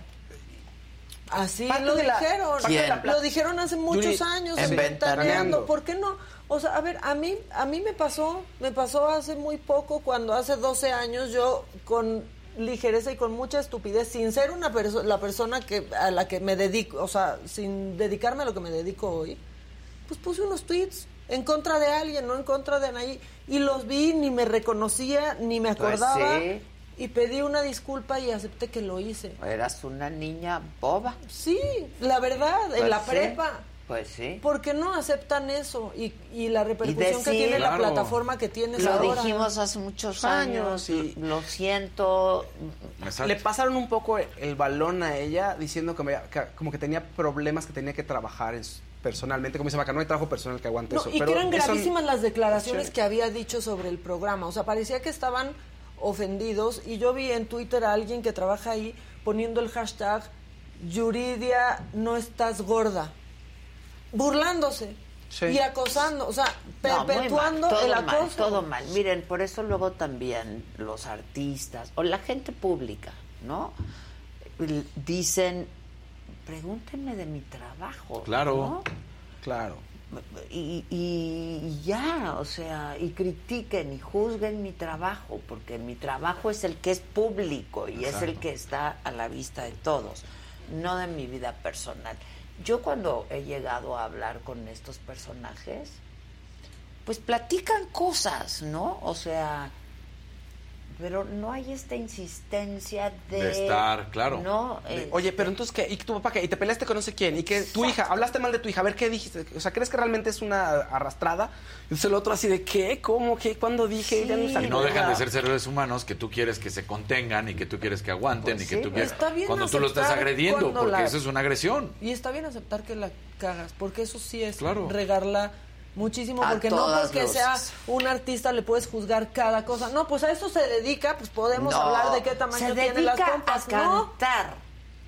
S10: Así
S7: Parte
S10: lo
S7: de la-
S10: dijeron,
S7: parte de la
S10: lo dijeron hace
S7: Yuri,
S10: muchos años,
S7: en
S10: en
S7: Ventaneando.
S10: Ventaneando, ¿por qué no? O sea, a ver, a mí, a mí me pasó, me pasó hace muy poco, cuando hace 12 años yo con ligereza y con mucha estupidez, sin ser una perso- la persona que a la que me dedico, o sea, sin dedicarme a lo que me dedico hoy, pues puse unos tweets en contra de alguien, no en contra de nadie, y los vi, ni me reconocía, ni me
S1: Pues
S10: acordaba,
S1: sí.
S10: y pedí una disculpa y acepté que lo hice.
S1: Eras una niña boba.
S10: Sí, la verdad,
S1: Pues
S10: en la
S1: sí.
S10: prepa.
S1: Pues sí.
S10: ¿Por qué no aceptan eso? Y, y la repercusión que
S1: decir-
S10: tiene
S1: Claro.
S10: la plataforma que tienes
S1: Lo
S10: ahora.
S1: dijimos hace muchos años,
S7: y
S1: lo siento.
S7: Le pasaron un poco el balón a ella diciendo que, me- que- como que tenía problemas que tenía que trabajar en su- personalmente. Como dice Maca, no hay trabajo personal que aguante
S10: No,
S7: eso.
S10: y
S7: pero
S10: que eran
S7: eso-
S10: gravísimas las declaraciones
S7: Sí.
S10: que había dicho sobre el programa. O sea, parecía que estaban ofendidos. Y yo vi en Twitter a alguien que trabaja ahí poniendo el hashtag Yuridia no estás gorda. Burlándose.
S1: Sí.
S10: Y acosando. O sea,
S1: No, muy mal,
S10: perpetuando
S1: todo
S10: el
S1: mal,
S10: acoso.
S1: todo mal. Miren, por eso luego también los artistas o la gente pública, ¿no? L- Dicen, pregúntenme de mi trabajo.
S7: Claro,
S1: ¿no?
S7: claro.
S1: Y, y ya, o sea, y critiquen y juzguen mi trabajo, porque mi trabajo es el que es público y es
S8: Exacto.
S1: el que está a la vista de todos, no de mi vida personal. Yo cuando he llegado a hablar con estos personajes, pues platican cosas, ¿no? O sea, pero no hay esta insistencia de...
S7: De estar, claro.
S1: No,
S7: De,
S1: Eh,
S7: Oye, pero entonces, ¿qué? ¿Y tu papá qué? ¿Y te peleaste con no sé quién? ¿Y que tu hija? ¿Hablaste mal de tu hija? A ver, ¿qué dijiste? O sea, ¿crees que realmente es una arrastrada? Entonces el otro así de, ¿qué? ¿Cómo? ¿Qué? ¿Cuándo dije? Ya se
S9: Y no
S7: acuerda.
S9: dejan de ser seres humanos que tú quieres que se contengan y que tú quieres que aguanten y que
S10: sí,
S9: tú quieres.
S10: está bien
S9: cuando tú lo estás
S10: aceptar
S9: agrediendo,
S10: cuando
S9: porque
S10: la-
S9: eso es una agresión.
S10: Y está bien aceptar que la cagas, porque eso sí es
S9: Claro.
S10: regarla muchísimo,
S1: A
S10: porque no
S1: todas
S10: porque
S1: luces.
S10: sea un artista le puedes juzgar cada cosa. No, pues a eso se dedica, pues podemos
S1: No,
S10: hablar de qué
S1: se
S10: tamaño tiene las
S1: dedica
S10: pompas,
S1: a
S10: ¿no?
S1: cantar.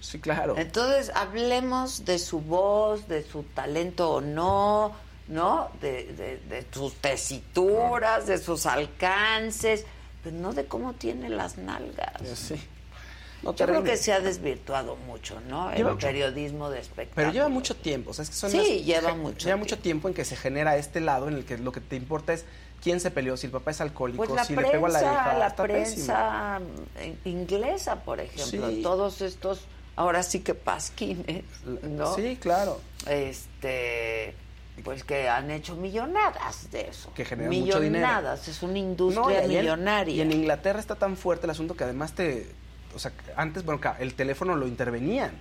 S7: Sí, claro.
S1: Entonces, hablemos de su voz, de su talento o no, ¿no? De, de- de sus tesituras, de sus alcances, pero no de cómo tiene las nalgas. Yo creo
S7: terrible.
S1: que se ha desvirtuado mucho, ¿no? El
S7: Lleva-
S1: periodismo de espectáculo.
S7: Pero lleva mucho tiempo, o sea, es que son
S1: Sí,
S7: las-
S1: lleva
S7: ge-
S1: mucho
S7: lleva mucho tiempo en que se genera este lado en el que lo que te importa es quién se peleó, si el papá es alcohólico,
S1: Pues la
S7: si
S1: prensa,
S7: le pegó a la hija,
S1: la
S7: está pésimo.
S1: prensa eh, inglesa, por ejemplo,
S7: Sí.
S1: todos estos, ahora sí que pasquines, ¿no?
S7: Sí, claro.
S1: Este, pues que han hecho millonadas de eso.
S7: que genera mucho dinero.
S1: millonadas, es una industria
S7: No, y ahí en-
S1: millonaria.
S7: Y en Inglaterra está tan fuerte el asunto que además te, o sea, antes bueno, ca- el teléfono lo intervenían.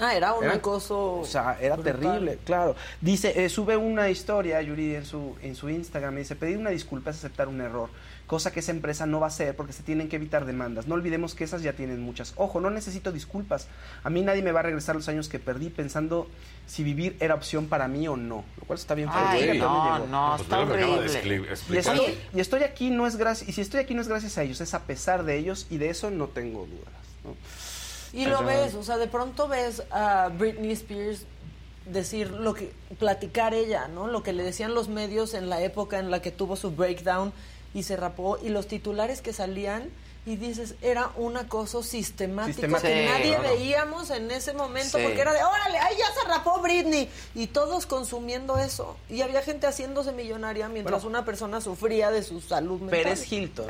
S10: Ah, era un
S7: Era-
S10: acoso.
S7: O sea, era
S10: brutal.
S7: terrible, claro. Dice, eh, sube una historia, Yuri, en su, en su Instagram, y dice, pedir una disculpa es aceptar un error, cosa que esa empresa no va a hacer porque se tienen que evitar demandas. No olvidemos que esas ya tienen muchas. Ojo, no necesito disculpas. A mí nadie me va a regresar los años que perdí pensando si vivir era opción para mí o no, lo cual está bien fuerte.
S1: Ay,
S7: Ella también
S1: no,
S7: llegó.
S1: no, Pues está yo lo que acaba de horrible. escri-
S7: Y
S1: explicar.
S7: estoy, y estoy aquí no es gracias, y si estoy aquí no es gracias a ellos, es a pesar de ellos, y de eso no tengo dudas. ¿no?
S10: Y lo
S7: Pero-
S10: ves, o sea, de pronto ves a Britney Spears decir lo que platicar ella, ¿no? Lo que le decían los medios en la época en la que tuvo su breakdown y se rapó y los titulares que salían y dices, era un acoso sistemático,
S7: Sistemático.
S10: que
S7: Sí,
S10: nadie
S7: claro.
S10: veíamos en ese momento
S7: Sí.
S10: porque era de, órale, ahí ya se rapó Britney y todos consumiendo eso y había gente haciéndose millonaria mientras
S7: Bueno.
S10: una persona sufría de su salud mental.
S7: Pérez
S1: Ah,
S7: Hilton.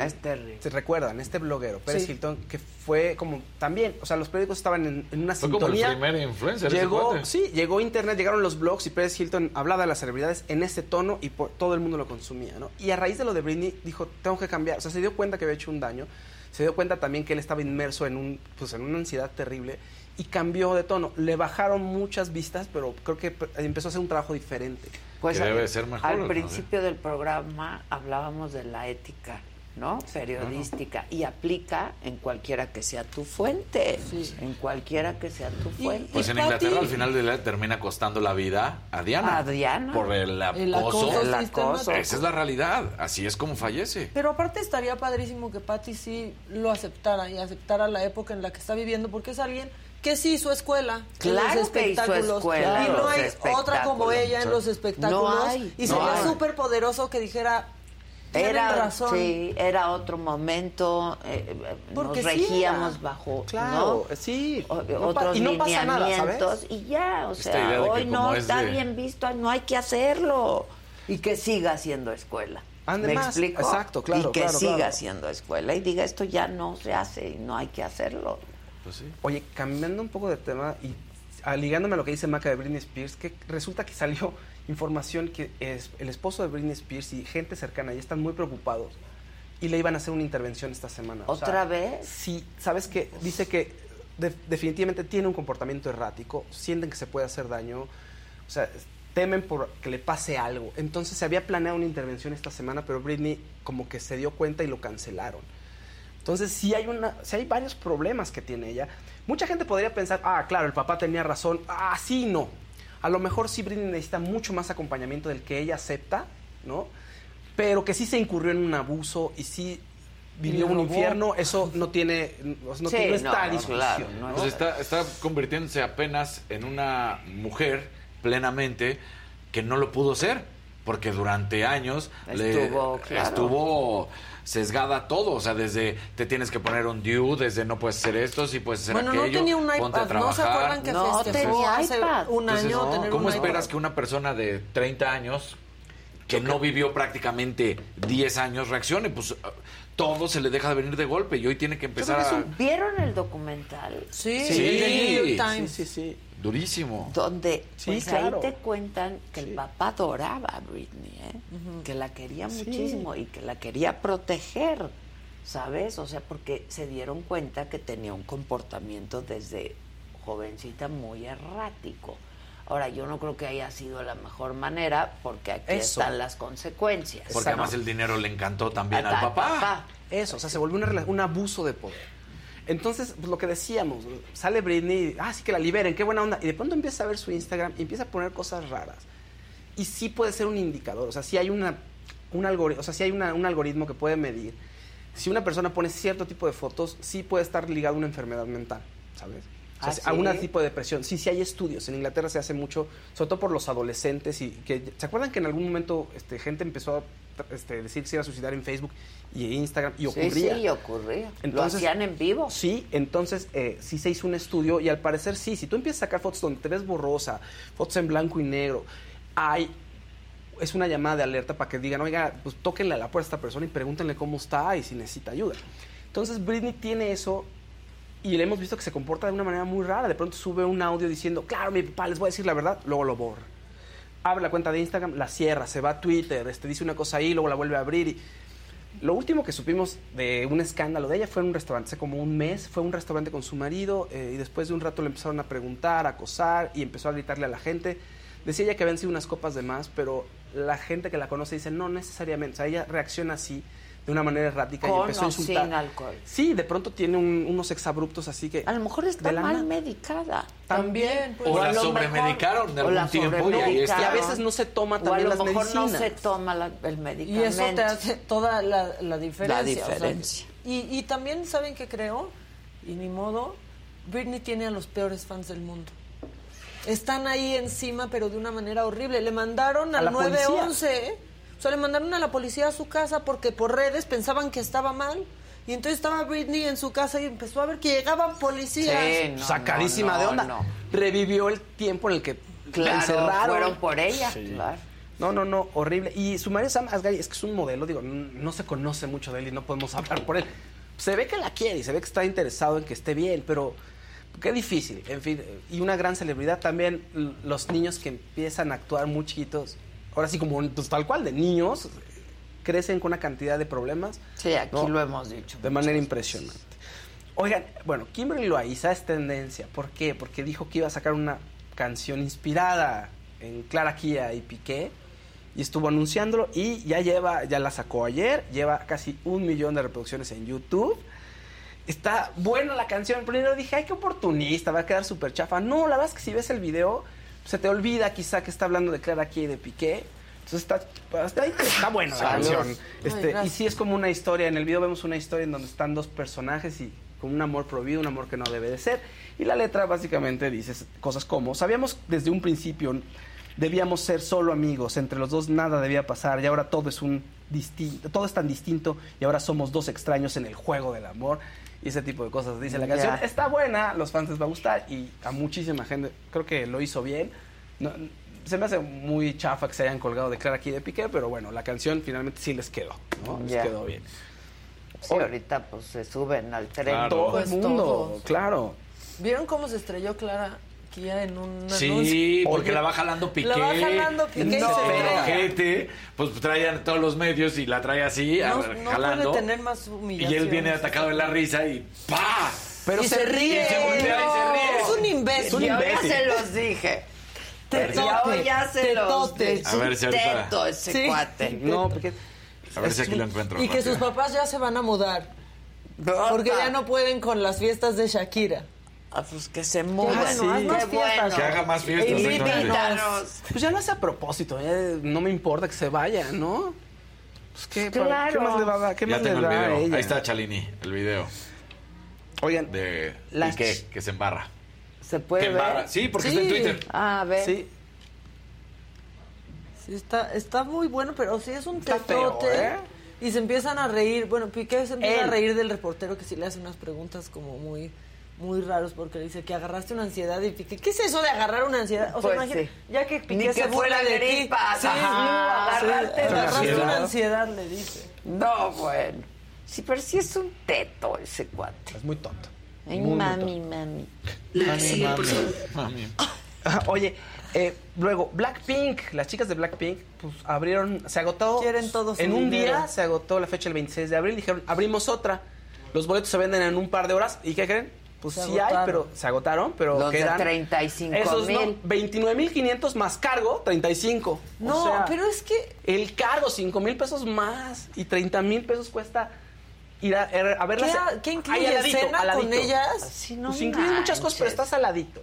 S7: ¿Se recuerdan? Este bloguero, Pérez
S10: Sí.
S7: Hilton, que fue como también, o sea, los periódicos estaban en, en una
S9: Fue como el
S7: sintonía.
S9: primer influencer, ese
S7: Llegó,
S9: cuate.
S7: sí, llegó internet, llegaron los blogs y Pérez Hilton hablaba de las celebridades en ese tono y por, todo el mundo lo consumía, ¿no? Y a raíz de lo de Britney dijo, tengo que cambiar. O sea, se dio cuenta que había hecho un daño, se dio cuenta también que él estaba inmerso en, un, pues, en una ansiedad terrible y cambió de tono. Le bajaron muchas vistas, pero creo que pe- empezó a hacer un trabajo diferente.
S1: Pues al- Al principio del programa hablábamos de la ética, ¿no? Periodística. Y aplica en cualquiera que sea tu fuente. En cualquiera que sea tu fuente.
S9: Pues en Inglaterra al final de la, termina costando la vida a Diana.
S1: A Diana.
S9: Por el acoso.
S10: El acoso El acoso.
S9: Esa es la realidad. Así es como fallece.
S10: Pero aparte estaría padrísimo que Patty sí lo aceptara y aceptara la época en la que está viviendo, porque es alguien que sí hizo escuela en
S1: Claro
S10: los
S1: que hizo
S10: espectáculos
S1: escuela
S10: y
S1: en
S10: no
S1: los
S10: hay otra como
S1: espectáculos.
S10: ella en los
S1: No
S10: espectáculos
S1: hay,
S10: y
S1: no
S10: sería
S1: hay.
S10: súper poderoso que dijera "Tienen
S1: Era,
S10: razón.
S1: sí, era otro momento, eh, eh,
S10: Porque
S1: nos
S10: sí
S1: regíamos
S10: era.
S1: bajo
S10: Claro,
S1: ¿no?
S7: sí,
S1: O- eh,
S10: no pa-
S1: otros
S10: y no pasa nada,
S1: lineamientos
S10: ¿sabes?
S1: y ya, o
S9: Esta
S1: sea,
S9: idea de que
S1: hoy no
S9: como es
S1: está
S9: de-
S1: bien visto, ay, no hay que hacerlo y que siga siendo escuela. ¿Me
S7: Además,
S1: explico?
S7: exacto, claro,
S1: Y que
S7: claro,
S1: siga
S7: claro.
S1: siendo escuela y diga esto ya no se hace y no hay que hacerlo.
S9: Pues
S7: Oye, cambiando un poco de tema y ah, ligándome a lo que dice Maca de Britney Spears, que resulta que salió información que es, el esposo de Britney Spears y gente cercana ya están muy preocupados y le iban a hacer una intervención esta semana. O sea,
S1: ¿Otra vez?
S7: Sí, sabes que dice que de- definitivamente tiene un comportamiento errático, sienten que se puede hacer daño. O sea, es- temen por que le pase algo. Entonces se había planeado una intervención esta semana, pero Britney como que se dio cuenta y lo cancelaron. Entonces sí hay, una, sí hay varios problemas que tiene ella. Mucha gente podría pensar, ah, claro, el papá tenía razón, ah, sí, no. A lo mejor sí Britney necesita mucho más acompañamiento del que ella acepta, ¿no? Pero que sí se incurrió en un abuso y sí vivió
S9: Y lo
S7: un
S9: robó.
S7: infierno, eso no tiene, no, no tiene esta discusión. ¿no?
S9: Pues está, está convirtiéndose apenas en una mujer plenamente que no lo pudo ser, porque durante años le-
S1: Estuvo, claro.
S9: estuvo sesgada todo, o sea, desde te tienes que poner un due, desde no puedes hacer esto, si puedes hacer
S10: Bueno, no
S9: aquello,
S10: tenía un
S9: ponte a
S10: iPad, ¿no? ¿Se
S9: trabajar.
S10: acuerdan que No festejó tenía hace iPad. un año tener
S9: ¿Cómo
S10: un
S9: esperas
S10: iPad?
S9: que una persona de 30 años que no vivió prácticamente 10 años reaccione? Pues ah, todo se le deja de venir de golpe y hoy tiene que empezar a...
S1: ¿Vieron el documental?
S10: Sí,
S9: Sí. el del New York Times.
S7: Sí, sí, sí.
S9: Durísimo.
S1: Donde
S9: Sí,
S1: pues,
S9: claro.
S1: ahí te cuentan que el papá adoraba a Britney, ¿eh? que la quería
S10: Sí.
S1: muchísimo y que la quería proteger, ¿sabes? O sea, porque se dieron cuenta que tenía un comportamiento desde jovencita muy errático. Ahora, yo no creo que haya sido la mejor manera porque aquí
S7: Eso.
S1: están las consecuencias.
S9: Porque además el dinero le encantó también
S10: Ah,
S9: al papá.
S7: Eso, o sea, se volvió una rela- un abuso de poder. Entonces, pues, lo que decíamos, sale Britney, ah, sí que la liberen, qué buena onda. Y de pronto empieza a ver su Instagram y empieza a poner cosas raras. Y sí puede ser un indicador, o sea, sí hay, una, un, algori- o sea, sí hay una- un algoritmo que puede medir. Si una persona pone cierto tipo de fotos, sí puede estar ligado a una enfermedad mental, ¿sabes? O sea,
S10: ¿Ah, sí?
S7: algún tipo de depresión. Sí, sí hay estudios. En Inglaterra se hace mucho, sobre todo por los adolescentes. y que ¿Se acuerdan que en algún momento este, gente empezó a este, decir que se iba a suicidar en Facebook y Instagram? Y
S1: Sí,
S7: ocurría.
S1: sí, y ocurría.
S7: Entonces-
S1: Lo hacían en vivo.
S7: Sí, entonces eh, sí se hizo un estudio y al parecer sí, si tú empiezas a sacar fotos donde te ves borrosa, fotos en blanco y negro, hay es una llamada de alerta para que digan, oiga, pues tóquenle a la puerta a esta persona y pregúntenle cómo está y si necesita ayuda. Entonces Britney tiene eso y le hemos visto que se comporta de una manera muy rara. De pronto sube un audio diciendo, claro, mi papá, les voy a decir la verdad, luego lo borra. Abre la cuenta de Instagram, la cierra, se va a Twitter, este, dice una cosa ahí, luego la vuelve a abrir. y- Lo último que supimos de un escándalo de ella fue en un restaurante, hace como un mes, fue a un restaurante con su marido eh, y después de un rato le empezaron a preguntar, a acosar y empezó a gritarle a la gente. Decía ella que habían sido unas copas de más, pero la gente que la conoce dice no necesariamente, o sea, ella reacciona así, de una manera errática y
S1: Con
S7: empezó a
S1: o
S7: insultar.
S1: sin alcohol.
S7: Sí, de pronto tiene un- unos exabruptos así que...
S1: A lo mejor está
S7: de la
S1: mal
S7: nada.
S1: medicada.
S7: También, pues.
S9: o
S7: O a
S9: la
S7: lo
S9: sobremedicaron de
S7: mejor- o la
S9: algún tiempo. y ahí está.
S7: sobremedicaron. Y a veces no se toma
S1: O
S7: también
S1: a
S7: las
S1: lo mejor no
S7: medicinas.
S1: se toma la- el
S10: Y
S1: medicamento.
S10: eso te hace toda la, la diferencia.
S1: La
S10: o sea,
S1: diferencia.
S10: y, y también, ¿saben qué creo? Y ni modo, Britney tiene a los peores fans del mundo. Están ahí encima, pero de una manera horrible. Le mandaron
S7: A
S10: al
S7: la policía.
S10: 911, ¿eh? o sea, le mandaron a la policía a su casa porque por redes pensaban que estaba mal. Y entonces estaba Britney en su casa y empezó a ver que llegaban policías.
S1: Sí, no,
S7: Sacadísima
S1: no,
S7: de onda.
S1: no.
S7: Revivió el tiempo en el que
S1: Claro,
S7: la encerraron.
S1: fueron por ella,
S7: Sí.
S1: claro.
S7: No, no, no, horrible. Y su marido Sam Asghari es que es un modelo, digo, n- no se conoce mucho de él y no podemos hablar por él. Se ve que la quiere y se ve que está interesado en que esté bien, pero qué difícil. En fin, y una gran celebridad también, l- los niños que empiezan a actuar muy chiquitos, ahora sí como pues, tal cual, de niños, crecen con una cantidad de problemas.
S1: Sí, aquí
S7: ¿no?
S1: lo hemos dicho.
S7: De manera impresionante. Oigan, bueno, Kimberly Loaiza es tendencia. ¿Por qué? Porque dijo que iba a sacar una canción inspirada en Clara Kia y Piqué. Y estuvo anunciándolo y ya lleva, ya la sacó ayer, lleva casi un millón de reproducciones en YouTube. Está buena la canción. Primero dije, ay, qué oportunista, va a quedar súper chafa. No, la verdad es que si ves el video, se te olvida quizá que está hablando de Clara Kia y de Piqué. Entonces está, está, está buena la
S10: Saludos.
S7: canción. Este,
S10: Ay, gracias.
S7: y sí es como una historia. En el video vemos una historia en donde están dos personajes y con un amor prohibido, un amor que no debe de ser. Y la letra básicamente dice cosas como, sabíamos desde un principio, debíamos ser solo amigos, entre los dos nada debía pasar y ahora todo es un distinto, todo es tan distinto y ahora somos dos extraños en el juego del amor. Y ese tipo de cosas dice la
S10: Ya.
S7: canción. Está buena, los fans les va a gustar y a muchísima gente creo que lo hizo bien. No- se me hace muy chafa que se hayan colgado de Clara aquí de Piqué, pero bueno, la canción finalmente sí les quedó, ¿no?
S1: Ya.
S7: Les quedó bien.
S1: Sí, ahorita pues se suben al tren.
S7: Claro. Todo
S10: Pues
S7: el mundo,
S10: todos.
S7: claro.
S10: ¿Vieron cómo se estrelló Clara Kia en un
S9: Sí,
S10: anuncio?
S9: porque la va jalando Piqué.
S10: La va jalando Piqué y se
S9: No,
S10: estrella.
S9: gente, pues traían todos los medios y la trae así, a-
S10: No, no
S9: jalando.
S10: puede tener más
S9: y
S10: humillación.
S9: él viene atacado de la risa y ¡pa!
S10: Pero Y se se- ríe.
S9: Y se voltea y se
S10: No,
S9: ríe.
S10: es un imbécil.
S1: Y ahora
S10: imbécil.
S1: se los dije. Tetote. Ya se los
S10: Tetote.
S1: A ver si ahorita- Teto ese cuate.
S7: No, porque.
S9: A ver si aquí lo encuentro.
S10: Y que sus papás ya se van a mudar. Porque ya no pueden con las fiestas de Shakira.
S1: Ah, pues que se
S10: mudan.
S7: Ah,
S1: sí. Qué bueno.
S9: Que haga más fiestas,
S7: Ey,
S9: exactamente.
S1: Invítanos.
S7: Pues ya lo hace a propósito, eh, no me importa que se vaya, ¿no? Pues qué,
S1: Claro.
S7: ¿qué más le va a dar? ¿Qué
S9: Ya
S7: más le
S9: tengo el
S7: da a
S9: video.
S7: ella?
S9: Ahí está Chalini, el video.
S7: Oigan,
S9: de
S7: las-
S9: Piqué, que se embarra.
S10: ¿Se
S9: puede Que ver? embarra. Sí, porque está en Twitter.
S10: Ah, a ver.
S7: Sí.
S10: Sí, está, está muy bueno, pero sí es un
S7: Está feo,
S10: tetote.
S7: ¿eh?
S10: Y se empiezan a reír. Bueno, Piqué se empieza
S7: Él.
S10: a reír del reportero que sí le hace unas preguntas como muy muy raros porque le dice que agarraste una ansiedad y Piqué, ¿qué es eso de agarrar una ansiedad? O sea,
S1: Pues
S10: imagínate,
S1: sí.
S10: ya que Piqué
S1: Ni
S10: se
S1: que fuera
S10: burla de ti.
S1: gripa,
S10: Sí,
S1: ajá.
S10: no,
S1: Sí,
S10: agarraste, agarraste
S1: ansiedad.
S10: una ansiedad, le dice.
S1: No, bueno. Sí, pero sí es un teto ese cuate.
S7: Es muy tonto.
S1: Ay,
S7: Muy
S1: mami, mami. Ah,
S7: Mami,
S8: Ah.
S7: mami. Oye, eh, luego, Blackpink, las chicas de Blackpink, pues abrieron, se agotó.
S10: Quieren todo su
S7: En un
S10: dinero.
S7: día se agotó la fecha el 26 de abril, dijeron, abrimos otra. Los boletos se venden en un par de horas, ¿y qué creen? Pues
S10: Se
S7: sí
S10: agotaron.
S7: hay, pero se agotaron, pero
S1: Los de
S7: quedan.
S1: 35
S7: Esos no,
S1: mil.
S7: 29.500 más cargo, 35.
S10: No,
S7: O sea,
S10: pero es que
S7: El cargo, 5 mil pesos más y 30 mil pesos cuesta ir a, er, a verlas.
S10: ¿Qué, qué incluye? ¿Cena con ellas? Así no
S7: pues incluye muchas cosas, pero
S10: manches.
S7: estás al ladito.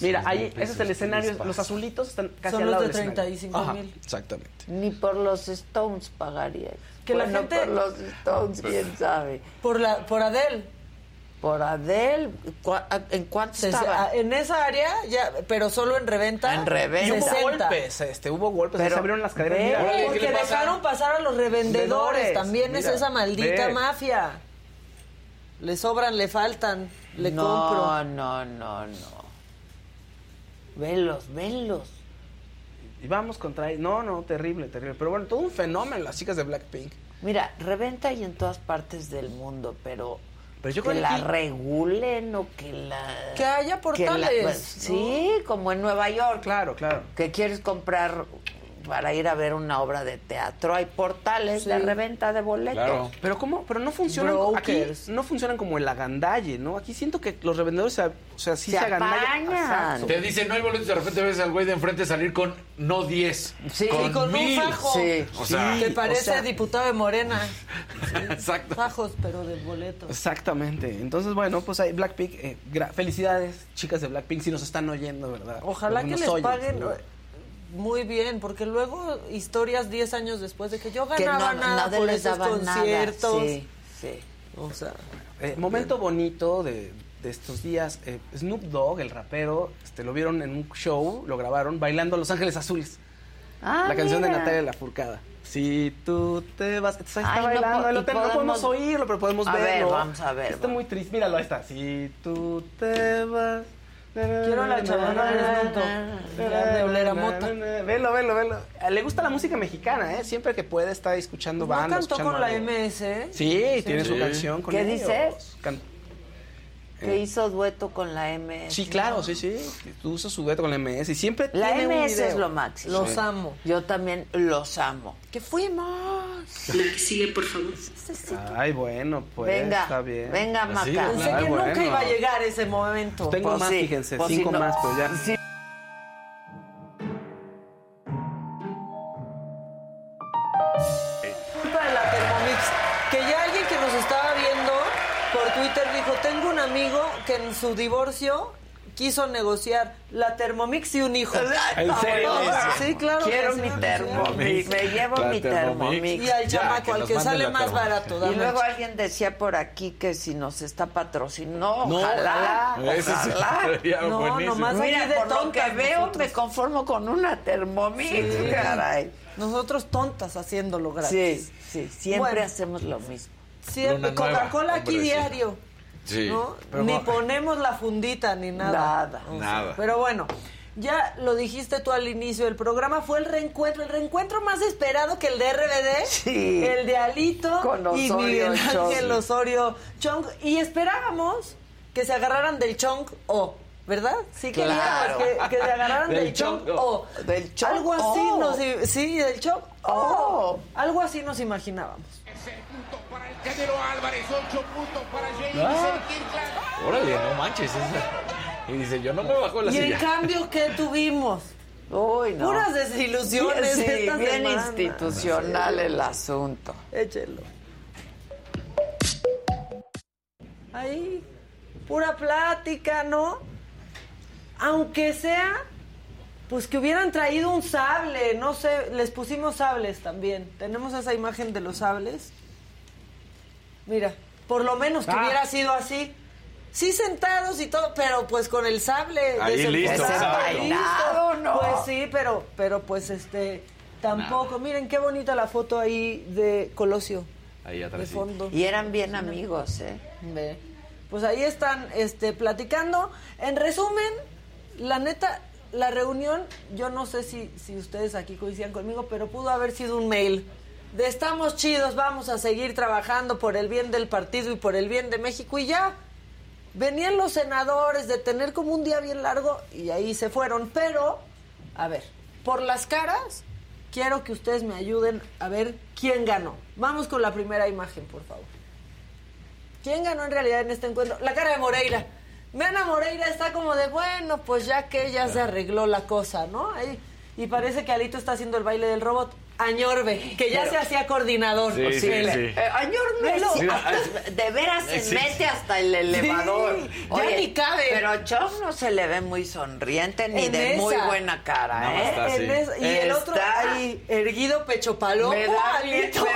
S7: Mira, ahí, ese es el escenario. Los azulitos están casi
S10: Son
S7: al
S10: los
S7: lado
S10: de
S7: del escenario.
S10: 35
S7: Ajá,
S10: mil.
S7: Exactamente.
S1: Ni por los Stones pagaría.
S10: Que la
S1: Bueno,
S10: gente-
S1: por los Stones, quién sabe.
S10: Por la, por Adele.
S1: Por Adele, ¿cua- a- ¿en cuánto
S10: Se-
S1: estaba?
S10: a- en esa área, ya, pero solo en reventa.
S1: En
S7: Y
S1: reventa.
S7: hubo
S10: 60.
S7: golpes, este, hubo golpes.
S1: Pero-
S7: se abrieron las cadenas.
S10: Ve,
S7: Mira, órale, ¿qué
S10: porque
S7: le pasa?
S10: dejaron pasar a los revendedores.
S7: Vendedores,
S10: También es
S7: mira,
S10: esa maldita
S7: ve.
S10: mafia. Le sobran, le faltan, le
S1: no,
S10: compro.
S1: no, no, no. Velos, velos.
S7: Y vamos contra ahí. No, no, terrible, terrible. Pero bueno, todo un fenómeno las chicas de Blackpink.
S1: Mira, reventa y en todas partes del mundo, pero,
S7: Pero yo
S1: que
S7: creo
S1: la
S7: que-
S1: regulen o que la...
S10: Que haya portales,
S1: pues,
S10: ¿no?
S1: Sí, como en Nueva York.
S7: Claro, claro.
S1: Que quieres comprar para ir a ver una obra de teatro. Hay portales de reventa de boletos.
S7: Pero cómo, pero no funcionan co-
S1: Brokers.
S7: aquí, no funcionan como el agandalle, ¿no? Aquí siento que los revendedores, se, a- o sea, sí
S1: Se
S7: se, agandallan.
S1: apañan.
S7: Exacto.
S9: Te dicen, no hay boletos, de repente ves al güey de enfrente salir con no 10.
S1: Sí,
S9: con,
S10: y con
S9: mil.
S10: un fajo.
S1: Sí.
S9: O sea,
S10: que parece
S1: o sea-
S10: diputado de Morena.
S7: Exacto.
S10: Fajos, pero de boletos.
S7: Exactamente. Entonces, bueno, pues ahí Blackpink, eh, gra- felicidades, chicas de Blackpink, si nos están oyendo, ¿verdad?
S10: Ojalá
S7: Porque
S10: que
S7: nos
S10: les
S7: oyen,
S10: paguen
S7: ¿no?
S10: eh, muy bien, porque luego historias 10 años después de que yo
S1: Que no,
S10: ganaba nada
S1: nadie
S10: por
S1: les
S10: esos
S1: daba
S10: conciertos.
S1: nada. Sí, sí.
S10: O sea,
S7: Eh, momento bonito de, de estos días. eh, Snoop Dogg, el rapero, este, lo vieron en un show, lo grabaron bailando Los Ángeles Azules.
S1: Ah,
S7: la canción de
S1: mira.
S7: Natalia Lafourcade. Si tú te vas, Entonces, ahí está
S1: Ay, no po-
S7: bailando, ahí lo
S1: y
S7: tenemos. no
S1: podemos-
S7: podemos oírlo, pero podemos
S1: A ver,
S7: verlo.
S1: vamos a ver,
S7: Está
S1: vamos.
S7: muy triste, míralo, ahí está. Si tú te vas. Quiero
S10: la chamarra de Snoop Dogg, la de Olera Mota.
S7: Velo, velo, velo. Eh, Le gusta la música mexicana, ¿eh? Siempre que puede está escuchando
S10: ¿no
S7: bandas.
S10: cantó
S7: escuchando
S10: con la
S7: algo.
S10: MS? ¿eh?
S7: Sí, tiene
S9: Sí.
S7: su canción con
S1: ¿Qué
S7: ellos.
S1: dice?
S7: Can- Eh,
S1: Que hizo dueto con la MS.
S7: Sí, claro, sí, sí. Usa su dueto con la MS y siempre
S1: La
S7: tiene un
S1: MS es
S7: video.
S1: lo máximo.
S10: Los amo.
S1: Yo también los amo.
S10: Que fuimos.
S12: La que sigue, por favor.
S7: Ay, bueno, pues
S1: venga,
S7: está bien.
S1: venga, Maca.
S7: Sí, claro,
S10: Pensé que
S7: bueno.
S10: nunca iba a llegar ese momento.
S7: Tengo
S1: Pues
S7: más,
S1: sí,
S7: fíjense,
S1: pues sí,
S7: cinco
S1: no.
S7: más, pero ya.
S10: culpa de la Thermomix. Que ya alguien que nos estaba viendo por Twitter dijo, tengo un amigo que en su divorcio quiso negociar la Thermomix y un hijo.
S1: ¿En serio?
S10: Sí, claro.
S1: Quiero
S10: que sí,
S1: mi
S10: sí.
S1: Thermomix. Me llevo
S9: La
S1: mi
S9: Thermomix.
S1: Thermomix.
S10: Y al
S9: Ya,
S10: chamaco,
S9: que
S10: al
S9: nos
S10: que
S9: mande
S10: sale
S9: la
S10: más
S9: Thermomix.
S10: barato.
S1: Y
S10: dame.
S1: luego alguien decía por aquí que si nos está patrocinando. No,
S9: No,
S1: ojalá.
S9: ojalá. Eso sí
S1: ojalá.
S9: sería
S10: No,
S9: buenísimo.
S10: nomás hay
S1: Mira,
S10: de
S1: por lo que
S10: tontas
S1: veo,
S10: nosotros.
S1: me conformo con una Thermomix,
S10: Sí.
S1: caray.
S10: Nosotros tontas haciéndolo gratis.
S1: Sí, sí, siempre
S10: Bueno.
S1: hacemos lo mismo.
S10: Siempre
S9: Pero una nueva,
S10: Coca-Cola aquí
S9: hombre, sí.
S10: diario.
S9: Sí.
S10: ¿no?
S7: Pero
S10: ni
S7: no-
S10: ponemos la fundita ni nada.
S1: Nada.
S10: O sea,
S9: Nada.
S10: Pero bueno, ya lo dijiste tú al inicio del programa, fue el reencuentro, el reencuentro más esperado que el de RBD,
S1: Sí.
S10: el de Alito
S1: Con
S10: y
S1: Osorio
S10: Miguel Ángel
S1: Chong.
S10: Osorio Chong. Y esperábamos que se agarraran del Chong O. ¿Verdad? Sí queríamos
S1: Claro.
S10: que, que se agarraran del,
S7: Del
S10: Chong
S7: Chong
S10: O.
S7: O.
S1: Del Chong
S10: Algo así
S1: O.
S10: nos... i- Sí, del Chong
S1: O.
S10: O. Algo así nos imaginábamos.
S9: Órale, no manches. esa- Y dice, yo no me bajo de la
S10: Y en
S9: silla.
S10: cambio, ¿qué tuvimos?
S1: Uy, no.
S10: Puras desilusiones
S1: Bien, sí,
S10: esta
S1: bien
S10: semana.
S1: institucional
S10: Sí.
S1: el asunto.
S10: Échelo. Ahí, pura plática, ¿no? Aunque sea, pues que hubieran traído un sable, no sé, les pusimos sables también. Tenemos esa imagen de los sables. Mira, por lo menos que
S1: Ah.
S10: hubiera sido así. Sí sentados y todo, pero pues con el sable
S9: Ahí listo,
S10: desenfundado,
S9: exacto.
S1: Desenvainado, ¿no?
S10: Pues sí, pero, pero pues este, tampoco. Miren qué bonita la foto ahí de Colosio.
S9: Ahí
S10: De
S9: atrás. sí.
S10: fondo.
S1: Y eran bien amigos, ¿eh?
S10: Ve. Pues ahí están este, platicando. En resumen, la neta, la reunión, yo no sé si, si ustedes aquí coincidan conmigo, pero pudo haber sido un mail. De estamos chidos, vamos a seguir trabajando por el bien del partido y por el bien de México y ya. Venían los senadores de tener como un día bien largo y ahí se fueron. Pero, a ver, por las caras, quiero que ustedes me ayuden a ver quién ganó. Vamos con la primera imagen, por favor. ¿Quién ganó en realidad en este encuentro? La cara de Moreira. Mena Moreira está como de, bueno, pues ya que ya se arregló la cosa, ¿no? Ahí- y parece que Alito está haciendo el baile del robot. Añorbe, que ya
S1: Pero-
S10: se hacía coordinador.
S1: Sí, sí,
S10: El-
S1: sí.
S10: eh, Añorbe,
S1: Mira,
S10: lo-
S1: hasta- de veras se
S10: Sí.
S1: mete hasta el elevador.
S10: Sí, ya ni cabe.
S1: Pero Chos no se le ve muy sonriente ni
S10: En
S1: de muy
S10: esa.
S1: buena cara,
S10: No,
S1: ¿eh?
S10: está así. En esa- y el otro ahí, erguido pecho palomo,
S1: Me da-
S10: Alito.
S1: me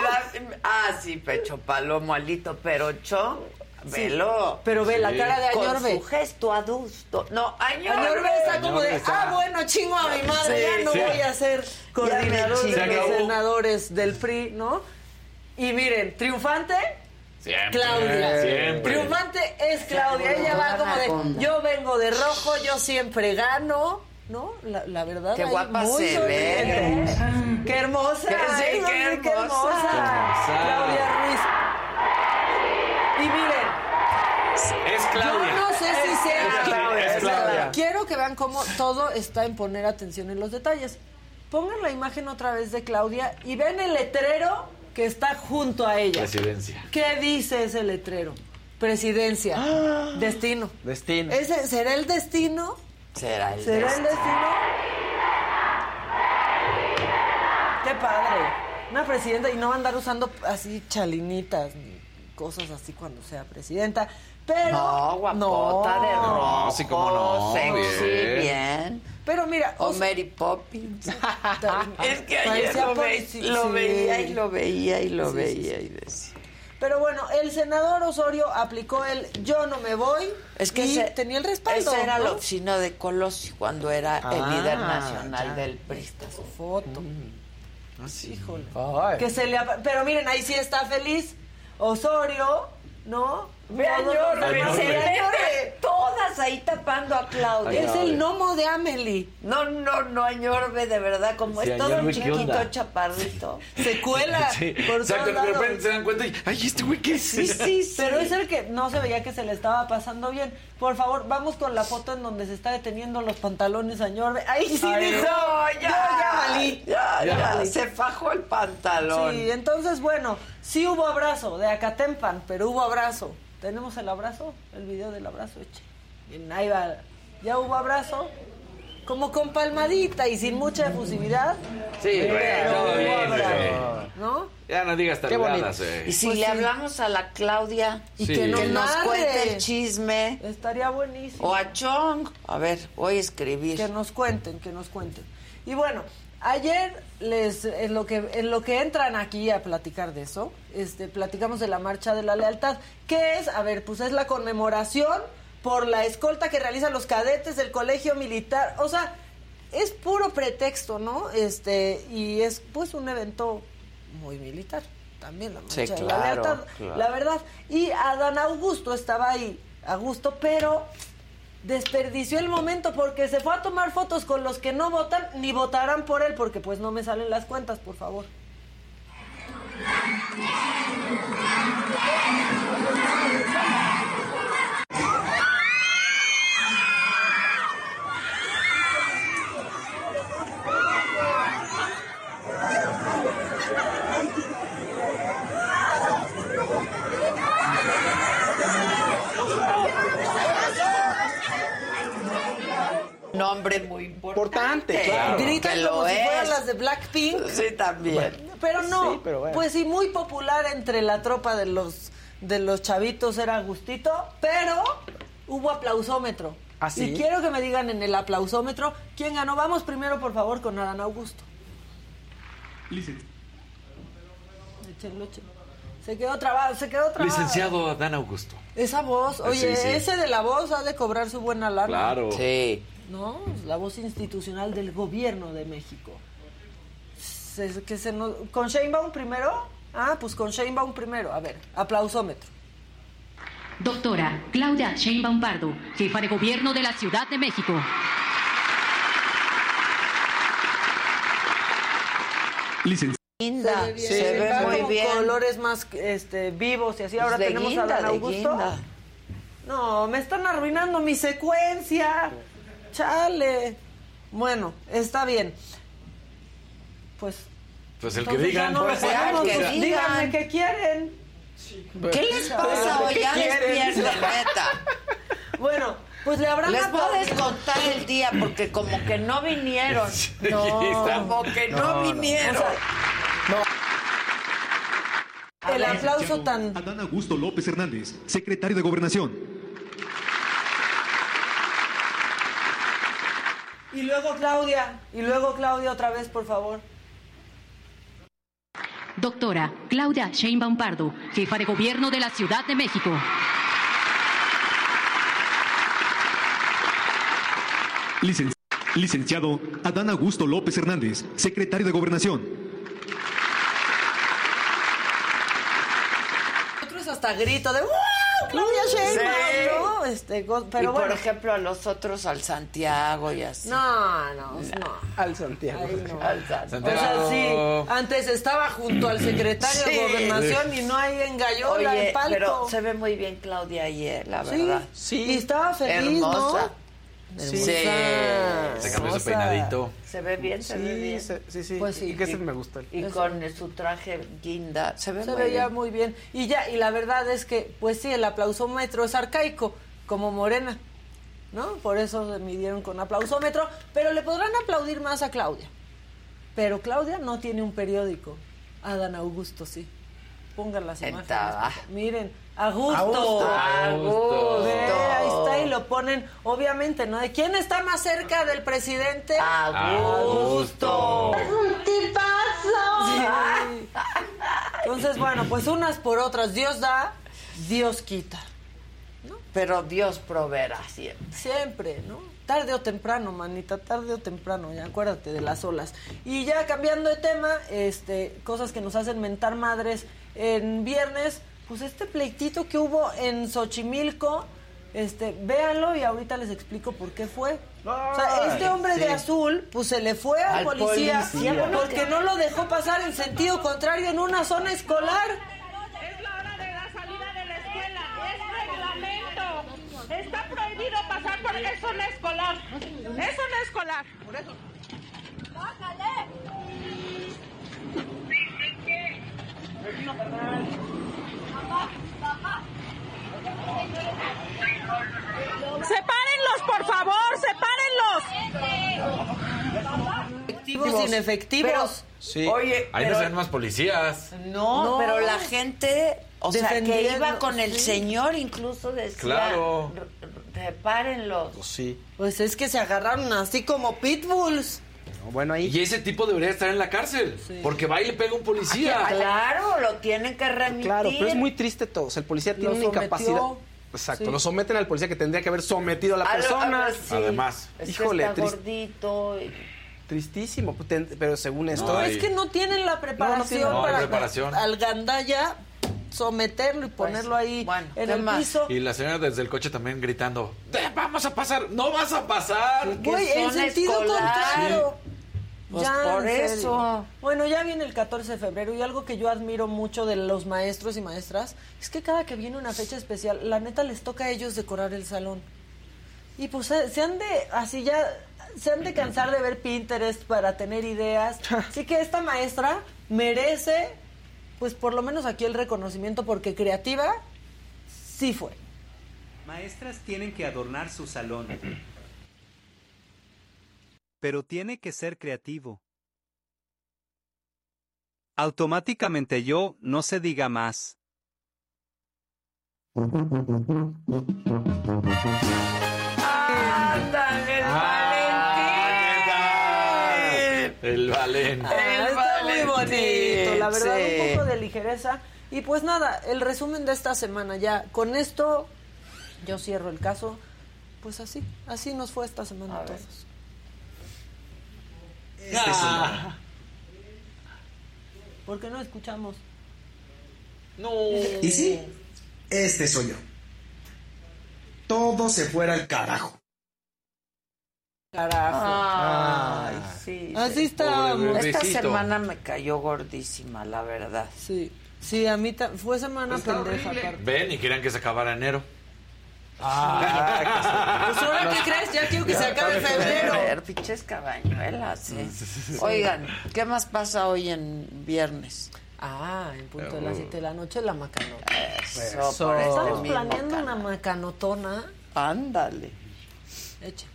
S1: da- ah, sí, pecho palomo, alito, pero Chon,
S10: Sí,
S1: velo.
S10: pero ve la cara de Añorbe.
S1: Con su gesto adusto. No, Añorbe.
S10: Añorbe está como de,
S1: Añorbe está-
S10: ah, bueno, chingo a mi madre,
S1: Sí,
S10: ya no
S1: sí.
S10: voy a ser coordinador
S1: chingué.
S10: de
S1: Se
S10: los
S1: acabó.
S10: senadores del PRI, ¿no? Y miren, triunfante,
S9: Siempre.
S1: Eh,
S10: Claudia.
S9: Siempre.
S10: Triunfante es Claudia.
S1: Sí,
S10: Ella va
S1: buena
S10: como
S1: onda.
S10: de, yo vengo de rojo, yo siempre gano, ¿no? La, la verdad.
S1: Qué
S10: ahí
S1: guapa
S10: muy
S1: se ve.
S10: sonriente. Qué hermosa.
S1: Sí,
S10: ay,
S1: qué
S10: no, mira, qué
S1: hermosa. Qué hermosa.
S10: Claudia Ruiz. Y miren,
S9: Es Claudia.
S10: yo no sé
S9: Es-
S10: si sea
S9: es Claudia, es Claudia.
S10: Quiero que vean cómo todo está en poner atención en los detalles. Pongan la imagen otra vez de Claudia y ven el letrero que está junto a
S9: Pues
S10: ella.
S9: Presidencia.
S10: ¿Qué dice ese letrero? Presidencia.
S9: Ah.
S10: Destino.
S7: Destino.
S10: ¿Ese será el destino?
S1: Será el
S10: ¿Será el
S1: destino.
S10: destino? Qué padre. Una presidenta y no va a andar usando así chalinitas ni cosas así cuando sea presidenta. Pero.
S1: No, guapota de rojo.
S9: No, sí, cómo no,
S1: Sexy,
S9: bien.
S1: bien.
S10: Pero mira,
S1: O
S10: o sea,
S1: Mary Poppins. es que ayer
S10: Parecía
S1: lo, ve-
S10: poesi-
S1: lo
S10: sí.
S1: veía y lo veía y lo
S10: Sí, sí,
S1: veía y decía.
S10: pero bueno, el senador Osorio aplicó el yo no me voy.
S1: Es que
S10: y
S1: ese-
S10: tenía el respaldo.
S1: Ese era
S10: ¿no?
S1: el oficina de Colosio cuando era el líder
S10: Ah,
S1: nacional
S10: ya.
S1: del PRI.
S10: Foto.
S9: Mm.
S10: Híjole. Que se le apa- pero miren, ahí sí está feliz Osorio, ¿no?
S1: Vean,
S10: Todos
S1: yo,
S10: los demás.
S1: se
S10: Vean, yo,
S1: meten todas ahí tapando a Claudia.
S10: Es el gnomo de Amelie.
S1: No, no, no, Añorbe, de verdad, como
S9: Sí,
S1: es todo un
S9: Añorbe, ¿qué
S1: chiquito
S9: onda?
S1: chaparrito.
S10: Se cuela
S9: Sí,
S10: por
S9: Exacto,
S10: todos
S9: de
S10: lados.
S9: repente se dan cuenta y, ay, este güey qué es.
S10: Sí, sí, sí. Pero es el que no se veía que se le estaba pasando bien. Por favor, vamos con la foto en donde se está deteniendo los pantalones, señor. Ahí sí
S1: Ay,
S10: dijo.
S1: no,
S10: "Yo ya valí". Ya
S1: Ya, ya,
S10: valí.
S1: se fajó el pantalón.
S10: Sí, entonces, bueno, sí hubo abrazo de Acatempan, pero hubo abrazo. ¿Tenemos el abrazo? El video del abrazo, eche. Bien, ahí va. Ya hubo abrazo, como con palmadita y sin mucha efusividad,
S9: Sí, güey, todo
S10: hubo
S9: bien,
S10: abrazo,
S9: güey.
S10: ¿no?
S9: Ya no digas
S1: Qué bonito.
S9: tarugadas, eh.
S1: Y si
S10: Pues
S1: le
S10: sí.
S1: hablamos a la Claudia
S9: Y
S1: y
S9: Sí.
S1: que,
S9: que nos
S1: nos
S10: narre.
S1: cuente el chisme
S10: Estaría buenísimo.
S1: o a Chong, a ver, voy a escribir.
S10: Que nos cuenten, que nos cuenten. Y bueno, ayer les en lo que en lo que entran aquí a platicar de eso, este platicamos de la marcha de la lealtad, que es, a ver, pues es la conmemoración por la escolta que realizan los cadetes del Colegio Militar, o sea, es puro pretexto, ¿no? Este y es pues un evento muy militar también la
S1: Sí,
S10: marcha de la
S1: claro,
S10: lealtad,
S1: claro.
S10: la verdad. Y Adán Augusto estaba ahí, Augusto, pero desperdició el momento porque se fue a tomar fotos con los que no votan ni votarán por él porque pues no me salen las cuentas, por favor.
S1: Nombre muy importante.
S7: importante, claro.
S10: Gritan
S7: Que lo
S10: como si fueran
S7: es.
S10: las de Blackpink.
S1: Sí, también.
S10: Pero no,
S7: Sí, pero bueno.
S10: pues sí, muy popular entre la tropa de los, de los chavitos era Agustito, pero hubo aplausómetro.
S7: ¿Ah, sí?
S10: Y quiero que me digan en el aplausómetro quién ganó. Vamos primero, por favor, con Adán Augusto.
S6: Licen-
S10: Échenlo, échenlo. Se quedó trabado, se quedó trabado.
S9: Licenciado Dan Augusto.
S10: Esa voz, oye,
S9: Sí, sí.
S10: ese de la voz ha de cobrar su buena lana.
S9: Claro. Sí.
S10: No, la voz institucional del gobierno de México. Se- que se nos- ¿Con Sheinbaum primero? Ah, pues con Sheinbaum primero. A ver, aplausómetro.
S2: Doctora Claudia Sheinbaum Pardo, jefa de gobierno de la Ciudad de México.
S6: Licenciado.
S1: Guinda,
S10: ve bien.
S1: se
S10: Sí,
S1: ve
S10: va
S1: muy
S10: como
S1: bien.
S10: colores más este, vivos y así.
S1: Pues
S10: Ahora
S1: de
S10: tenemos
S1: guinda,
S10: a Dan
S1: de
S10: Augusto.
S1: guinda.
S10: No, me están arruinando mi secuencia. Chale. Bueno, está bien. Pues.
S9: Pues el que
S10: entonces ya
S9: digan.
S10: no
S9: Pues
S10: lo
S9: ya,
S10: podemos,
S9: el que
S10: pues,
S9: digan.
S10: Díganme qué quieren.
S1: ¿Qué les pasa hoy? Ya les pierden, neta.
S10: Bueno, pues le habrán
S1: Les
S10: aplaudido.
S1: puedo descontar el día porque como que no vinieron.
S10: están-
S1: como que no,
S10: No, no.
S1: vinieron.
S10: O sea, El
S1: A ver,
S10: aplauso tan.
S23: Adán Augusto López Hernández, secretario de Gobernación.
S10: Y luego Claudia. Y luego Claudia otra vez, por favor.
S2: Doctora Claudia Sheinbaum Pardo, jefa de gobierno de la Ciudad de México.
S23: Licen- Licenciado Adán Augusto López Hernández, secretario de Gobernación.
S10: Otros hasta grito de ¡Wow! Claudia
S1: Sí.
S10: Sheinbaum, ¿no? Este, go- pero
S1: y
S10: bueno.
S1: por ejemplo a los otros al Santiago y así.
S10: No, no, no.
S7: Al Santiago.
S1: Al
S10: O sea,
S1: Santiago.
S10: sí, antes estaba junto al secretario
S1: Sí.
S10: de Gobernación y no hay engayola
S1: Oye,
S10: el palco.
S1: pero se ve muy bien Claudia ayer, la
S10: Sí,
S1: verdad.
S10: sí. Y estaba feliz,
S1: Hermosa.
S10: ¿no?
S1: Sí.
S9: Se cambió su peinadito.
S1: Se ve bien, se
S7: Sí,
S1: ve bien.
S7: se- sí, sí.
S1: Pues sí.
S7: Y que ese me gustó.
S1: Y
S7: Ese.
S1: con su traje guinda. Se ve
S10: Se
S1: muy
S10: veía
S1: bien.
S10: muy bien. Y ya, y la verdad es que, pues sí, el aplausómetro es arcaico, como Morena, ¿no? Por eso se midieron con aplausómetro, pero le podrán aplaudir más a Claudia. Pero Claudia no tiene un periódico. Adán Augusto sí. Pongan las imágenes.
S1: Estaba.
S10: Miren, Augusto.
S1: Augusto. Augusto.
S10: Ve, ahí está y lo ponen, obviamente, ¿no? ¿De quién está más cerca del presidente?
S1: Augusto.
S10: un tipazo. Entonces, bueno, pues unas por otras. Dios da, Dios quita.
S1: Pero Dios proveerá siempre.
S10: Siempre, ¿no? Tarde o temprano, manita, tarde o temprano, ya acuérdate de las olas. Y ya cambiando de tema, este, cosas que nos hacen mentar madres en viernes, pues este pleitito que hubo en Xochimilco, este, véanlo y ahorita les explico por qué fue. O sea, este hombre de
S1: Sí.
S10: azul, pues se le fue al,
S1: Al
S10: policía,
S1: policía. Bueno,
S10: porque
S1: que-
S10: no lo dejó pasar en sentido contrario en una zona escolar.
S24: reglamento. Está prohibido pasar porque es zona escolar. Es zona escolar. Por eso.
S10: Sepárenlos, por favor, sepárenlos. Efectivos inefectivos.
S9: Sí.
S1: Oye,
S9: Ahí
S1: pero-
S9: no se ven más policías.
S1: No,
S10: No.
S1: pero la gente, o sea, que
S10: Defendiendo,
S1: iba con el
S10: sí.
S1: señor incluso decía,
S9: Claro.
S1: "R- repárenlos.
S7: Sí.
S10: Pues es que se agarraron así como pitbulls.
S7: No, Bueno, ahí.
S9: Y ese tipo debería estar en la cárcel. Porque va y le pega a un policía.
S1: Claro, lo tienen
S10: Ah,
S1: que remitir.
S7: Claro, pero es muy triste todo. O sea, el policía tiene
S1: Lo
S7: una incapacidad.
S1: sometió.
S7: Exacto,
S1: Sí.
S7: lo someten al policía que tendría que haber sometido a la
S1: A lo-
S7: persona.
S1: a lo- sí. Es que
S7: Híjole,
S1: está
S7: tris-
S1: gordito. y-
S7: tristísimo. pues, ten- Pero según esto.
S10: No, es que no tienen la preparación
S7: No, no tienen- no,
S10: para
S9: preparación.
S10: al gandaya someterlo y ponerlo ahí en
S1: Pues, ¿qué
S10: el
S1: más?
S10: piso.
S9: Y la señora desde el coche también gritando: "Te vamos a pasar! ¡No vas a pasar!
S1: que
S10: Güey, en
S1: zona
S10: sentido
S1: escolar.
S10: contrario.
S1: Pues
S10: Ya,
S1: por
S10: en serio.
S1: eso.
S10: Bueno, ya viene el 14 de febrero y algo que yo admiro mucho de los maestros y maestras es que cada que viene una fecha especial, la neta les toca a ellos decorar el salón. Y pues se, se han de, así ya, se han de cansar de ver Pinterest para tener ideas. Así que esta maestra merece, pues por lo menos aquí el reconocimiento porque creativa sí fue.
S25: Maestras tienen que adornar su salón.
S3: pero tiene que ser creativo. Automáticamente yo no se diga más.
S10: ¡Ándale, el Valentín!
S9: El Valen.
S10: Ah, está muy bonito, la verdad,
S1: Sí.
S10: un poco de ligereza. Y pues nada, el resumen de esta semana ya. Con esto yo cierro el caso. Pues así, así nos fue esta semana a todos.
S9: Ah.
S10: ¿Por qué no escuchamos?
S9: No.
S4: Y sí, este soy yo. Todo se fuera al carajo.
S10: Carajo.
S1: Ay,
S10: sí. Ah. Así está.
S1: Esta semana me cayó gordísima, la verdad.
S10: Sí, sí, a mí ta- fue semana
S4: Pues
S10: pendeja. aparte.
S9: Ven y querían que se acabara enero.
S8: Ah,
S10: Pues ahora qué crees, ya quiero que se acabe febrero.
S1: Ver, Pinches cabañuelas, ¿eh? Oigan, ¿qué más pasa hoy en viernes?
S10: Ah, en punto de las 7 de la noche la macanota.
S1: Eso,
S10: Eso.
S1: por este
S10: Estamos
S1: mismo
S10: planeando una macanotona.
S1: Ándale.
S10: Hecha.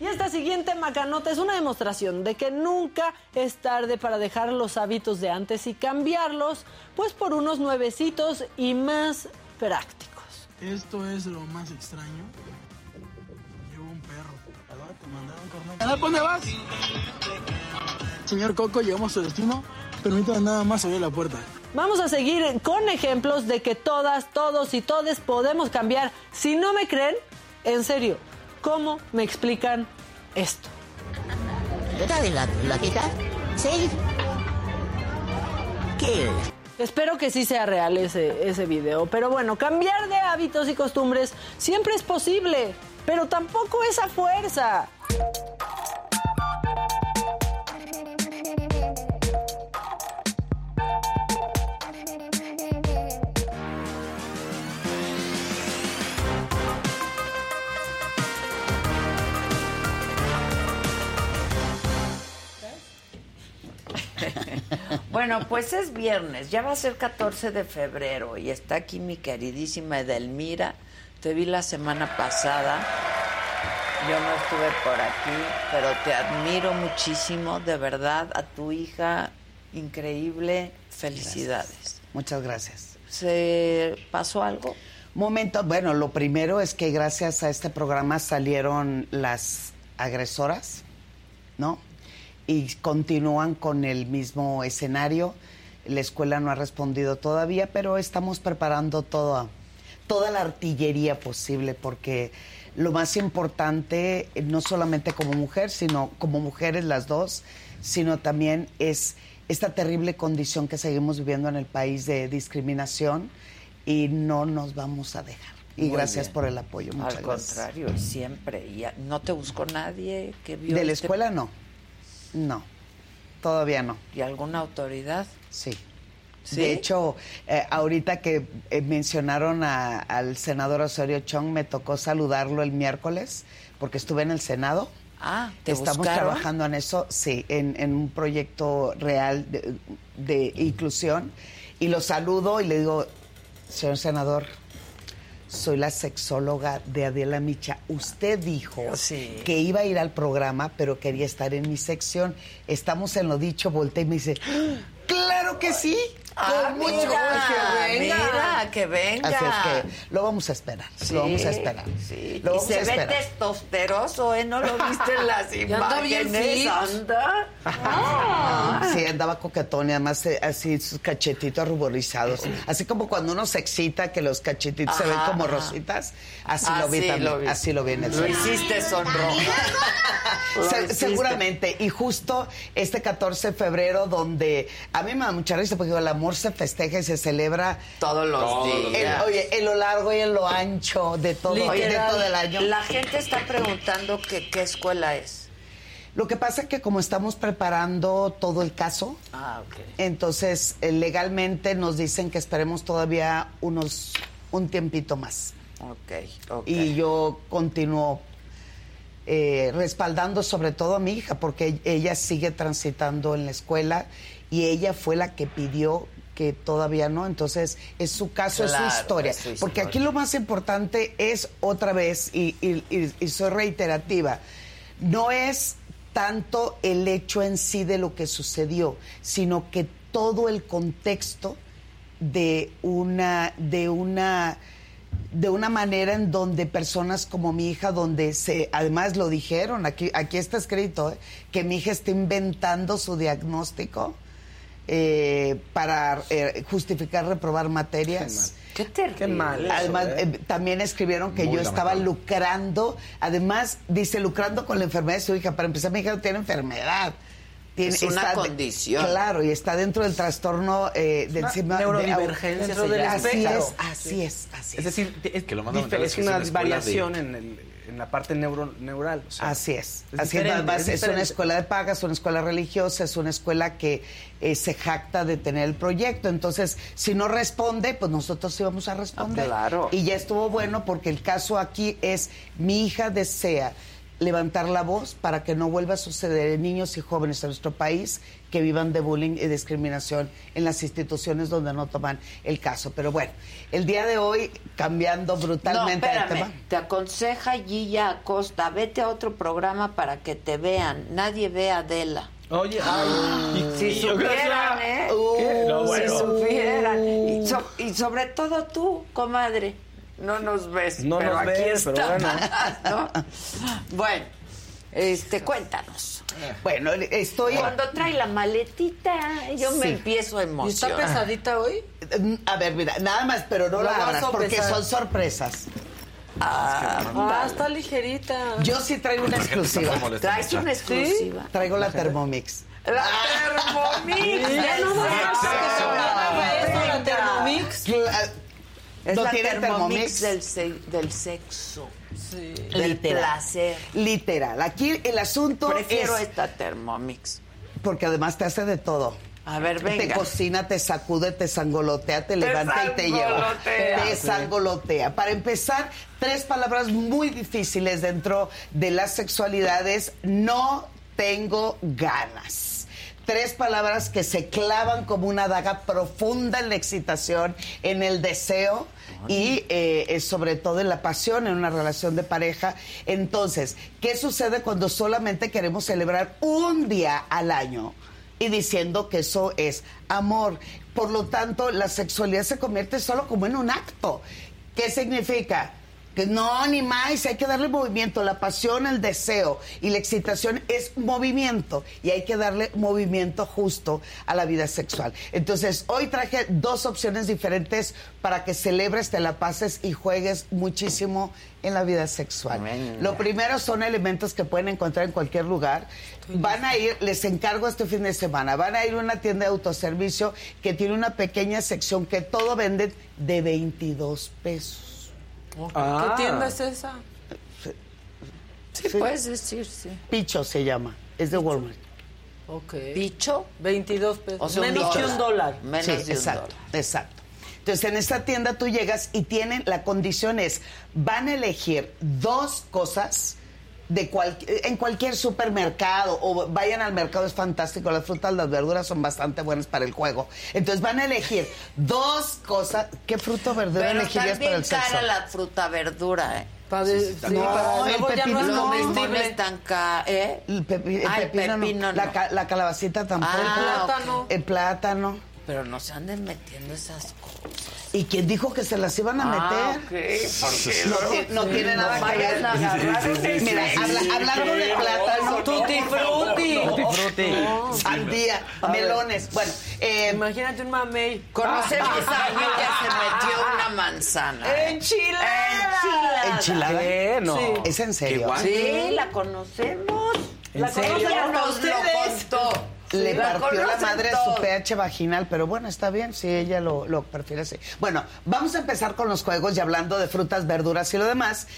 S10: Y esta siguiente macanota es una demostración de que nunca es tarde para dejar los hábitos de antes y cambiarlos, pues por unos nuevecitos y más prácticos.
S5: Esto es lo más extraño. Llevo un perro. ¿Verdad? Te mandaron carnal. ¿Para dónde vas? Señor Coco, llegamos a su destino. Permítame nada más abrir la puerta.
S10: Vamos a seguir con ejemplos de que todas, todos y todes podemos cambiar. Si no me creen, en serio, ¿cómo me explican esto?
S25: de la platita? Sí. ¿Qué?
S10: Espero que sí sea real ese, ese video. Pero bueno, cambiar de hábitos y costumbres siempre es posible, pero tampoco esa fuerza.
S1: Bueno, pues es viernes, ya va a ser 14 de febrero y está aquí mi queridísima Edelmira. Te vi la semana pasada, yo no estuve por aquí, pero te admiro muchísimo, de verdad, a tu hija, increíble, felicidades.
S25: Muchas gracias.
S1: ¿Se pasó algo?
S25: Momento, bueno, lo primero es que gracias a este programa salieron las agresoras, ¿no? Y continúan con el mismo escenario. La escuela no ha respondido todavía, pero estamos preparando toda, toda la artillería posible porque lo más importante, eh, no solamente como mujer, sino como mujeres las dos, sino también es esta terrible condición que seguimos viviendo en el país de discriminación y no nos vamos a dejar. Y
S1: Muy
S25: gracias
S1: bien.
S25: por el apoyo. Muchas
S1: Al
S25: gracias.
S1: contrario, y siempre. Y ya- ¿No te buscó nadie que vio?
S25: ¿De la
S1: este-
S25: escuela no? No, todavía no.
S1: ¿Y alguna autoridad?
S25: Sí.
S1: ¿Sí?
S25: De hecho, eh, ahorita que eh, mencionaron a- al senador Osorio Chong, me tocó saludarlo el miércoles porque estuve en el Senado.
S1: Ah, ¿te
S25: Estamos
S1: buscaron?
S25: trabajando en eso, sí, en, en un proyecto real de, de inclusión. Y lo saludo y le digo, señor senador, soy la sexóloga de Adela Micha. Usted dijo que iba a ir al programa, pero quería estar en mi sección. Estamos en lo dicho, volteé y me dice, ¡claro que sí!
S1: Ah,
S25: con
S1: mira,
S25: mucho gusto".
S1: mira, que venga.
S25: Así es que lo vamos a esperar,
S1: Sí,
S25: lo vamos a esperar.
S1: sí.
S25: Lo
S1: y
S25: vamos a
S1: se ve
S25: esperar.
S1: testosteroso, ¿eh? ¿No lo viste en las
S25: Ya anda bien
S1: imágenes?
S25: fit.
S1: Anda. Ah.
S25: Sí, andaba coquetón y además eh, así sus cachetitos ruborizados. Así como cuando uno se excita, que los cachetitos se ven
S1: Ajá,
S25: como
S1: ajá.
S25: rositas. Así
S1: Ah,
S25: lo vi
S1: sí,
S25: también.
S1: lo vi.
S25: Así lo vi en el
S1: Lo hiciste sonrojar. Lo
S25: Se-
S1: hiciste.
S25: seguramente. Y justo este 14 de febrero, donde a mí me da mucha risa porque digo, el amor se festeja y se celebra
S1: todos los
S25: en-
S1: días.
S25: oye, en lo largo y en lo ancho de todo, de
S1: Literal.
S25: todo el año.
S1: La gente está preguntando que, qué escuela es.
S25: Lo que pasa es que como estamos preparando todo el caso,
S1: Ah, ok.
S25: Entonces, eh, legalmente nos dicen que esperemos todavía unos un tiempito más.
S1: Ok, ok.
S25: Y yo continúo eh, respaldando sobre todo a mi hija, porque ella sigue transitando en la escuela y ella fue la que pidió que todavía no. Entonces, es su caso,
S1: Claro,
S25: es su historia.
S1: es su historia.
S25: Porque aquí lo más importante es otra vez, y, y- y- y soy reiterativa, no es tanto el hecho en sí de lo que sucedió, sino que todo el contexto de una, de una, de una manera en donde personas como mi hija, donde se, además lo dijeron, aquí, aquí está escrito, ¿eh? que mi hija está inventando su diagnóstico eh, para eh, justificar reprobar materias.
S1: Qué terrible.
S25: Qué mal eso, Además, eh, también escribieron que
S1: Muy
S25: yo estaba
S1: lamentable.
S25: lucrando. Además, dice lucrando con la enfermedad de su hija. Para empezar, mi hija no tiene enfermedad. Tiene,
S1: Es una
S25: está de-
S1: condición.
S25: claro, y está dentro del trastorno eh, del
S7: una
S25: síndrome de-
S7: neurodivergencia
S25: dentro
S7: se
S25: del
S7: llama.
S25: Así
S7: Claro.
S25: es, así es, así es.
S7: Es decir, es,
S25: Que lo más
S7: difer-
S25: lamentable es
S7: es
S25: que es
S7: una
S25: una escuela de-
S7: variación en, el- en la parte neuro- neural. o sea,
S25: Así es.
S7: es
S25: Así es,
S7: diferente, es
S25: además, es, una
S7: diferente.
S25: escuela de pagas, una escuela religiosa, es una escuela que eh, se jacta de tener el proyecto. Entonces, si no responde, pues nosotros íbamos a responder.
S1: claro.
S25: Y ya estuvo bueno porque el caso aquí es mi hija desea levantar la voz para que no vuelva a suceder en niños y jóvenes en nuestro país que vivan de bullying y discriminación en las instituciones donde no toman el caso. Pero bueno, el día de hoy, cambiando brutalmente
S1: no,
S25: de
S1: espérame.
S25: tema.
S1: Te aconseja Gilla Acosta, vete a otro programa para que te vean. Nadie ve a Adela.
S7: Oye, ay, y-
S1: Ah. Si
S7: y-
S1: supieran, ¿eh?
S7: ¿Qué? No, bueno.
S1: Si supieran. Y, so- y sobre todo tú, comadre. No nos ves,
S7: No
S1: pero
S7: nos
S1: aquí
S7: ves,
S1: está.
S7: pero
S1: ¿No? Bueno, este, cuéntanos.
S25: Bueno, estoy...
S1: Cuando trae la maletita, yo me
S25: Sí.
S1: empiezo a emocionar.
S25: hoy? Eh, A ver, mira, nada más, pero no
S1: La
S25: la
S1: vas a
S25: abras porque
S1: sopesar.
S25: son sorpresas.
S10: Ah, está ligerita.
S25: Yo sí traigo una
S10: La gente está
S25: exclusiva.
S10: muy molesta, ¿Traes muchacha. una exclusiva?
S25: Sí, Traigo la Thermomix.
S1: La Thermomix.
S10: Ya no voy a hacer nada de eso, la Thermomix.
S25: Cla-
S1: Es
S25: ¿No
S1: la
S25: tiene Thermomix?
S1: Thermomix del, se- del sexo. Sí. Del
S25: Literal.
S1: placer.
S25: Literal. Aquí el asunto
S1: Prefiero
S25: es...
S1: esta Thermomix.
S25: Porque además te hace de todo.
S1: A ver,
S25: Te
S1: venga.
S25: cocina, te sacude, te sangolotea, te
S1: Te
S25: levanta y te lleva.
S1: sangolotea.
S25: Te
S1: Sí.
S25: sangolotea. Para empezar, tres palabras muy difíciles dentro de las sexualidades. No tengo ganas. Tres palabras que se clavan como una daga profunda en la excitación, en el deseo y eh, eh, sobre todo en la pasión, en una relación de pareja. Entonces, ¿qué sucede cuando solamente queremos celebrar un día al año? y diciendo que eso es amor. Por lo tanto, la sexualidad se convierte solo como en un acto. ¿Qué significa? Que no, ni más, hay que darle movimiento. La pasión, el deseo y la excitación es movimiento y hay que darle movimiento justo a la vida sexual. Entonces, hoy traje dos opciones diferentes para que celebres, te la pases y juegues muchísimo en la vida sexual. Lo primero son elementos que pueden encontrar en cualquier lugar. Van a ir, les encargo este fin de semana, van a ir a una tienda de autoservicio que tiene una pequeña sección que todo venden de 22 pesos. Ah.
S10: ¿Qué tienda es esa?
S1: Sí, puedes decir, sí.
S25: pues, Picho se llama, es de Walmart.
S10: Ok.
S1: ¿Picho?
S10: 22 pesos.
S1: O sea, un
S10: Menos que
S1: dólar.
S10: un dólar.
S1: Menos
S25: Sí,
S1: de un
S25: exacto,
S1: dólar.
S25: Exacto. Entonces, en esta tienda tú llegas y tienen, la condición es, van a elegir dos cosas de cual- en cualquier supermercado o vayan al mercado, es fantástico, las frutas, las verduras son bastante buenas para el juego. Entonces, van a elegir dos cosas. ¿Qué fruto o verdura
S1: Pero
S25: elegirías
S1: está
S25: para
S1: bien
S25: el sexo?
S1: cara la fruta verdura, ¿eh?
S25: No, el pepino no.
S1: es tan caro, ¿eh?
S25: El, pepi- el
S1: Ah, el
S25: pepino no.
S1: pepino
S25: La,
S1: no.
S25: ca- la calabacita tampoco.
S1: Ah, Plátano. ok.
S25: El plátano.
S1: Pero no se anden metiendo esas cosas.
S25: ¿Y quién dijo que se las iban a
S1: Ah,
S25: meter?
S1: ok, porque
S25: no,
S1: luego-
S25: ti- no
S1: sí,
S25: tiene
S1: no
S25: nada que
S1: vayan
S25: ver.
S1: a agarrar Sí, sí, sí,
S25: Mira,
S1: sí,
S25: habla-
S1: sí,
S25: hablando
S1: sí,
S25: de
S1: sí,
S25: plátano,
S1: no, Tutti no,
S25: frutti,
S1: no,
S25: no, sandía,
S10: A ver.
S25: melones. Bueno, eh,
S10: Oh. Imagínate un mamey. Ah.
S1: Conocemos a alguien que se metió una manzana. ¿eh?
S10: Enchilada.
S1: Enchilada.
S25: enchilada.
S7: ¿Qué? No.
S25: Sí. Es en serio.
S1: Sí, la conocemos.
S25: ¿En
S1: la
S25: serio?
S1: conocemos,
S25: Ya
S1: nos lo
S25: ustedes.
S1: contó.
S25: Le
S1: Sí,
S25: partió la
S1: conocen
S25: madre a
S1: todos.
S25: su pH vaginal, pero bueno, está bien si ella lo, lo prefiere así. Bueno, vamos a empezar con los juegos y hablando de frutas, verduras y lo demás.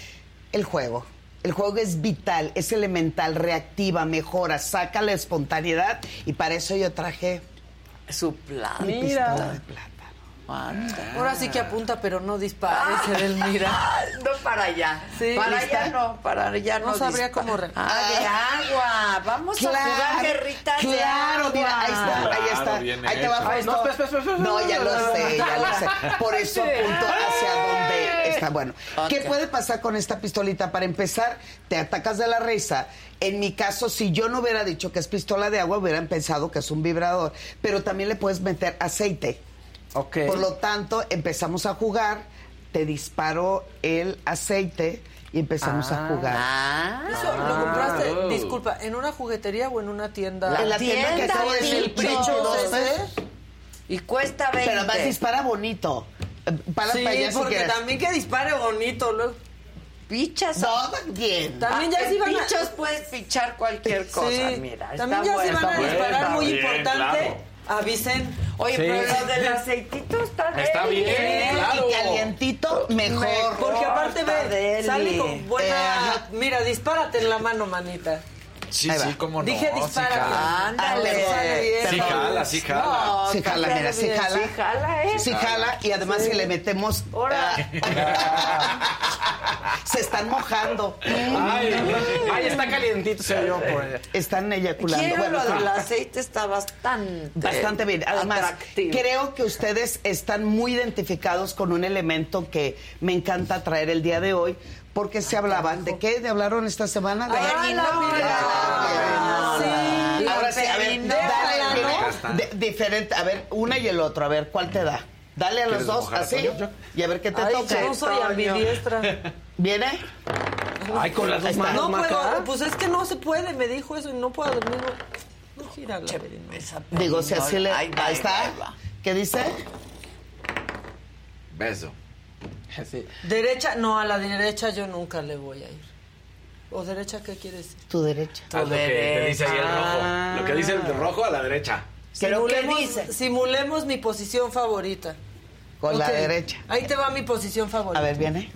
S25: El juego. El juego es vital, es elemental, reactiva, mejora, saca la espontaneidad y para eso yo traje
S1: Su plan.
S25: pues, mi pistola de plátano. Anda.
S10: Ahora sí que apunta, pero no dispara.
S1: Ah.
S10: Ese del mira.
S1: No para allá.
S10: Sí,
S1: para
S10: está.
S1: allá no, para allá no.
S10: No sabría
S1: dispara.
S10: cómo re-
S1: Ah, de agua. Vamos a jugar guerrita de
S25: Claro,
S1: agua.
S25: mira, ahí está, ahí está.
S9: Claro, bien
S25: ahí te va
S9: hecho.
S25: Fausto.
S7: Ay, no, espera, espera, espera, espera.
S25: No, ya lo sé, ya lo sé. Por eso apunto hacia dónde está. Bueno, ¿qué
S1: Ok.
S25: puede pasar con esta pistolita? Para empezar, te atacas de la risa. En mi caso, si yo no hubiera dicho que es pistola de agua, hubieran pensado que es un vibrador. Pero también le puedes meter aceite.
S7: Ok.
S25: Por lo tanto, empezamos a jugar, te disparo el aceite y empezamos a jugar.
S10: Ah. Eso lo compraste,
S25: Ah.
S10: disculpa, ¿en una juguetería o en una tienda?
S25: La En la tienda que tienda, acabo de
S10: decir,
S25: decir, dicho.
S10: dos,
S25: ¿eh?
S1: Y cuesta 20.
S25: Pero más dispara bonito. Eh, Para
S10: Sí,
S25: para allá si
S10: porque
S25: quieres.
S10: también que dispare bonito. luego-
S1: Pichas.
S25: No, bien.
S10: También ya
S1: Ah, en
S10: se iban a-
S1: Pichas puedes pichar cualquier cosa,
S10: Sí,
S1: mira.
S10: también ya
S1: está
S10: se van
S1: bueno,
S10: a
S1: está
S10: disparar
S1: bueno.
S10: muy
S9: bien,
S10: importante.
S9: claro.
S10: Avisen.
S1: Oye,
S9: Sí.
S1: pero lo del aceitito está bien.
S9: Está bien,
S25: Eh,
S9: claro.
S25: Y calientito, mejor.
S10: Porque aparte
S1: Corta,
S10: ve,
S1: dele.
S10: sale con buena.
S25: Eh, ajá.
S10: Mira, dispárate en la mano, manita.
S9: Sí,
S25: Ahí
S9: sí,
S25: va.
S9: cómo no.
S10: Dije
S9: sí
S10: dispara.
S9: jala.
S25: Ándale.
S10: Sale bien.
S9: Sí jala, sí jala.
S1: No,
S25: Se
S1: está
S25: jala, mira, se
S1: bien.
S25: jala.
S1: Sí jala, ¿eh?
S25: Sí jala y además si le metemos...
S1: Ahora.
S25: ah, se están mojando. Mm.
S7: Ay, ay, está calientito, se oyó por allá.
S25: Están eyaculando.
S1: Quiero
S25: Bueno,
S1: lo
S25: sí.
S1: del aceite, está bastante.
S25: Bastante bien. Además,
S1: atractivo.
S25: creo que ustedes están muy identificados con un elemento que me encanta traer el día de hoy, porque
S10: Ah,
S25: se hablaban de qué, de hablaron esta semana. De-
S1: Ay,
S10: la
S1: no,
S10: pirata.
S1: no,
S10: Sí,
S1: no.
S25: Ahora sí, a ver,
S1: Perinera,
S25: dale,
S1: ¿no?
S25: Vivi, de- diferente, a ver, una y el otro, a ver, ¿cuál te da? Dale a los
S9: ¿Quieres
S25: dos,
S9: mojar a
S25: así,
S9: Toño? Yo.
S25: y a ver qué te
S10: Ay,
S25: toca.
S10: yo no soy
S1: Toño.
S10: ambidiestra.
S25: ¿Viene?
S7: Ay, con las dos manos.
S10: No puedo,
S7: Maca.
S10: pues es que no se puede, me dijo eso y no puedo dormir. No, no gira la perinola.
S1: Esa
S25: Digo, si así le...
S1: Ahí va,
S25: Ahí está.
S1: ahí va.
S25: ¿Qué dice?
S9: Beso.
S7: Sí.
S10: Derecha, no, a la derecha yo nunca le voy a ir. ¿O derecha qué quieres?
S25: Tu derecha.
S9: Haz Ah, lo que te dice ahí el
S25: Ah.
S9: rojo. Lo que dice el rojo a la derecha.
S1: ¿Pero qué
S10: Simulemos-
S1: dice?
S10: Simulemos mi posición favorita.
S25: Con la
S10: Ok,
S25: derecha.
S10: Ahí te va mi posición favorita.
S25: A ver, viene.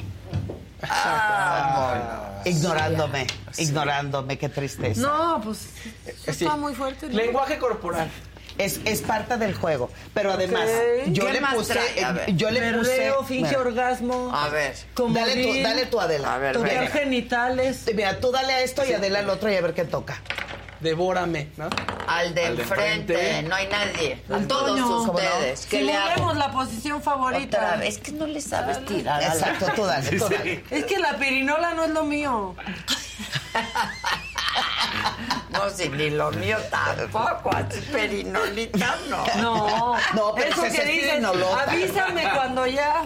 S25: ignorándome, ignorándome, qué tristeza.
S10: Ah. No, pues eso
S7: Sí.
S10: está muy fuerte. ¿no?
S7: Lenguaje corporal.
S25: Es, es parte del juego. Pero además,
S10: Ok.
S25: yo
S1: ¿Qué
S25: le
S1: más
S25: puse. eh,
S1: trae? A ver.
S25: Yo le
S10: Perreo,
S25: puse.
S10: finge
S25: Mira,
S10: orgasmo.
S1: A ver.
S10: convulsir,
S25: dale, tú, dale tú, Adela.
S1: A ver,
S10: Tocar
S1: venga.
S10: genitales.
S25: Mira, tú dale a esto y Adela al otro y a ver qué toca.
S7: Devórame, ¿no?
S1: Al de
S9: Al de
S1: enfrente,
S9: enfrente.
S1: no hay nadie. A
S10: Antonio.
S1: todos
S10: ¿Cómo no?
S1: ustedes. ¿Qué le hago?
S10: Simulemos la posición favorita.
S1: Otra vez, que no le sabes tirar. a la-
S25: Exacto, tú dale, tú dale.
S10: Es que la pirinola no es lo mío.
S1: No, si ni lo mío tampoco. Así perinolita, no.
S10: No,
S25: No, pero
S10: eso
S25: se
S10: que
S25: sentir
S10: dices,
S25: inolota.
S10: avísame cuando ya.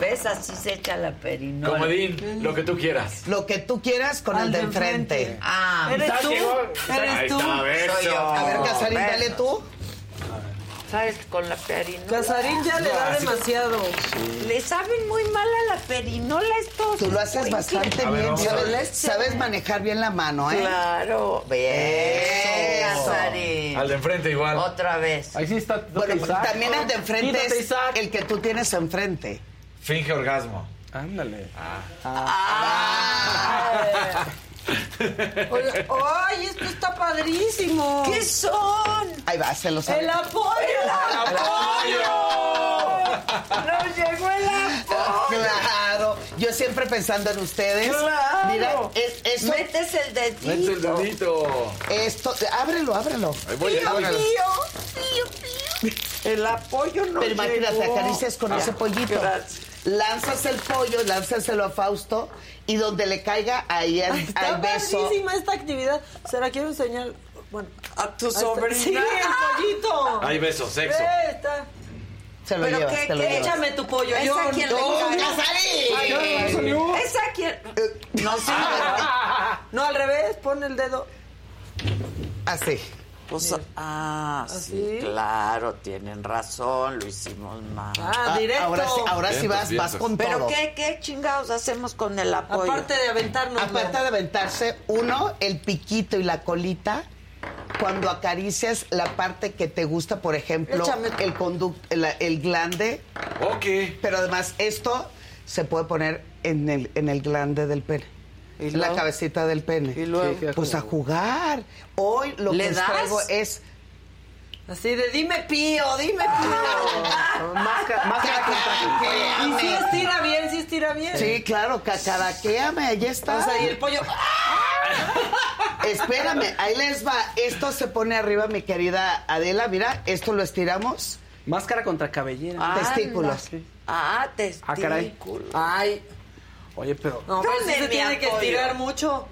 S1: ¿Ves? Así se echa la perinola.
S9: Comodín, lo que tú quieras.
S25: Lo que tú quieras con
S10: Al
S25: el de
S10: de enfrente.
S25: enfrente.
S1: Ah,
S10: ¿Eres tú?
S9: Ahí
S10: ¿Eres tú?
S9: está,
S1: Soy
S9: beso.
S1: yo.
S25: A ver, Casarín,
S1: Besos.
S25: dale tú.
S1: ¿sabes? Con la perinola.
S10: Casarín ya le da demasiado.
S1: Le saben muy mal a la perinola estos.
S25: Tú lo haces bastante
S9: A ver,
S25: bien.
S9: vamos a ver.
S25: Sabes, sabes manejar bien la mano, ¿eh?
S1: Claro. Bien,
S25: Eso.
S1: Casarín.
S9: Al de enfrente igual.
S1: Otra vez.
S7: Ahí sí está.
S25: Bueno, también el de enfrente
S7: Quítate,
S25: es
S7: Isaac.
S25: el que tú tienes enfrente.
S9: Finge orgasmo.
S7: Ándale.
S25: Ah.
S10: Oye, Ay, esto está padrísimo.
S1: ¿Qué son?
S25: Ahí va, se los
S10: ¡El apoyo!
S1: Nos llegó el apoyo.
S25: Claro, yo siempre pensando en ustedes.
S1: Claro.
S25: Mira, es- eso,
S1: Metes el dedito.
S9: Mete el dedito.
S25: esto, ábrelo, ábrelo.
S9: Ahí voy, ahí
S1: Mío,
S9: voy.
S1: mío, mío, mío. El apoyo no
S25: Pero imagínate,
S1: llegó.
S25: acaricias con
S1: Ya,
S25: ese pollito.
S1: gracias.
S25: Lanzas el pollo, lánzaselo a Fausto y donde le caiga ahí al,
S10: Está
S25: al beso.
S10: padrísima esta actividad. Se la quiero enseñar. Bueno,
S1: A tu
S10: ahí está.
S1: sobrina.
S10: Sí, el pollito.
S9: Hay beso, sexo.
S10: Ve, está.
S25: Se lo
S1: Pero
S25: llevas,
S1: qué-
S25: te lo
S1: qué
S25: llevas.
S10: Échame tu pollo.
S1: ¿Esa
S10: yo
S1: quién le
S10: no,
S1: cae?
S10: ya sabes.
S1: ¿Esa quién?
S10: Eh,
S25: No, sí,
S10: no, al revés, pon el dedo.
S25: así.
S1: Pues, ah, sí,
S10: ¿Así?
S1: claro, tienen razón, lo hicimos mal.
S10: Ah, directo.
S25: Ahora, sí- ahora sí
S9: Vientos,
S25: vas, vas
S9: vientos.
S25: con
S1: Pero
S25: todo.
S1: qué, qué chingados hacemos con el apoyo.
S10: Aparte de aventarnos.
S25: Aparte de aventarse, uno, el piquito y la colita, cuando acaricias la parte que te gusta, por ejemplo,
S10: Échame.
S25: el conducto, el, el glande,
S9: Ok.
S25: pero además esto se puede poner en el, en el glande del pene.
S1: ¿Y
S25: en la
S1: luego?
S25: cabecita del pene.
S1: ¿Y luego?
S25: Sí, pues a jugar. Hoy lo
S1: ¿Le
S25: que les
S1: das?
S25: traigo es
S10: Así de dime pío, dime pío.
S25: más ca- más
S10: cacaraqueame. Y sí estira bien, sí estira bien.
S25: Sí, claro, cacaraqueame, ahí está.
S10: O sea, y el pollo.
S25: Espérame, ahí les va. Esto se pone arriba, mi querida Adela. Mira, esto lo estiramos.
S7: Máscara contra cabellera.
S25: Testículos.
S1: Ah, testículos.
S7: Ah, caray.
S10: Ay.
S7: Oye, pero.
S10: No, pero sí
S1: Dame
S10: se
S1: mi
S10: tiene que
S1: apoyo.
S10: estirar mucho.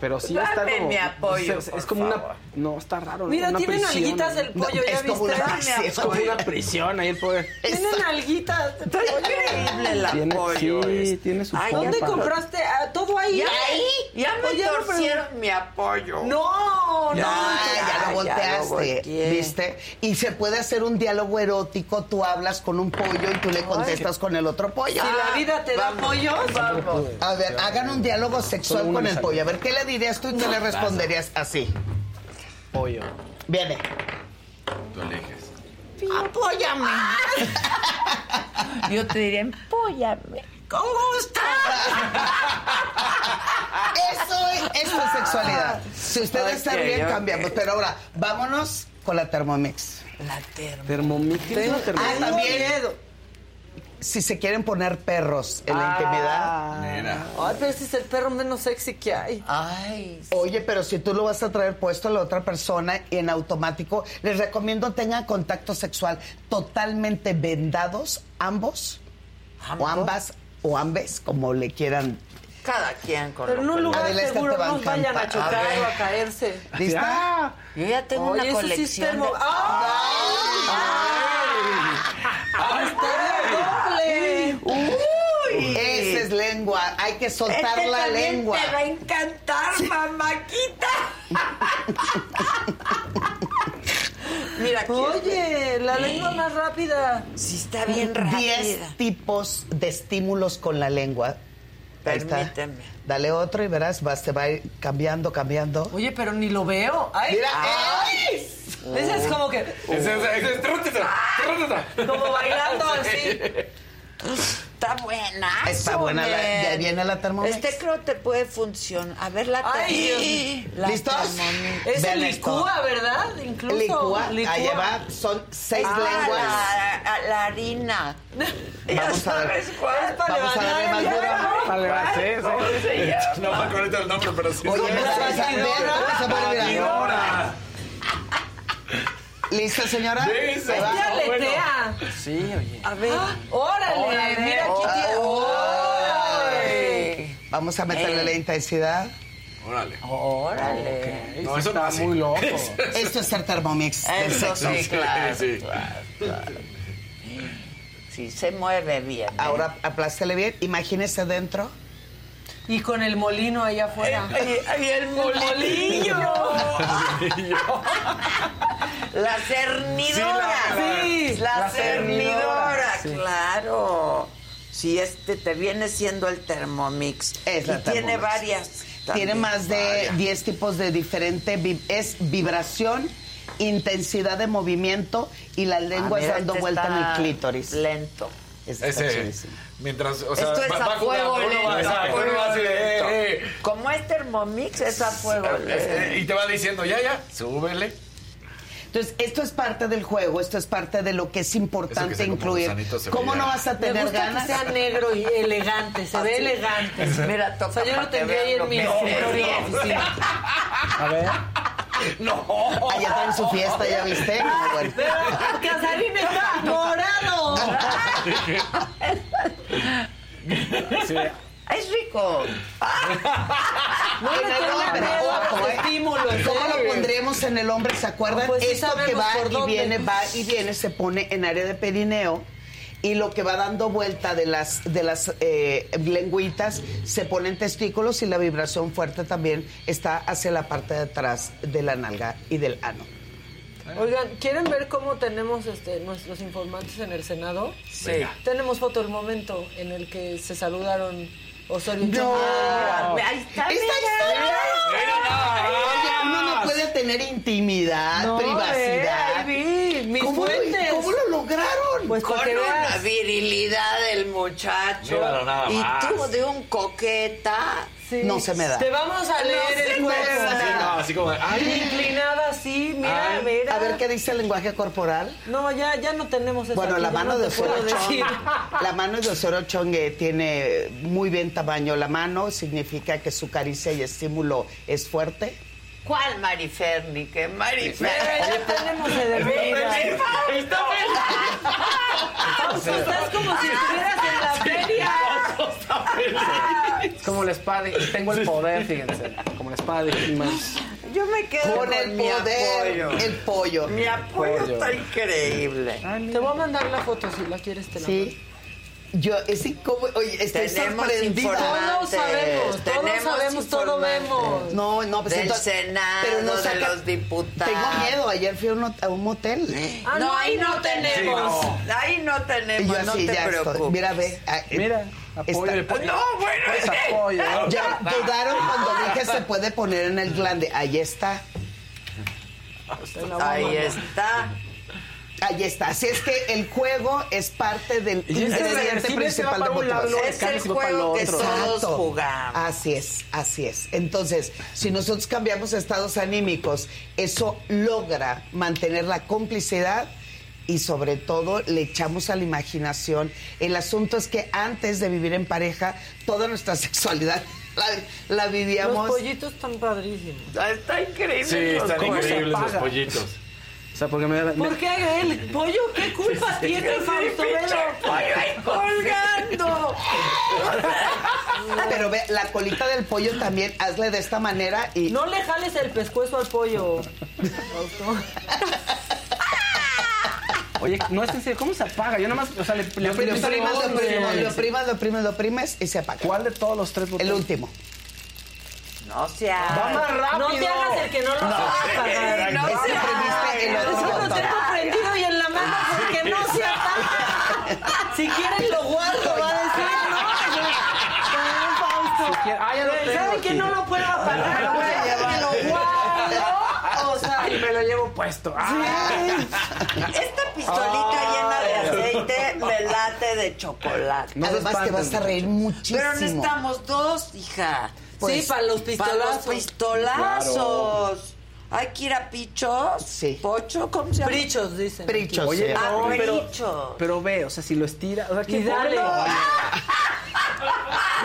S7: Pero sí está
S1: Dame
S7: como.
S1: mi apoyo,
S7: Es, es
S1: por
S7: como
S1: favor.
S7: una. No, está raro.
S10: Mira,
S7: una
S10: tienen
S7: prisión.
S10: alguitas el
S7: No,
S10: pollo, ¿ya
S7: es como
S10: viste?
S7: una-
S10: Dame
S7: sí, es como
S10: apoyo.
S7: una prisión ahí el pobre.
S10: Tienen alguitas. de pollo.
S1: Increíble el
S7: Tiene-
S1: apoyo.
S7: sí,
S1: este.
S7: tiene su
S1: Ay, ya
S10: ¿Dónde
S1: pa-
S10: compraste? Ah, todo ahí.
S1: Y ahí ya me
S10: Oye, no, pero-
S1: torcieron mi apoyo.
S10: No,
S25: No,
S10: no.
S25: ya
S1: ya
S25: lo
S1: lo
S25: volteaste,
S1: volteé.
S25: ¿viste? Y se puede hacer un diálogo erótico, tú hablas con un pollo y tú le contestas con el otro pollo.
S10: Si la vida te da pollos,
S1: Vamos.
S25: A ver, hagan un diálogo sexual
S7: uno
S25: con
S7: me
S25: el
S7: salió.
S25: pollo. A ver, ¿qué le dirías tú y qué le responderías así?
S7: Pollo.
S25: Viene.
S9: Tú eliges.
S25: Apóyame.
S20: Yo te diría, empóyame.
S25: Con gusto. Eso es, eso es sexualidad. Si ustedes están
S1: Ah. Ok,
S25: bien,
S1: ok.
S25: cambiamos. Pero ahora, vámonos con la Thermomix.
S1: La termo.
S7: Termomix. Tengo
S25: Ah,
S7: Thermomix.
S25: también. Si se quieren poner perros en
S1: Ah.
S25: la intimidad.
S9: Mira.
S10: Ay, pero ese es el perro menos sexy que hay.
S1: Ay, sí.
S25: Oye, pero si tú lo vas a traer puesto a la otra persona y en automático, les recomiendo tengan contacto sexual totalmente vendados, ambos, o
S1: ¿Ambos?
S25: ambas, o ambes, como le quieran.
S1: cada quien con
S10: Pero en
S1: lo
S10: un
S1: que le-
S10: lugar
S25: Adela, esta te
S10: seguro
S25: va a
S10: no vayan a
S25: encantar.
S10: chocar
S1: A ver.
S10: o a caerse.
S25: ¿Lista?
S1: Yo ya tengo
S10: Oye,
S1: una
S10: eso sí es
S1: colección.
S10: termo-
S1: de-
S10: ¡Estaría doble!
S25: Esa es lengua, hay que soltar
S1: Este
S25: la
S1: también
S25: lengua.
S1: Te va a encantar, mamáquita. Mira, aquí
S10: Oye, la lengua más rápida.
S1: sí está bien
S25: Diez
S1: rápida.
S25: tipos de estímulos con la lengua. Ahí está.
S1: Permíteme.
S25: Dale otro y verás, vas, te va a ir cambiando, cambiando.
S10: Oye, pero ni lo veo. ¡Ay!
S25: Mira,
S10: ¡Ay! Ese es como que.
S9: Ese es- ese es- trátata, trátata.
S10: Como bailando así.
S1: Está buena.
S25: Está buena la-
S1: hombre.
S25: ya viene la Thermomix.
S1: Este creo te puede funcionar. A ver la
S10: Ay,
S1: Thermomix.
S10: Dios.
S1: La
S25: ¿Listos?
S1: Thermomix.
S10: Ese
S25: Vean esto.
S10: licúa, ¿verdad? Incluso.
S25: Licúa, a llevar, son seis
S1: Ah,
S25: lenguas.
S1: la, a- la harina.
S25: Vamos a ver.
S1: ¿Sabes cuál?
S10: Para
S25: Vamos a
S10: levantar
S25: darle
S10: el
S25: más duro.
S7: Vale, va, sí, sí.
S9: ¿eh? No me acuerdo el nombre, pero sí.
S25: Oye,
S10: la
S25: esa- esa-
S10: batidora.
S25: vean cómo se pone, mira.
S9: Batidora.
S25: ¿Lista, señora?
S9: Sí, sí.
S25: Ahí va.
S10: Este aletea.
S7: Sí, oye.
S1: A ver.
S10: Ah, Órale, mira aquí tiene. ¡Órale!
S25: Vamos a meterle la intensidad.
S9: Órale.
S1: Órale.
S9: No, eso
S7: está
S9: no es así.
S7: muy loco.
S25: Esto es ser Thermomix. del
S1: Eso
S25: sexo.
S1: sí,
S9: Sí,
S1: claro.
S9: sí.
S1: Sí, se mueve bien. ¿eh?
S25: Ahora aplástele bien. Imagínese dentro.
S10: Y con el molino allá afuera.
S1: Ay, ay, el molillo. La cernidora.
S10: Sí, la- sí.
S1: la,
S10: La
S1: cernidora,
S10: cernidora, sí.
S1: claro. Si este te viene siendo el Thermomix.
S25: Es
S1: y
S25: la
S1: tiene
S25: Thermomix.
S1: varias.
S25: Tiene
S1: también,
S25: más de
S1: varias.
S25: 10 tipos de diferente. vi- Es vibración, intensidad de movimiento y las lenguas
S1: mira,
S25: dando
S1: este
S25: vuelta en
S1: está
S25: el clítoris.
S1: Lento.
S25: Este está
S9: Ese.
S25: chidísimo.
S9: Mientras, o sea,
S1: Esto es
S9: va,
S1: a
S9: va jugando,
S1: fuego
S9: uno va,
S1: lento, a
S9: exacto, uno va
S1: fuego
S9: así de,
S1: lento.
S9: eh, eh,
S1: Como es Thermomix, es a fuego. lento.
S9: eh, Y te va diciendo, ya, ya, súbele.
S25: Entonces, esto es parte del juego, esto es parte de lo que es importante
S9: Eso que sea como
S25: incluir.
S9: gusanito se
S25: ¿Cómo
S9: veía.
S25: no vas a
S10: Me
S25: tener
S10: gusta
S25: ganas? Ah,
S10: que sea negro y elegante, se ve elegante.
S1: Mira, toca
S10: O sea, yo
S1: para
S10: lo
S1: que
S10: tendría ahí
S1: vean
S10: en mi
S1: lo que
S10: escritorio
S1: es.
S10: de oficina.
S7: A ver.
S9: No.
S25: Allá traen su fiesta, ¿ya viste? No, bueno.
S10: Pero Casarín está morado.
S1: Es rico.
S10: No le
S25: En el
S10: tenga
S25: hombre,
S10: miedo a
S25: ojo,
S10: los
S25: ¿eh?
S10: estímulos.
S25: ¿Cómo
S10: ¿eh?
S25: lo pondremos en el hombre? ¿Se acuerdan?
S10: Pues sí
S25: Esto que
S10: sabemos
S25: va
S10: por
S25: y
S10: dónde.
S25: viene, va y viene, se pone en área de perineo. Y lo que va dando vuelta de las, de las eh, lengüitas se pone en testículos y la vibración fuerte también está hacia la parte de atrás de la nalga y del ano.
S10: Oigan, ¿quieren ver cómo tenemos este, nuestros informantes en el Senado?
S1: Sí.
S10: Tenemos foto del momento en el que se saludaron Osorio y
S25: No. Ah,
S10: Chomel.
S1: Mira, ahí está,
S25: Ahí
S1: mira.
S25: está, ahí está.
S9: Mira nada
S25: Oye, uno no
S9: más.
S25: puede tener intimidad,
S10: No, eh,
S25: privacidad.
S10: ahí vi, mis
S25: ¿Cómo, lo-
S10: fuentes.
S25: cómo lo lograron?
S10: Pues
S1: Con
S10: para que
S1: una
S10: veas.
S1: virilidad del muchacho.
S9: Míralo nada
S1: y
S9: más.
S1: tú de un coqueta.
S25: Sí. No se me da.
S10: Te vamos a leer el cuerpo.
S9: Así, no, así como, ay.
S10: Inclinada así, mira,
S25: Ay.
S10: mira.
S25: A ver qué dice el lenguaje corporal.
S10: No, ya, ya no tenemos eso.
S25: Bueno,
S10: aquí,
S25: la
S10: ya
S25: mano,
S10: no
S25: de
S10: te puedo
S25: Osorio Chong,
S10: decir.
S25: la mano de Osorio Chong eh, tiene muy bien tamaño la mano, significa que su caricia y estímulo es fuerte.
S1: ¿Cuál Marifer? Ni qué Marifer.
S10: Ya tenemos de veras. Fausto, estás como si estuvieras en la feria.
S7: Es como la espada de- Tengo el poder, fíjense. Como la espada de He-Man.
S10: Yo me quedo
S25: Con el
S10: mi
S25: poder,
S10: apoyo.
S25: el pollo.
S1: Mi apoyo
S7: Pollo.
S1: está increíble.
S10: Te voy a mandar la foto si la quieres, te la
S25: Sí. Yo, es incómodo. Oye, estoy
S1: Tenemos
S25: sorprendida.
S1: informantes.
S10: sabemos, todos
S1: tenemos
S10: sabemos, todo
S1: informantes.
S10: vemos.
S25: No, no, pues
S1: Del
S25: entonces-
S1: Senado,
S25: pero no
S1: de
S25: saca-
S1: los diputados.
S25: Tengo miedo. Ayer fui a un, a un motel.
S10: Ah,
S1: no,
S10: no,
S1: ahí no tenemos.
S25: Sí,
S1: Ahí no
S25: Y
S1: tenemos,
S25: yo
S1: no
S25: así
S1: te
S25: ya estoy.
S1: preocupes.
S25: Mira, ve. ah, eh,
S7: Mira, apoyo
S25: está- ah,
S7: el pollo.
S1: No, bueno,
S7: Pues
S1: es que-
S7: apoyo.
S25: eh, Ya dudaron cuando dije se puede poner en el glande. Ahí está.
S1: Ahí está.
S25: Ahí está. Así es que el juego es parte del
S7: Y ese
S25: ingrediente
S7: reversible se va
S25: principal de
S7: para un lado,
S25: Motores.
S1: Es el
S7: Cáliz va para el
S1: juego que
S7: otro.
S1: todos
S25: Exacto.
S1: jugamos.
S25: Así es, así es. Entonces, si nosotros cambiamos estados anímicos, eso logra mantener la complicidad y sobre todo le echamos a la imaginación. El asunto es que antes de vivir en pareja, toda nuestra sexualidad la, la
S10: Los
S25: vivíamos.
S10: pollitos están padrísimos.
S1: Está increíble.
S9: Sí,
S1: los
S9: están
S1: cómo se
S9: increíbles los
S1: paga.
S9: pollitos.
S7: O sea, porque me da.
S10: ¿Por qué el pollo? ¿Qué culpa tiene Fausto? Velo.
S1: ¡Ay, colgando!
S25: Pero ve, la colita del pollo también, hazle de esta manera y.
S10: No le jales el pescuezo al pollo, Fausto.
S7: Oye, no es en serio. ¿Cómo se apaga? Yo nada más. O sea, le, le
S25: Lo oprimes,
S7: aprieto el
S25: lo
S7: botón,
S25: oprimes, lo
S7: güey.
S25: oprimes, lo oprimes, lo oprimes y se apaga.
S7: ¿Cuál de todos los tres botones?
S25: El último.
S1: No se haga.
S7: Va más rápido.
S10: No te hagas el que no lo
S1: sí,
S10: sabe.
S1: no
S25: Ese
S1: se
S25: previste el
S1: haga.
S25: otro
S10: Eso lo
S25: botón.
S10: tengo prendido y en la mano porque no se ataca. Si quieres lo guardo, va a decir, no, no, Fausto.
S7: Ah, ya lo tengo
S10: ¿Saben
S7: aquí.
S10: que
S7: Ah,
S10: no lo puedo apagar?
S7: lo voy a llevar.
S10: Lo guardo. O sea,
S7: Ay, me lo llevo puesto. Ah.
S1: Esta pistolita llena de aceite me late de chocolate. Ah,
S7: No se
S25: Además te
S7: espanten,
S25: vas a reír muchísimo.
S1: Pero necesitamos dos, hija.
S10: Sí, para los
S1: Para los
S10: pistolazos.
S1: pistolazos. Hay que ir a pichos.
S25: Sí.
S1: Pocho, ¿cómo se llama?
S10: Brichos, dicen.
S25: Prichos.
S7: Oye,
S25: sí.
S1: Ah,
S7: no, pero,
S1: brichos.
S7: pero ve, o sea, si lo estira, o sea,
S10: Y
S7: que
S10: dale.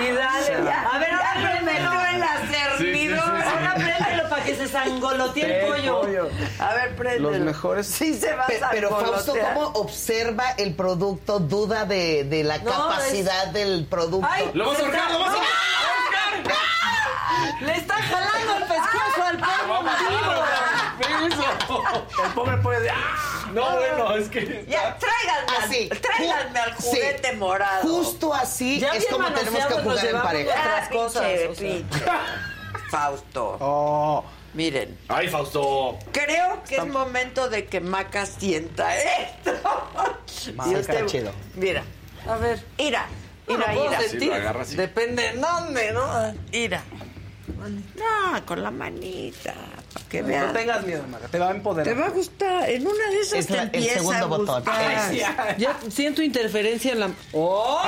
S10: Y dale. A ver, ahora préndelo.
S1: el acernidor.
S10: Ahora préndelo para que se
S25: Este
S10: sangolotee el pollo.
S1: A ver, préndelo.
S7: Los mejores.
S1: Sí se va
S25: Pe-
S1: a
S25: Pero Fausto,
S1: sangolotear.
S25: ¿cómo observa el producto? Duda de, de la
S10: No,
S25: capacidad del producto.
S10: ¡Ay!
S9: Lo vas a
S10: se
S9: ahorcar,
S10: está-
S9: lo vas a ahorcar.
S10: ¡Ah! ¡Le está jalando el pescuezo al
S9: Ah,
S10: pollo vivo!
S7: El pobre puede decir, ¡ah! No, bueno, es que.
S1: Ya, tráiganme,
S25: así.
S1: al- tráiganme al
S25: Ju-
S1: juguete
S25: sí.
S1: morado.
S25: Justo así
S10: Ya
S25: es
S10: bien
S25: como tenemos que
S10: manoseados nos
S25: jugar en
S10: llevamos
S25: pareja.
S1: Ah,
S10: otras
S1: pinche,
S10: cosas, o sea.
S1: pinche. Fausto.
S7: Oh,
S1: Miren,
S9: Ay, Fausto.
S1: creo que es momento de que Maca sienta esto.
S25: Maca,
S1: Yo te-
S25: chido.
S1: Mira,
S10: A ver.
S1: ira,
S10: No este, lo
S1: ira,
S10: puedo
S1: ira.
S9: Sí, lo agarra así.
S10: Depende en dónde, ¿no?
S1: Ira. No, con la manita. Para que
S7: no
S1: vean.
S7: tengas miedo, Maga, te va a
S1: Te
S7: empoderar.
S1: va a gustar. En una de esas
S25: Es
S1: te
S25: la- el
S1: empieza
S25: segundo
S1: a
S25: botón.
S1: gustar.
S25: Ay,
S10: Ya siento interferencia en la. ¡Oh!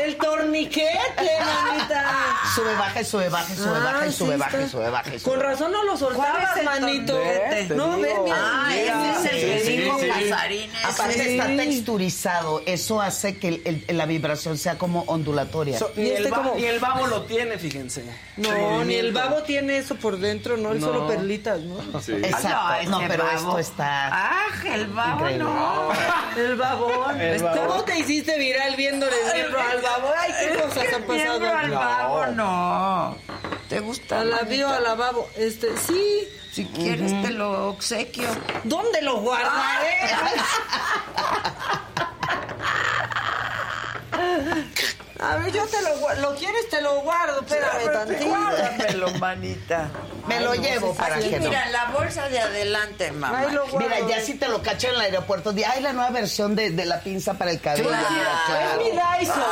S10: ¡El torniquete, manita!
S25: Sube, baja y sube, baja y sube,
S10: Ah,
S25: baja y
S10: sí
S25: sube,
S10: está.
S25: baja y sube, baja y sube.
S10: Con razón no lo
S1: ¿Cuál es
S10: soltabas,
S1: el
S10: manito.
S7: torniquete?
S10: No,
S7: Te
S10: ve,
S7: digo.
S10: mira.
S1: Ah,
S10: mira.
S1: ese es el
S9: Sí,
S1: que
S9: sí,
S1: dijo
S9: sí.
S1: Casarín. ese.
S25: Aparte
S10: Sí.
S25: está texturizado, eso hace que el- el- la vibración sea como ondulatoria.
S7: So,
S10: ¿Y
S7: ni,
S10: este
S7: el ba-
S10: cómo?
S7: ni el babo lo tiene, fíjense.
S10: No, ni el babo tiene eso por dentro, ¿no? Él
S7: No.
S10: solo perlitas, ¿no?
S9: Sí.
S1: Ah,
S25: Exacto, no,
S1: ese
S25: pero
S1: babo.
S25: esto está
S1: Ah, el babo
S25: increíble.
S1: no.
S10: El babón.
S7: El babón.
S10: ¿Cómo te hiciste viral viéndole el miembro al babón? Ay, qué cosas han pasado.
S1: Miembro al babo no. ¿Te gusta
S10: A la bio, a la babo. Este, sí.
S1: Si quieres te lo obsequio.
S10: ¿Dónde lo guardaré?
S1: Ah.
S10: A ver, yo te lo guardo. ¿Lo quieres? Te lo guardo. Espérame tantito.
S1: Guárdamelo, manita.
S25: Me lo llevo para
S1: Aquí,
S25: que no.
S1: mira, la bolsa de adelante, mamá.
S10: Ahí lo guardo.
S25: Mira, ya si te lo cacho en el aeropuerto, di, ay, la nueva versión de, de la pinza para el cabello.
S1: Claro.
S25: Mira, claro.
S10: Es mi Dyson.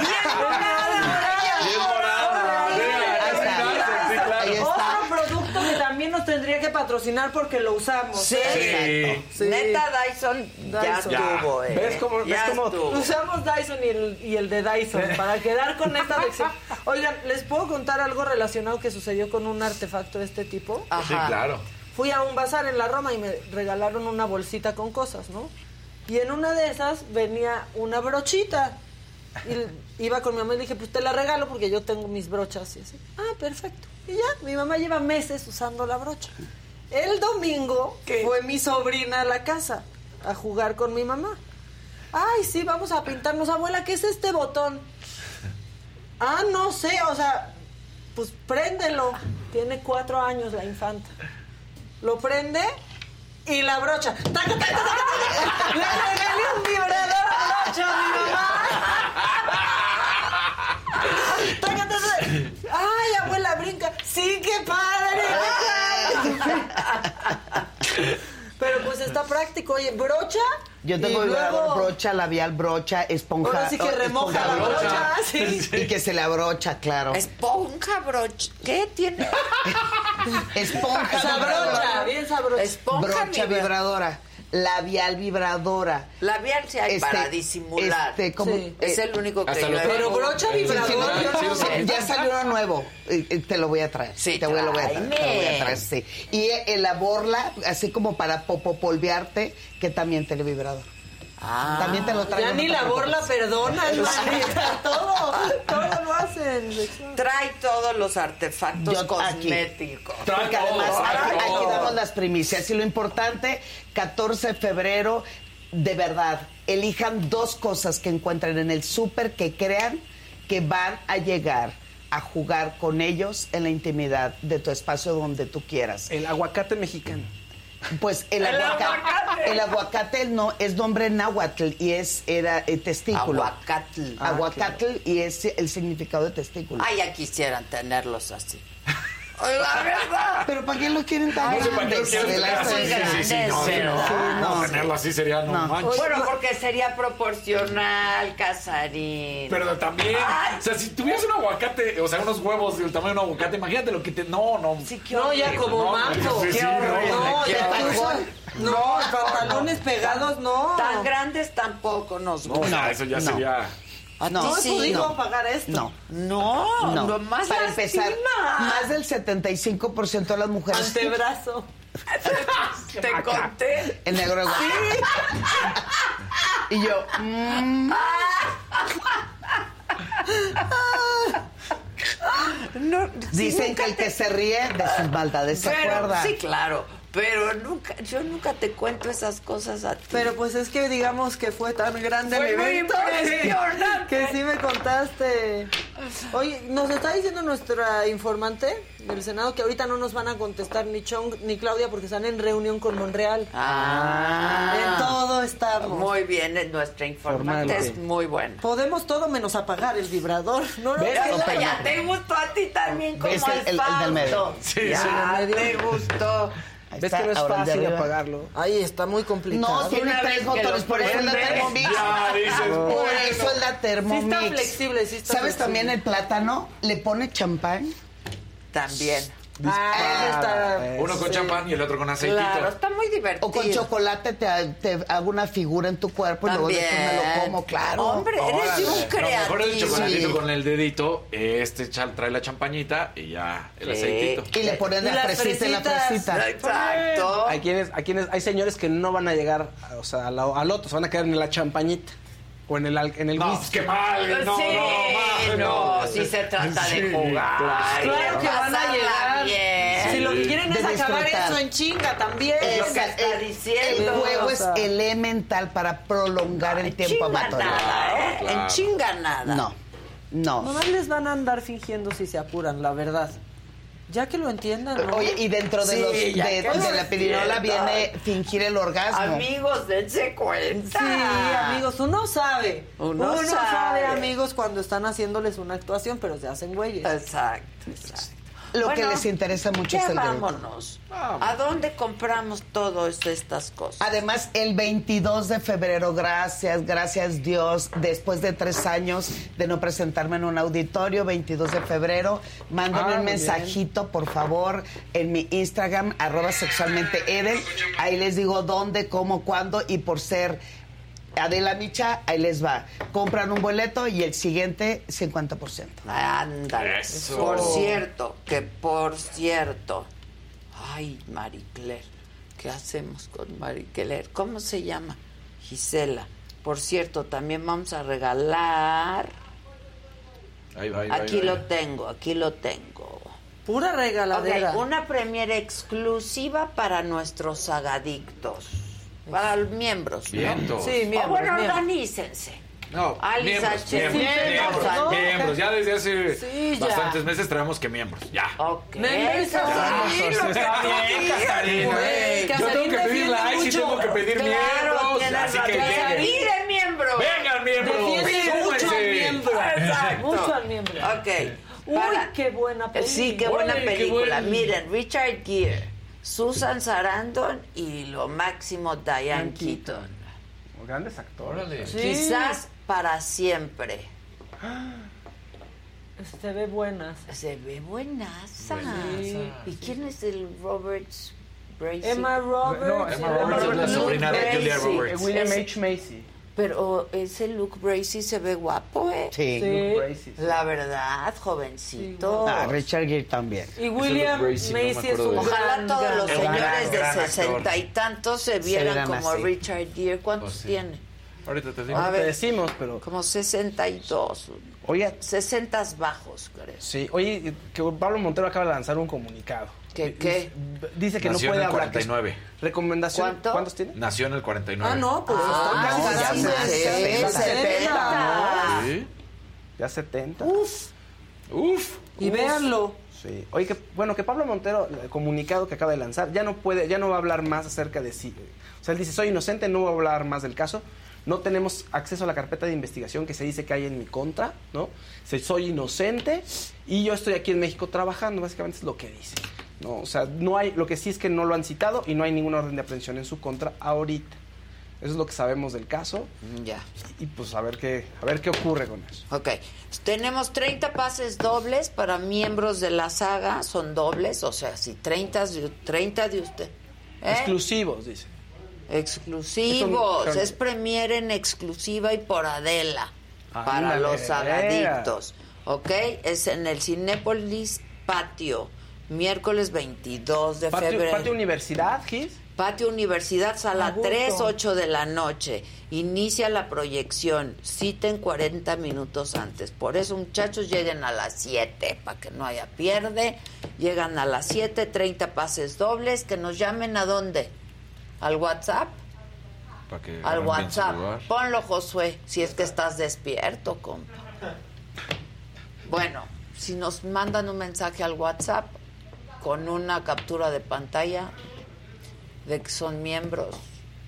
S1: Bien morada.
S9: Bien morada.
S10: Ahí
S9: Mira,
S25: está.
S9: sí, claro.
S25: Ahí está.
S10: Otro producto que también nos tendría que patrocinar porque lo usamos.
S8: Sí,
S10: ¿eh?
S8: exacto. Neta Dyson, ya
S10: Dyson.
S8: estuvo, eh.
S10: ¿Ves cómo-
S8: Ya
S10: ves cómo-
S8: estuvo.
S10: Usamos Dyson y el, y el de Dyson para quedar con esta lección. Oigan, ¿les puedo contar algo relacionado que sucedió con un artefacto de este tipo?
S9: Sí, claro.
S10: Fui a un bazar en la Roma y me regalaron una bolsita con cosas, ¿no? Y en una de esas venía una brochita. Y l- iba con mi mamá y le dije, pues te la regalo porque yo tengo mis brochas. Y así, ah, perfecto. Y ya, mi mamá lleva meses usando la brocha. El domingo fue mi sobrina a la casa a jugar con mi mamá. Ay, sí, vamos a pintarnos. Abuela, ¿qué es este botón? Ah, no sé, o sea, pues préndelo. Tiene cuatro años la infanta. Lo prende y la brocha. ¡Taca, taca, taca, taca! Le regalé un vibrador brocha a mi mamá. ¡Taca, taca, taca! ¡Ay, abuela, brinca! ¡Sí, qué padre! Pero pues está práctico. Oye, brocha.
S25: Yo tengo
S10: y
S25: vibrador,
S10: luego-
S25: brocha, labial, brocha, esponja.
S10: Ahora sí que
S25: oh,
S10: remoja
S25: esponja,
S10: la brocha, sí.
S25: Y que se le abrocha, claro.
S1: Esponja brocha. ¿Qué tiene?
S25: Esponja
S10: Sabrocha,
S25: vibradora.
S10: bien sabrocha.
S1: Esponja
S25: brocha
S1: vibra-
S25: vibradora. Labial vibradora.
S1: Labial se hay
S25: Este,
S1: para disimular.
S25: este, ¿cómo? Sí.
S1: Es el único que
S25: Hasta
S1: yo
S25: lo
S1: he-
S25: tengo. Pero brocha
S1: Sí,
S25: vibradora,
S1: sí, sí, sí, sí.
S25: Ya salió uno nuevo. Eh, eh, Te lo voy a traer.
S1: Sí,
S25: te, voy, lo voy a traer.
S1: tráeme.
S25: Te lo voy a traer, sí. Y eh, eh, la borla, así como para popopolvearte, que también tiene vibrador. También te lo traigo.
S10: Ah, Ya ni la borla perdona, manita. Todo, todo lo hacen.
S1: Trae todos los artefactos
S25: Yo aquí.
S1: cosméticos.
S25: Porque
S1: Trae
S25: además
S1: todo,
S25: aquí,
S1: trae
S25: aquí
S1: todo.
S25: damos las primicias. Y lo importante, 14 de febrero, de verdad, elijan dos cosas que encuentren en el súper que crean que van a llegar a jugar con ellos en la intimidad de tu espacio donde tú quieras.
S7: El aguacate mexicano.
S25: Pues el,
S7: El
S25: aguacate,
S7: aguacate.
S25: el aguacate no es nombre náhuatl y es era eh, testículo.
S1: Aguacatl. Ah,
S25: Aguacatl y es el significado de testículo.
S1: Ay, ya quisieran tenerlos así. Ay, La verdad.
S25: Pero ¿para qué lo quieren tan
S1: Ay,
S25: grandes,
S1: ¿para qué lo quieren
S25: Adela?
S1: tan
S25: Eso es
S1: grandes?
S25: grande.
S1: Sí, sí, sí, no,
S25: Sí,
S1: no,
S25: no.
S9: No, tenerlo así sería no,
S25: No.
S9: manches.
S1: Bueno, porque sería proporcional, Casarín.
S9: Pero también, o sea, si tuvieras un aguacate, o sea, unos huevos del tamaño de un aguacate, imagínate lo que te. No, no.
S10: No, ya como mango.
S9: Sí, sí, no,
S10: No,
S9: qué
S10: ya
S9: horror.
S10: tú usas- No, pantalones pegados, no.
S1: Tan grandes tampoco nos
S9: No, o
S1: gustan.
S9: sea, eso ya
S25: no.
S9: sería.
S1: ¿A ti
S10: No,
S1: sí?
S10: sí,
S1: Ah, No.
S10: no. pagar esto.
S25: No.
S1: No, no, más
S25: Para
S1: lastima.
S25: empezar, más del 75% de las mujeres.
S10: Antebrazo.
S1: Te conté.
S25: El negro de guapo. Y yo, mm,
S1: No, sí,
S25: dicen
S1: nunca
S25: que el
S1: te-
S25: que se ríe de sus maldades se
S1: Pero-
S25: acuerda.
S1: Sí, claro. Pero nunca, yo nunca te cuento esas cosas a ti.
S10: Pero pues es que digamos que fue tan grande
S1: Fue
S10: el
S1: muy
S10: evento
S1: impresionante.
S10: que sí me contaste. Oye, nos está diciendo nuestra informante del Senado que ahorita no nos van a contestar ni Chong ni Claudia porque están en reunión con Monreal.
S1: Ah.
S10: En todo estamos.
S1: Muy bien, eh, nuestra informante
S7: Formante.
S1: es muy buena.
S10: Podemos todo menos apagar el vibrador. No, no,
S25: ¿Ves?
S10: no,
S1: Eso
S25: Pero-
S1: ya te gustó a ti también como
S25: ¿Ves
S1: al
S25: el- el- el del medio?
S1: Fausto.
S25: Sí,
S1: ya te gustó.
S25: Ahí
S7: ¿Ves
S25: está,
S7: que no es
S25: ahora el de
S7: fácil
S25: arriba.
S7: apagarlo?
S10: Ahí está muy complicado.
S25: No, tiene
S1: Una vez
S25: tres
S1: que
S25: botones,
S1: lo
S25: por eso es la
S1: prendes,
S25: Thermomix.
S9: ya dices,
S25: Por
S9: bueno.
S25: eso es la Thermomix.
S10: Sí está flexible, sí está
S25: ¿Sabes
S10: flexible.
S25: también el plátano? ¿Le pone champán?
S1: También.
S10: Ah, está-
S9: Uno con
S10: sí.
S9: champán y el otro con aceitito.
S1: Este, Claro, está muy divertido.
S25: O con chocolate te, te hago una figura en tu cuerpo y luego después me lo como, claro.
S1: Hombre,
S9: Órale.
S1: eres un
S9: Lo mejor es el
S1: creativo.
S9: chocolatito
S25: Sí.
S9: con el dedito. Este chal trae la champañita y ya el
S1: Sí.
S9: aceitito.
S25: Y le ponen
S10: Y
S25: la
S10: las
S25: fresita en la
S10: fresitas.
S25: fresita.
S1: Exacto.
S7: Hay quienes, hay quienes, hay señores que no van a llegar, o sea, al, al otro, se van a quedar en la champañita o en el al- en el
S9: No,
S7: whisky.
S9: qué mal. No,
S1: sí,
S9: no,
S1: no,
S9: no,
S1: sí se trata
S9: Sí,
S1: de jugar.
S10: Claro que van a
S1: pasarla
S10: llegar.
S1: bien.
S10: Si lo que quieren
S25: De
S10: es acabar
S25: disfrutar.
S10: eso en chinga también.
S1: Es lo que
S25: Esa-
S1: está
S25: el-
S1: diciendo.
S25: El juego es
S10: O sea.
S25: elemental para prolongar el tiempo
S1: chinga
S25: amatorio.
S1: nada, ¿eh?
S9: Claro.
S1: En chinga nada.
S25: No, no.
S10: Nomás les van a andar fingiendo si se apuran, la verdad. Ya que lo entiendan, ¿no?
S25: Oye, y dentro de,
S1: Sí,
S25: los, de,
S1: ya que
S25: de
S1: no
S25: la pirinola
S1: entiendan.
S25: viene fingir el orgasmo.
S1: Amigos, dense cuenta.
S10: Sí, amigos, uno sabe.
S1: Uno
S10: sabe.
S1: sabe.
S10: amigos, cuando están haciéndoles una actuación, pero se hacen güeyes.
S1: Exacto, exacto.
S25: Lo
S1: Bueno,
S25: que les interesa mucho
S1: ya
S25: es el delito.
S1: vámonos. ¿A dónde compramos todas estas cosas?
S25: Además, el 22 de febrero, gracias, gracias Dios, después de tres años de no presentarme en un auditorio, 22 de febrero, mándame
S10: Ah,
S25: un
S10: muy bien.
S25: mensajito, por favor, en mi Instagram, arroba sexualmente Eden. Ahí les digo dónde, cómo, cuándo y por ser Adela Micha, ahí les va. Compran un boleto y el siguiente, 50%.
S1: Ándale.
S25: Eso.
S1: Por cierto, que por cierto. Ay, Marie Claire. ¿Qué hacemos con Marie Claire? ¿Cómo se llama? Gisela. Por cierto, también vamos a regalar.
S9: Ahí va, ahí va, ahí
S1: Aquí
S9: va,
S1: lo
S9: ahí va.
S1: tengo, aquí lo tengo.
S8: Pura regaladera.
S1: Ok, una premiera exclusiva para nuestros agadictos. Para los miembros, ¿no?
S9: Vientos. Sí,
S1: O
S9: miembros,
S1: bueno,
S9: miembros.
S1: organícense.
S9: No,
S1: Alice
S9: miembros,
S1: H.
S9: miembros,
S1: Miembros,
S9: miembros,
S1: ¿no?
S9: miembros. Ya desde hace
S1: Sí, ya.
S9: bastantes meses traemos que miembros, ya.
S1: Ok.
S8: Members,
S9: Ya,
S8: Casarino,
S9: pues, está bien, Casarino, eh.
S8: güey,
S9: Yo tengo
S8: Casarín
S9: que pedir
S8: defiende
S9: likes y
S8: mucho.
S9: tengo que pedir
S8: Claro,
S9: miembros.
S8: tienes
S9: Así
S8: razón.
S9: que
S8: Casarín
S9: vengan.
S8: de miembros.
S9: Vengan, miembros.
S8: Defiende mucho al
S9: súmense.
S8: miembro.
S1: Exacto.
S8: Mucho al miembro.
S1: Ok.
S8: Uy, qué buena película.
S1: Sí, qué buena
S8: Uy, qué buena.
S1: película. Miren, Richard Gere, Susan Sarandon y lo máximo Diane Keaton.
S7: Grandes actores.
S8: Sí.
S1: Quizás para siempre.
S8: Se ve buenas.
S1: Se ve buenas.
S8: Sí.
S1: ¿Y quién es el Roberts Bracey?
S8: Emma Roberts.
S7: No, Emma Roberts es la
S1: Luke
S7: sobrina de Julia
S1: Bracey.
S7: Roberts. William H. Macy.
S1: Pero ese Luke Bracey se ve guapo, ¿eh?
S25: Sí. Sí.
S7: Luke Bracey, sí.
S1: La verdad, jovencito.
S25: Ah, Richard Gere también.
S8: Y William
S25: Bracey, no me
S8: Macy es
S25: acuerdo
S8: un
S25: de él.
S1: Ojalá
S8: gran,
S1: todos
S8: gran-
S1: los
S25: gran,
S1: señores
S25: gran
S1: de
S25: actor.
S1: sesenta y tantos se
S25: Se
S1: vieran
S25: vieran
S1: como
S25: así. Pues
S1: Richard Gere. ¿Cuántos tiene?
S9: Ahorita te digo.
S1: A ver.
S7: decimos, pero.
S1: Como 62.
S7: Oye.
S1: 60 bajos, creo.
S7: Sí, oye, que Pablo Montero acaba de lanzar un comunicado.
S1: ¿Qué, qué?
S7: Dice que
S9: Nació
S7: no
S9: en
S7: puede
S9: el
S7: hablar. pues. que es-
S9: 49.
S7: Recomendación.
S1: ¿Cuánto?
S7: ¿Cuántos tiene?
S9: Nació en el 49.
S7: pues
S1: Ah,
S7: está
S1: casi
S7: casi
S1: ya
S7: setenta.
S1: setenta.
S9: Sí.
S7: Ya 70. Uf.
S9: Uf.
S8: Y véanlo.
S7: Sí. Oye, que, bueno, que Pablo Montero, el comunicado que acaba de lanzar, ya no puede, ya no va a hablar más acerca de sí. O sea, él dice, soy inocente, no voy a hablar más del caso. No tenemos acceso a la carpeta de investigación que se dice que hay en mi contra, ¿no? Se, soy inocente y yo estoy aquí en México trabajando, básicamente es lo que dice. No, o sea, no hay, lo que sí es que no lo han citado y no hay ninguna orden de aprehensión en su contra ahorita. Eso es lo que sabemos del caso.
S1: Ya.
S7: Y pues a ver qué, a ver qué ocurre con eso.
S1: Ok. Tenemos 30 pases dobles para miembros de la saga. Son dobles, o sea, si 30, de- 30 de usted. ¿eh?
S7: Exclusivos, dice.
S1: Exclusivos.
S7: Esto-
S1: es premier en exclusiva y por Adela.
S7: Ah,
S1: para
S7: ándale,
S1: los
S9: eh.
S7: Adela.
S1: sagadictos. ¿Ok? Es en el Cinépolis Patio. Miércoles 22 de
S7: Patio,
S1: febrero.
S7: Patio Universidad, Gis.
S1: Patio Universidad,
S7: A
S1: sala
S7: gusto.
S1: 3, 8 de la noche. Inicia la proyección. Citen 40 minutos antes. Por eso, muchachos, lleguen a las 7, para que no haya pierde. Llegan a las 7, 30 pases dobles. Que nos llamen a dónde? ¿Al WhatsApp?
S9: Para que
S1: Al
S9: arreglen su
S1: WhatsApp.
S9: lugar.
S1: Ponlo, Josué, si es que estás despierto, compa. Bueno, si nos mandan un mensaje al WhatsApp con una captura de pantalla de que son miembros,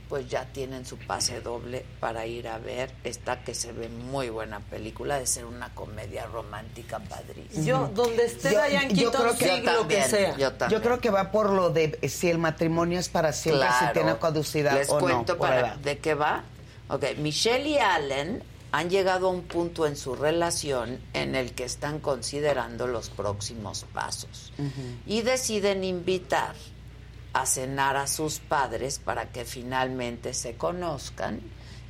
S1: pues ya tienen su pase doble para ir a ver esta que se ve muy buena película de ser una comedia romántica padrísima.
S8: Yo, donde esté Diane Keaton, sí, lo que sea.
S1: Yo también.
S25: creo que va por lo de eh, si el matrimonio es para siempre, si tiene caducidad
S1: Les
S25: o
S1: cuento
S25: no. por
S1: para-
S25: edad.
S1: de qué va. Ok, Michelle y Allen han llegado a un punto en su relación en el que están considerando los próximos pasos y deciden invitar a cenar a sus padres para que finalmente se conozcan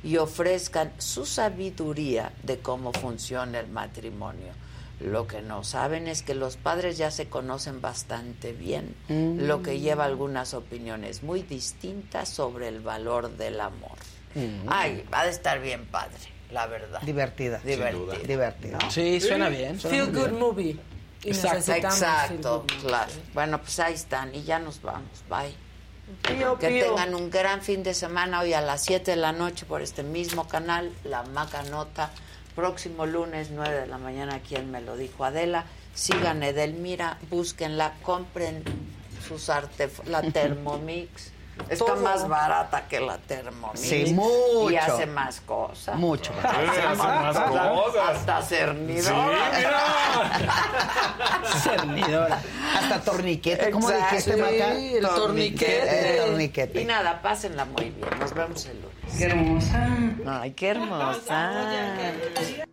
S1: y ofrezcan su sabiduría de cómo funciona el matrimonio. Lo que no saben es que los padres ya se conocen bastante bien,
S25: Mm.
S1: lo que lleva a algunas opiniones muy distintas sobre el valor del amor.
S25: Mm.
S1: Ay, va a estar bien padre, la verdad.
S25: Divertida.
S1: Divertida.
S25: Divertida.
S7: Sí, suena bien. suena
S8: Feel
S7: muy
S8: good
S7: bien.
S8: movie. Y
S1: Exacto,
S8: necesitamos
S1: exacto,
S8: feel good movie.
S1: claro. Bueno, pues ahí están y ya nos vamos. Bye.
S8: Pío,
S1: Que
S8: pío.
S1: tengan un gran fin de semana hoy a las 7 de la noche por este mismo canal, La Macanota. Próximo lunes, 9 de la mañana, aquí en Me lo dijo Adela. Sigan Edelmira, búsquenla, compren sus artefactos, la Thermomix, Está
S10: Todo.
S1: más barata que la Thermomix.
S25: Sí, mucho.
S1: Y hace más cosas.
S25: Mucho.
S1: Hace más cosas. Hasta cernidora.
S25: Cernidora. Hasta torniquete. ¿Cómo
S1: Exacto.
S25: dijiste,
S1: Sí,
S25: Maca?
S1: el
S25: El
S1: torniquete.
S25: torniquete.
S1: Y nada, pásenla muy bien. Nos vemos el lunes.
S25: Qué hermosa.
S1: Ay, qué hermosa.